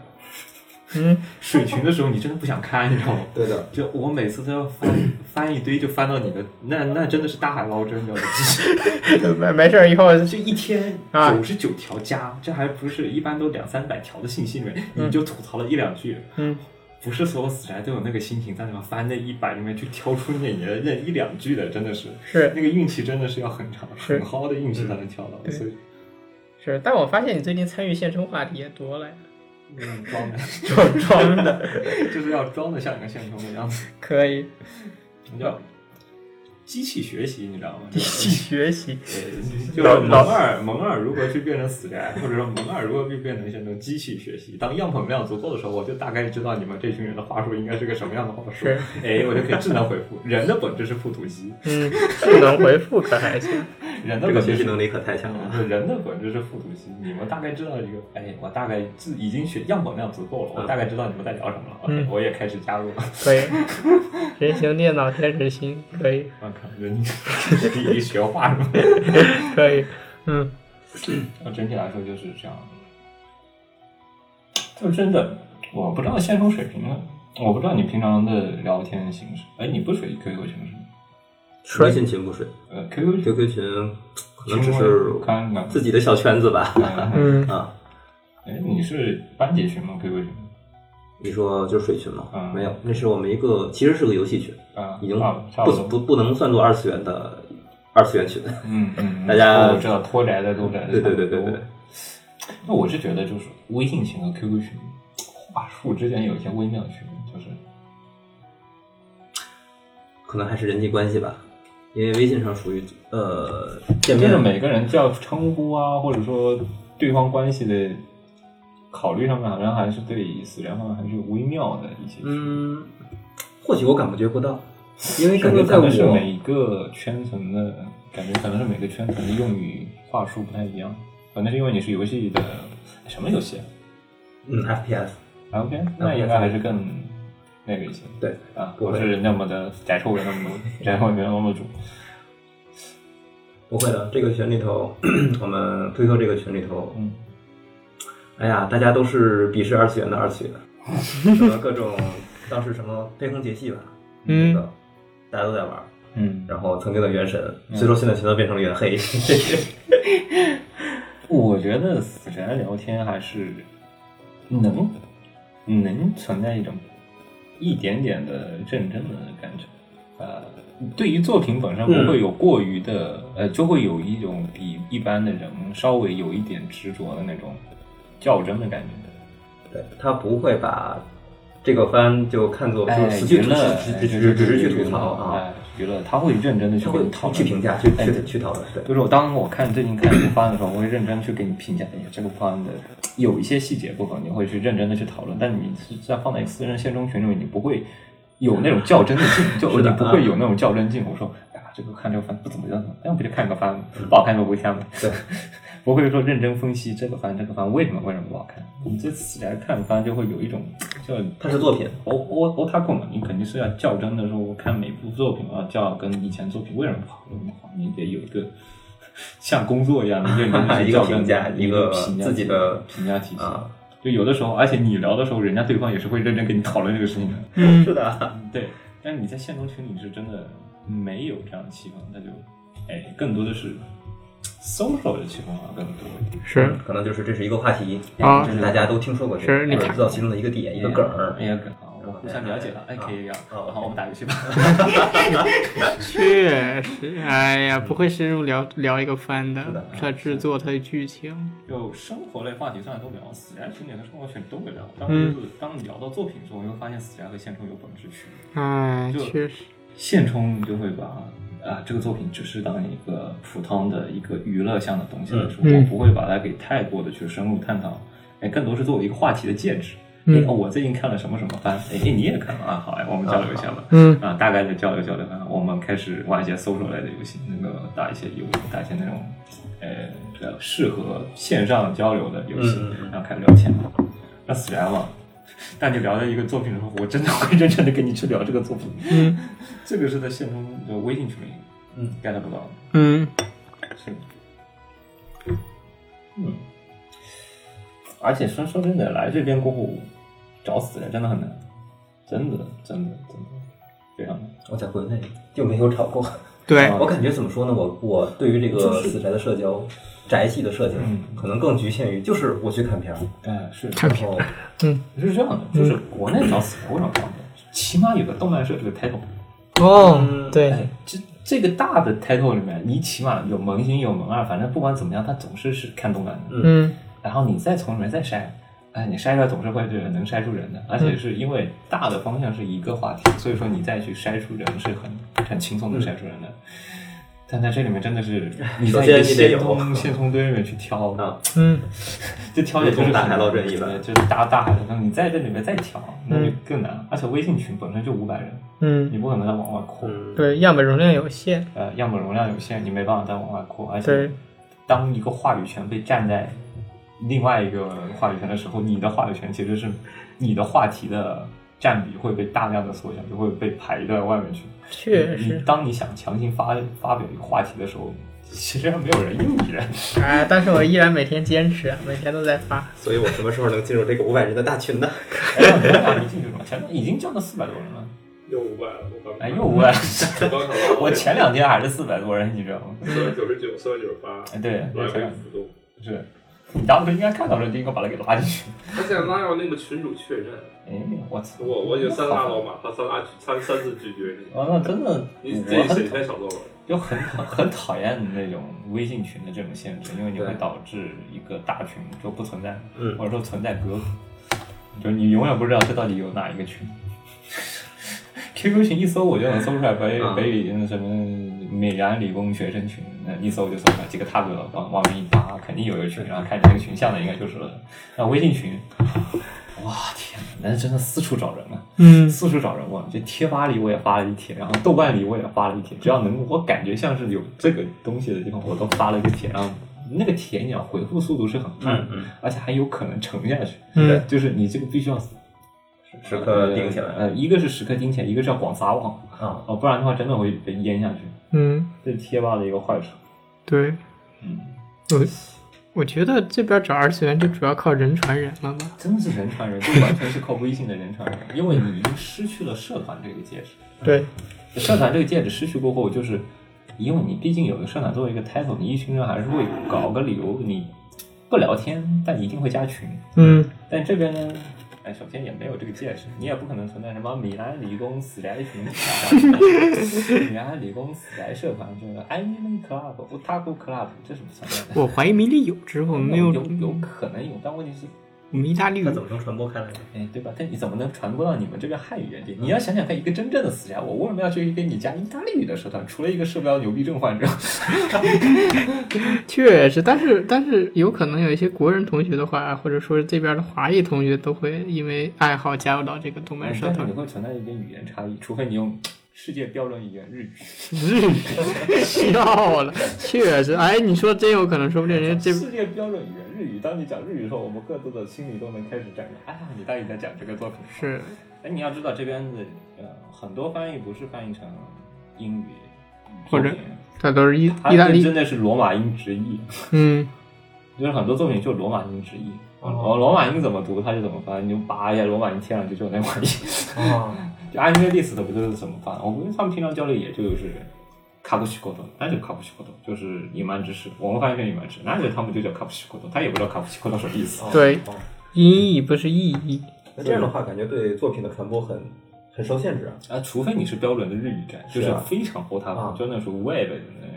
S3: 嗯，
S1: 水群的时候，你真的不想看，你知道吗？
S2: 对的，
S1: 就我每次都要翻翻一堆，就翻到你的那那真的是大海捞针，你知道吗？
S3: 没嗯没事儿，以后
S1: 这一天
S3: 啊
S1: 九十九条加，这还不是一般都两三百条的信息里面，
S3: 嗯
S1: 你就吐槽了一两句。
S3: 嗯，
S1: 不是所有死宅都有那个心情在那翻那一百里面去挑出那你的那一两句的，真的是
S3: 是
S1: 那个运气真的是要很长
S3: 是
S1: 很好的运气才能挑到。
S3: 对
S1: 所以，
S3: 是，但我发现你最近参与现充话题也多了呀，
S1: 嗯，装的
S3: 装装的，
S1: 就是要装的像一个线虫的样子，
S3: 可 以
S1: 那叫机器学习，你知道吗？
S3: 继续学习。
S1: 对就是萌二萌二如何去变成死宅，或者说萌二如何去变成一些那种机器学习。当样本量足够的时候，我就大概知道你们这群人的话术应该是个什么样的话术
S3: 是，
S1: 哎，我就可以智能回复。人的本质是复读机，
S3: 嗯，智能回复可还行。
S1: 人的
S2: 这个
S1: 本
S2: 学
S1: 质
S2: 习
S1: 是
S2: 能力可太强了。
S1: 嗯人的本质是复读机，你们大概知道这个，哎，我大概自已经学样本量足够了，
S2: 嗯
S1: 我大概知道你们在聊什么了，
S3: 嗯
S1: OK，我也开始加入了。
S3: 可以，人形电脑天使心，可以，
S1: 我靠，人你学话术。
S3: 可以，嗯，
S1: 那整体来说就是这样。就真的，我不知道先说水平了，我不知道你平常的聊天形式。哎，你不属于 QQ 群是吗？
S2: 微信群不是
S1: 呃，QQ 群
S2: QQ 群，可能只是
S1: 看看
S2: 自己的小圈子吧。
S1: 哎，
S3: 嗯，
S2: 啊，
S1: 你是班级群吗？QQ 群？
S2: 你说就是水群吗
S1: 嗯？
S2: 没有，那是我们一个其实是个游戏群，
S1: 啊，
S2: 已经
S1: 差不差
S2: 不
S1: 不多。
S2: 不不能算作二次元的二次元群。
S1: 嗯嗯，嗯
S2: 大家
S1: 我知道拖宅的都宅的，
S2: 对对对对对。
S1: 那我是觉得，就是微信群和 QQ 群话术之间有一些微妙的区别，就是
S2: 可能还是人际关系吧，因为微信上属于呃见
S1: 就是
S2: 面
S1: 每个人叫称呼啊，或者说对方关系的考虑上面，好像还是对死宅方还是有微妙的一些区别。
S2: 嗯，或许我感觉不到，因为
S1: 感
S2: 真
S1: 觉
S2: 的在
S1: 可能是
S2: 我
S1: 每个圈层的感觉，可能是每个圈层的用语话术不太一样。可能是因为你是游戏的什么游戏啊
S2: 嗯 FPS
S1: 啊？OK，那应该还是更那个一些。
S2: 对
S1: 啊，
S2: 不
S1: 不
S2: 会
S1: 是那么的宅臭味那 么多，宅臭味没那么重。
S2: 不会的，这个群里头， 我们 QQ 这个群里头，
S1: 嗯，
S2: 哎呀，大家都是鄙视二次元的二次元，什么各种当时什么天空解析吧，
S3: 嗯
S2: 那个大家都在玩儿，
S1: 嗯，
S2: 然后曾经的原神，虽说现在全都变成了原黑，
S1: 我觉得死宅聊天还是能能存在一种一点点的认真的感觉。呃，对于作品本身不会有过于的，呃，就会有一种比一般的人稍微有一点执着的那种较真的感觉。
S2: 对他不会把这个番就看作就
S1: 哎，
S2: 是死去
S1: 娱
S2: 只
S1: 乐
S2: 只只只只是去吐槽啊，
S1: 哎，娱乐，他会认真的去
S2: 他
S1: 跟
S2: 会
S1: 你讨论
S2: 去评价去
S1: 哎
S2: 去去讨论，对。
S1: 就是我当我看最近看一个方案的时候，我会认真去给你评价一下这个方案的有一些细节部分，你会去认真的去讨论。但你是在放在一个私人线中群里面，你不会有那种较真的劲，就是你
S2: 的
S1: 不会有那种较真劲。我说，哎呀，这个看这个番不怎么样，要不就看个番不好看就不看了。
S2: 对，
S1: 不会说认真分析这个番这个番为什么为什么不好看。你这起来看番就会有一种叫
S2: 它是作品，
S1: 我我我他控嘛，你肯定是要较真的说，我看每部作品啊，较跟以前作品为什么不好，为什么好，你得有一个像工作一样的认真的
S2: 一个
S1: 较真
S2: 评价
S1: 一
S2: 一个
S1: 评价
S2: 自己的
S1: 评价体系。
S2: 啊
S1: 就有的时候，而且你聊的时候，人家对方也是会认真跟你讨论这个事情的。
S2: 是的，
S1: 对，但是你在现中群里是真的没有这样的气氛，那就哎，更多的是 social 的气氛啊，更多一点。
S3: 是
S2: 可能就是这是一个话题
S1: 嗯
S3: 啊
S2: 就是大家都听说过这个，
S3: 是你
S2: 或者
S3: 看
S2: 知道其中的一个点一个梗儿嗯
S1: 哎，呀梗啊，我们互相了解了，哎，可以聊，
S2: 啊
S1: 然后我们打游戏吧。
S3: 确实，哎呀，不会深入聊聊一个番
S2: 是的
S3: 的，它制作、它的剧情，
S1: 就生活类话题上来都聊，死宅群里和生活群都会聊。但
S3: 嗯
S1: 是当你聊到作品的时候，你会发现死宅和线冲有本质区别。
S3: 哎，
S1: 就
S3: 确实，
S1: 线冲就会把啊这个作品只是当一个普通的一个娱乐向的东西来说，
S3: 嗯
S1: 我不会把它给太过的去深入探讨，哎，更多是作为一个话题的介质。哎
S3: 嗯
S1: 哦我最近看了什么什么番，哎，哎你也看了啊？好，哎，我们交流一下吧。
S3: 嗯
S1: 啊，大概就交流交流啊，我们开始玩一些搜索类的游戏，那个打一些游，打一些那种，呃，呃适合线上交流的游戏，
S2: 嗯嗯嗯
S1: 然后开始聊天。那死宅嘛，但你聊到一个作品的时候，我真的会认真的跟你去聊这个作品。
S3: 嗯，
S1: 这个是在现中的微信群里，
S5: 嗯
S1: ，get 不到。
S3: 嗯，
S1: 是，
S5: 嗯，
S1: 而且说说真的，来这边过后找死人真的很难，真的真的真的非常难。
S6: 我在国内就没有找过。
S2: 啊
S3: 对，
S2: 哦
S6: 我感觉怎么说呢？我我对于这个死宅的社交，宅系的社交
S1: 嗯，
S6: 可能更局限于就是我去看片儿，哦
S1: 哎，是
S3: 看
S6: 然后
S1: 是这样的，就是
S2: 嗯
S1: 国内找死人我找不到的，起码有个动漫社这个 title。
S3: 哦，对，
S1: 哎，这这个大的 title 里面，你起码有萌新有萌二，反正不管怎么样，他总是是看动漫的。
S3: 嗯
S1: 然后你再从里面再筛，哎，你筛出来总是会觉得能筛出人的，而
S2: 嗯
S1: 且是因为大的方向是一个话题，所以说你再去筛出人是很很轻松的筛出人的。但在这里面真的是，你在一个
S2: 嗯哎首先你得
S1: 线
S2: 有
S1: 通线通堆里面去挑，
S2: 啊
S3: 嗯
S1: 就挑也就是
S2: 如同大海捞针一般
S1: 对就是大大海捞针。你在这里面再挑，那就更难。而且微信群本身就五百人，
S3: 嗯，
S1: 你不可能再往外扩，
S2: 嗯，
S3: 对，样本容量有限，
S1: 呃，样本容量有限，你没办法再往外扩，而且
S3: 对，
S1: 当一个话语权被占在另外一个话语权的时候，你的话语权其实是你的话题的占比会被大量的缩小，就会被排到外面去。
S3: 确
S1: 你
S3: 实
S1: 当你想强行发发表一个话题的时候，其实没有人应你 的。
S3: 啊，但是我依然每天坚持啊，每天都在发，
S2: 所以我什么时候能进入这个五百人的大群呢？
S1: 哎呀，没办法，一进这种，前面已经降到四百多人了，
S4: 又五百了，我刚
S1: 哎，又五百。
S4: 我刚考 到，
S1: 我前两天还是四百多人，你知道吗？
S4: 四百九十九，四百九十八，
S1: 哎，对，
S4: 来
S1: 对前
S4: 回
S1: 两
S4: 浮动。
S1: 是，你当时应该看到了，就应该把他给拉进去。
S4: 他现在拉要那个群主确认，
S1: 哎，我操！
S4: 我我已经三拉老马，他三拉三三次拒绝你，
S1: 完了，哦真的，
S4: 你自
S1: 我
S4: 己
S1: 很
S4: 写篇小作文。
S1: 就很 很很讨厌那种微信群的这种限制，因为你会导致一个大群就不存在，
S2: 嗯
S1: 或者说存在隔阂，就你永远不知道这到底有哪一个群。QQ 群一搜我就能搜出来北、
S2: 嗯
S1: 北理那什么美然理工学生群，那一搜就搜出来几个大哥往往里一扒，肯定有一个群，然后看你那个群像的应该就是了。那微信群，哇天哪，那真的四处找人啊！
S3: 嗯
S1: 四处找人问，这贴吧里我也发了一帖，然后豆瓣里我也发了一帖，只要能我感觉像是有这个东西的地方，我都发了一个帖，然后那个帖你要回复速度是很快的，
S2: 嗯
S1: 而且还有可能沉下去，
S3: 嗯，
S1: 就是你这个必须要
S6: 时刻盯起来
S1: 呃，一个是时刻盯起来，一个是要广撒网，
S6: 啊。
S1: 哦，不然的话真的会被淹下去，
S3: 嗯，
S1: 这是贴吧的一个坏处。
S3: 对，
S1: 嗯，
S3: 我我觉得这边找二次元就主要靠人传人了吧，
S1: 真的是人传人，这完全是靠微信的人传人，因为你已经失去了社团这个介质。
S3: 对，
S1: 社团这个戒指失去过后，就是因为你毕竟有个社团作为一个 title，你一群人还是会搞个理由，你不聊天，但一定会加群。
S3: 嗯
S1: 但这边呢，哎，首先也没有这个戒指，你也不可能存在什么米兰理工死宅群、米兰理工死宅社团，这个 Anime Club、Otaku Club，这什么存在的？
S3: 我怀疑迷里有之，我哦没有
S1: 有有可能有，但问题是
S3: 我们意大利
S6: 那
S3: 语
S6: 怎么能传播开来呢？
S1: 哎，对吧？但你怎么能传播到你们这边汉语人地？你要想想看，一个真正的死宅，我为什么要去给你加意大利语的社团？除了一个社标牛逼症患者，
S3: 确实，但是但是有可能有一些国人同学的话，或者说是这边的华裔同学都会因为爱好加入到这个动漫
S1: 嗯但
S3: 社
S1: 是
S3: 团
S1: 你。会存在一点语言差异，除非你用世界标准语言日语。
S3: 日语 笑了，确实，哎，你说真有可能，说不定人家这
S1: 世界标准语言日语，当你讲日语的时候，我们各自的心里都能开始展开。哎呀，你到底在讲这个作品？
S3: 是
S1: 哎，你要知道这边的呃很多翻译不是翻译成英语
S3: 或者
S1: 作品
S3: 他都是意
S1: 它
S3: 意大
S1: 真
S3: 利，
S1: 的是罗马音直译。
S3: 嗯
S1: 就是很多作品就罗马音直译，哦，罗马音怎么读它就怎么翻，你就扒一下罗马音贴上去就有那玩意。
S6: 哦，
S1: 就 anime list 不就是怎么翻？我们他们平常交流也就是呃卡布奇口头，那就卡布奇口头，就是隐瞒之事。我们翻译成隐瞒之事，那就他们就叫卡布奇口头，他也不知道卡布奇口头什么意思。
S3: 对
S6: 哦，
S3: 音译不是意译，
S6: 那这样的话，感觉对作品的传播很很受限制啊。
S1: 啊，除非你是标准的日语宅，就是是
S6: 啊
S1: 非常后他
S6: 啊
S1: 就那种 web 的那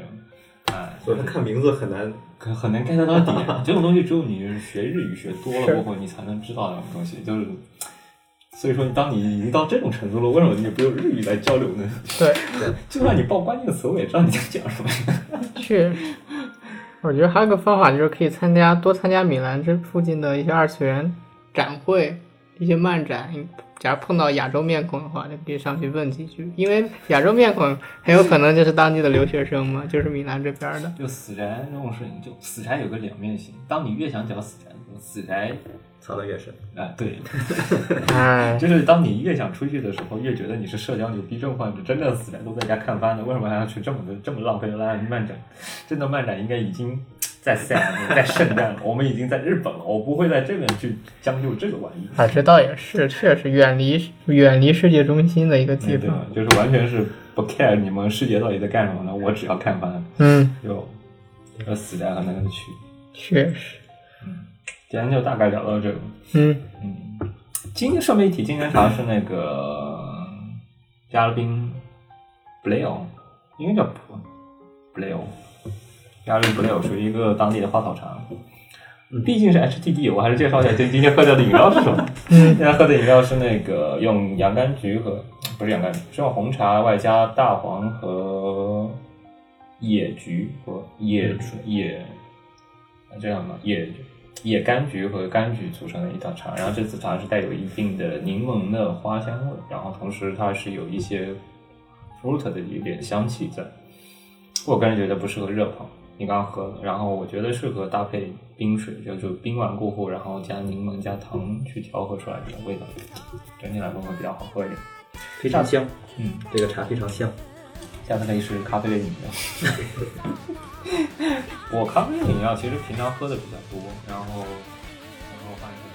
S1: 种，啊，
S2: 所以他看名字很难，
S1: 可很难 get 到点。这种东西只有你学日语学多了过后，你才能知道那种东西。就是，所以说，当你已经到这种程度了，为什么你不用日语来交流呢？
S3: 对，
S1: 就算你报关键词，我也知道你在讲什么。
S3: 确实。我觉得还有个方法就是可以参加多参加米兰这附近的一些二次元展会、一些漫展。假如碰到亚洲面孔的话，就可以上去问几句，因为亚洲面孔很有可能就是当地的留学生嘛，就是米兰这边的。
S1: 就死宅这种事情，就死宅有个两面性。当你越想讲死宅，
S5: 死宅
S2: 藏得越深。
S5: 啊，对，
S3: 哎，
S1: 就是当你越想出去的时候，越觉得你是社交牛逼症患者，真正死宅都在家看番的，为什么还要去这么多这么浪费的漫漫展？真的漫展应该已经在塞尔了，在圣诞了，我们已经在日本了，我不会在这边去将就这个玩意。
S3: 啊，这倒也是，确实远离远离世界中心的一个地
S1: 嗯对
S3: 方。，
S1: 就是完全是不 care 你们世界到底在干什么呢？我只要看番，
S3: 嗯，
S1: 就和死宅和那个去。
S3: 确实，
S1: 今天就大概聊到这个。
S3: 嗯，
S1: 嗯，今天顺便一提，今天茶是那个嘉宾布雷欧，应该叫布布雷欧，嘉宾布雷欧属于一个当地的花草茶。毕竟是 HTD，我还是介绍一下今今天喝掉的饮料是什么。今天喝的饮料是那个用洋甘菊和不是洋甘菊，是用红茶外加大黄和野菊和野野呃这样吧，野野柑橘和柑橘组成的一道茶，然后这次茶是带有一定的柠檬的花香味，然后同时它是有一些 fruit 的一点香气在。我个人觉得不适合热泡，你刚刚喝了，然后我觉得适合搭配冰水，就是冰完过后，然后加柠檬加糖去调和出来的味道，整体来说会比较好喝一点。
S2: 非常香，
S1: 嗯，
S2: 这个茶非常香。
S1: 下次可以试试咖啡类饮料。我咖啡类饮料其实平常喝的比较多，然后然后换一个。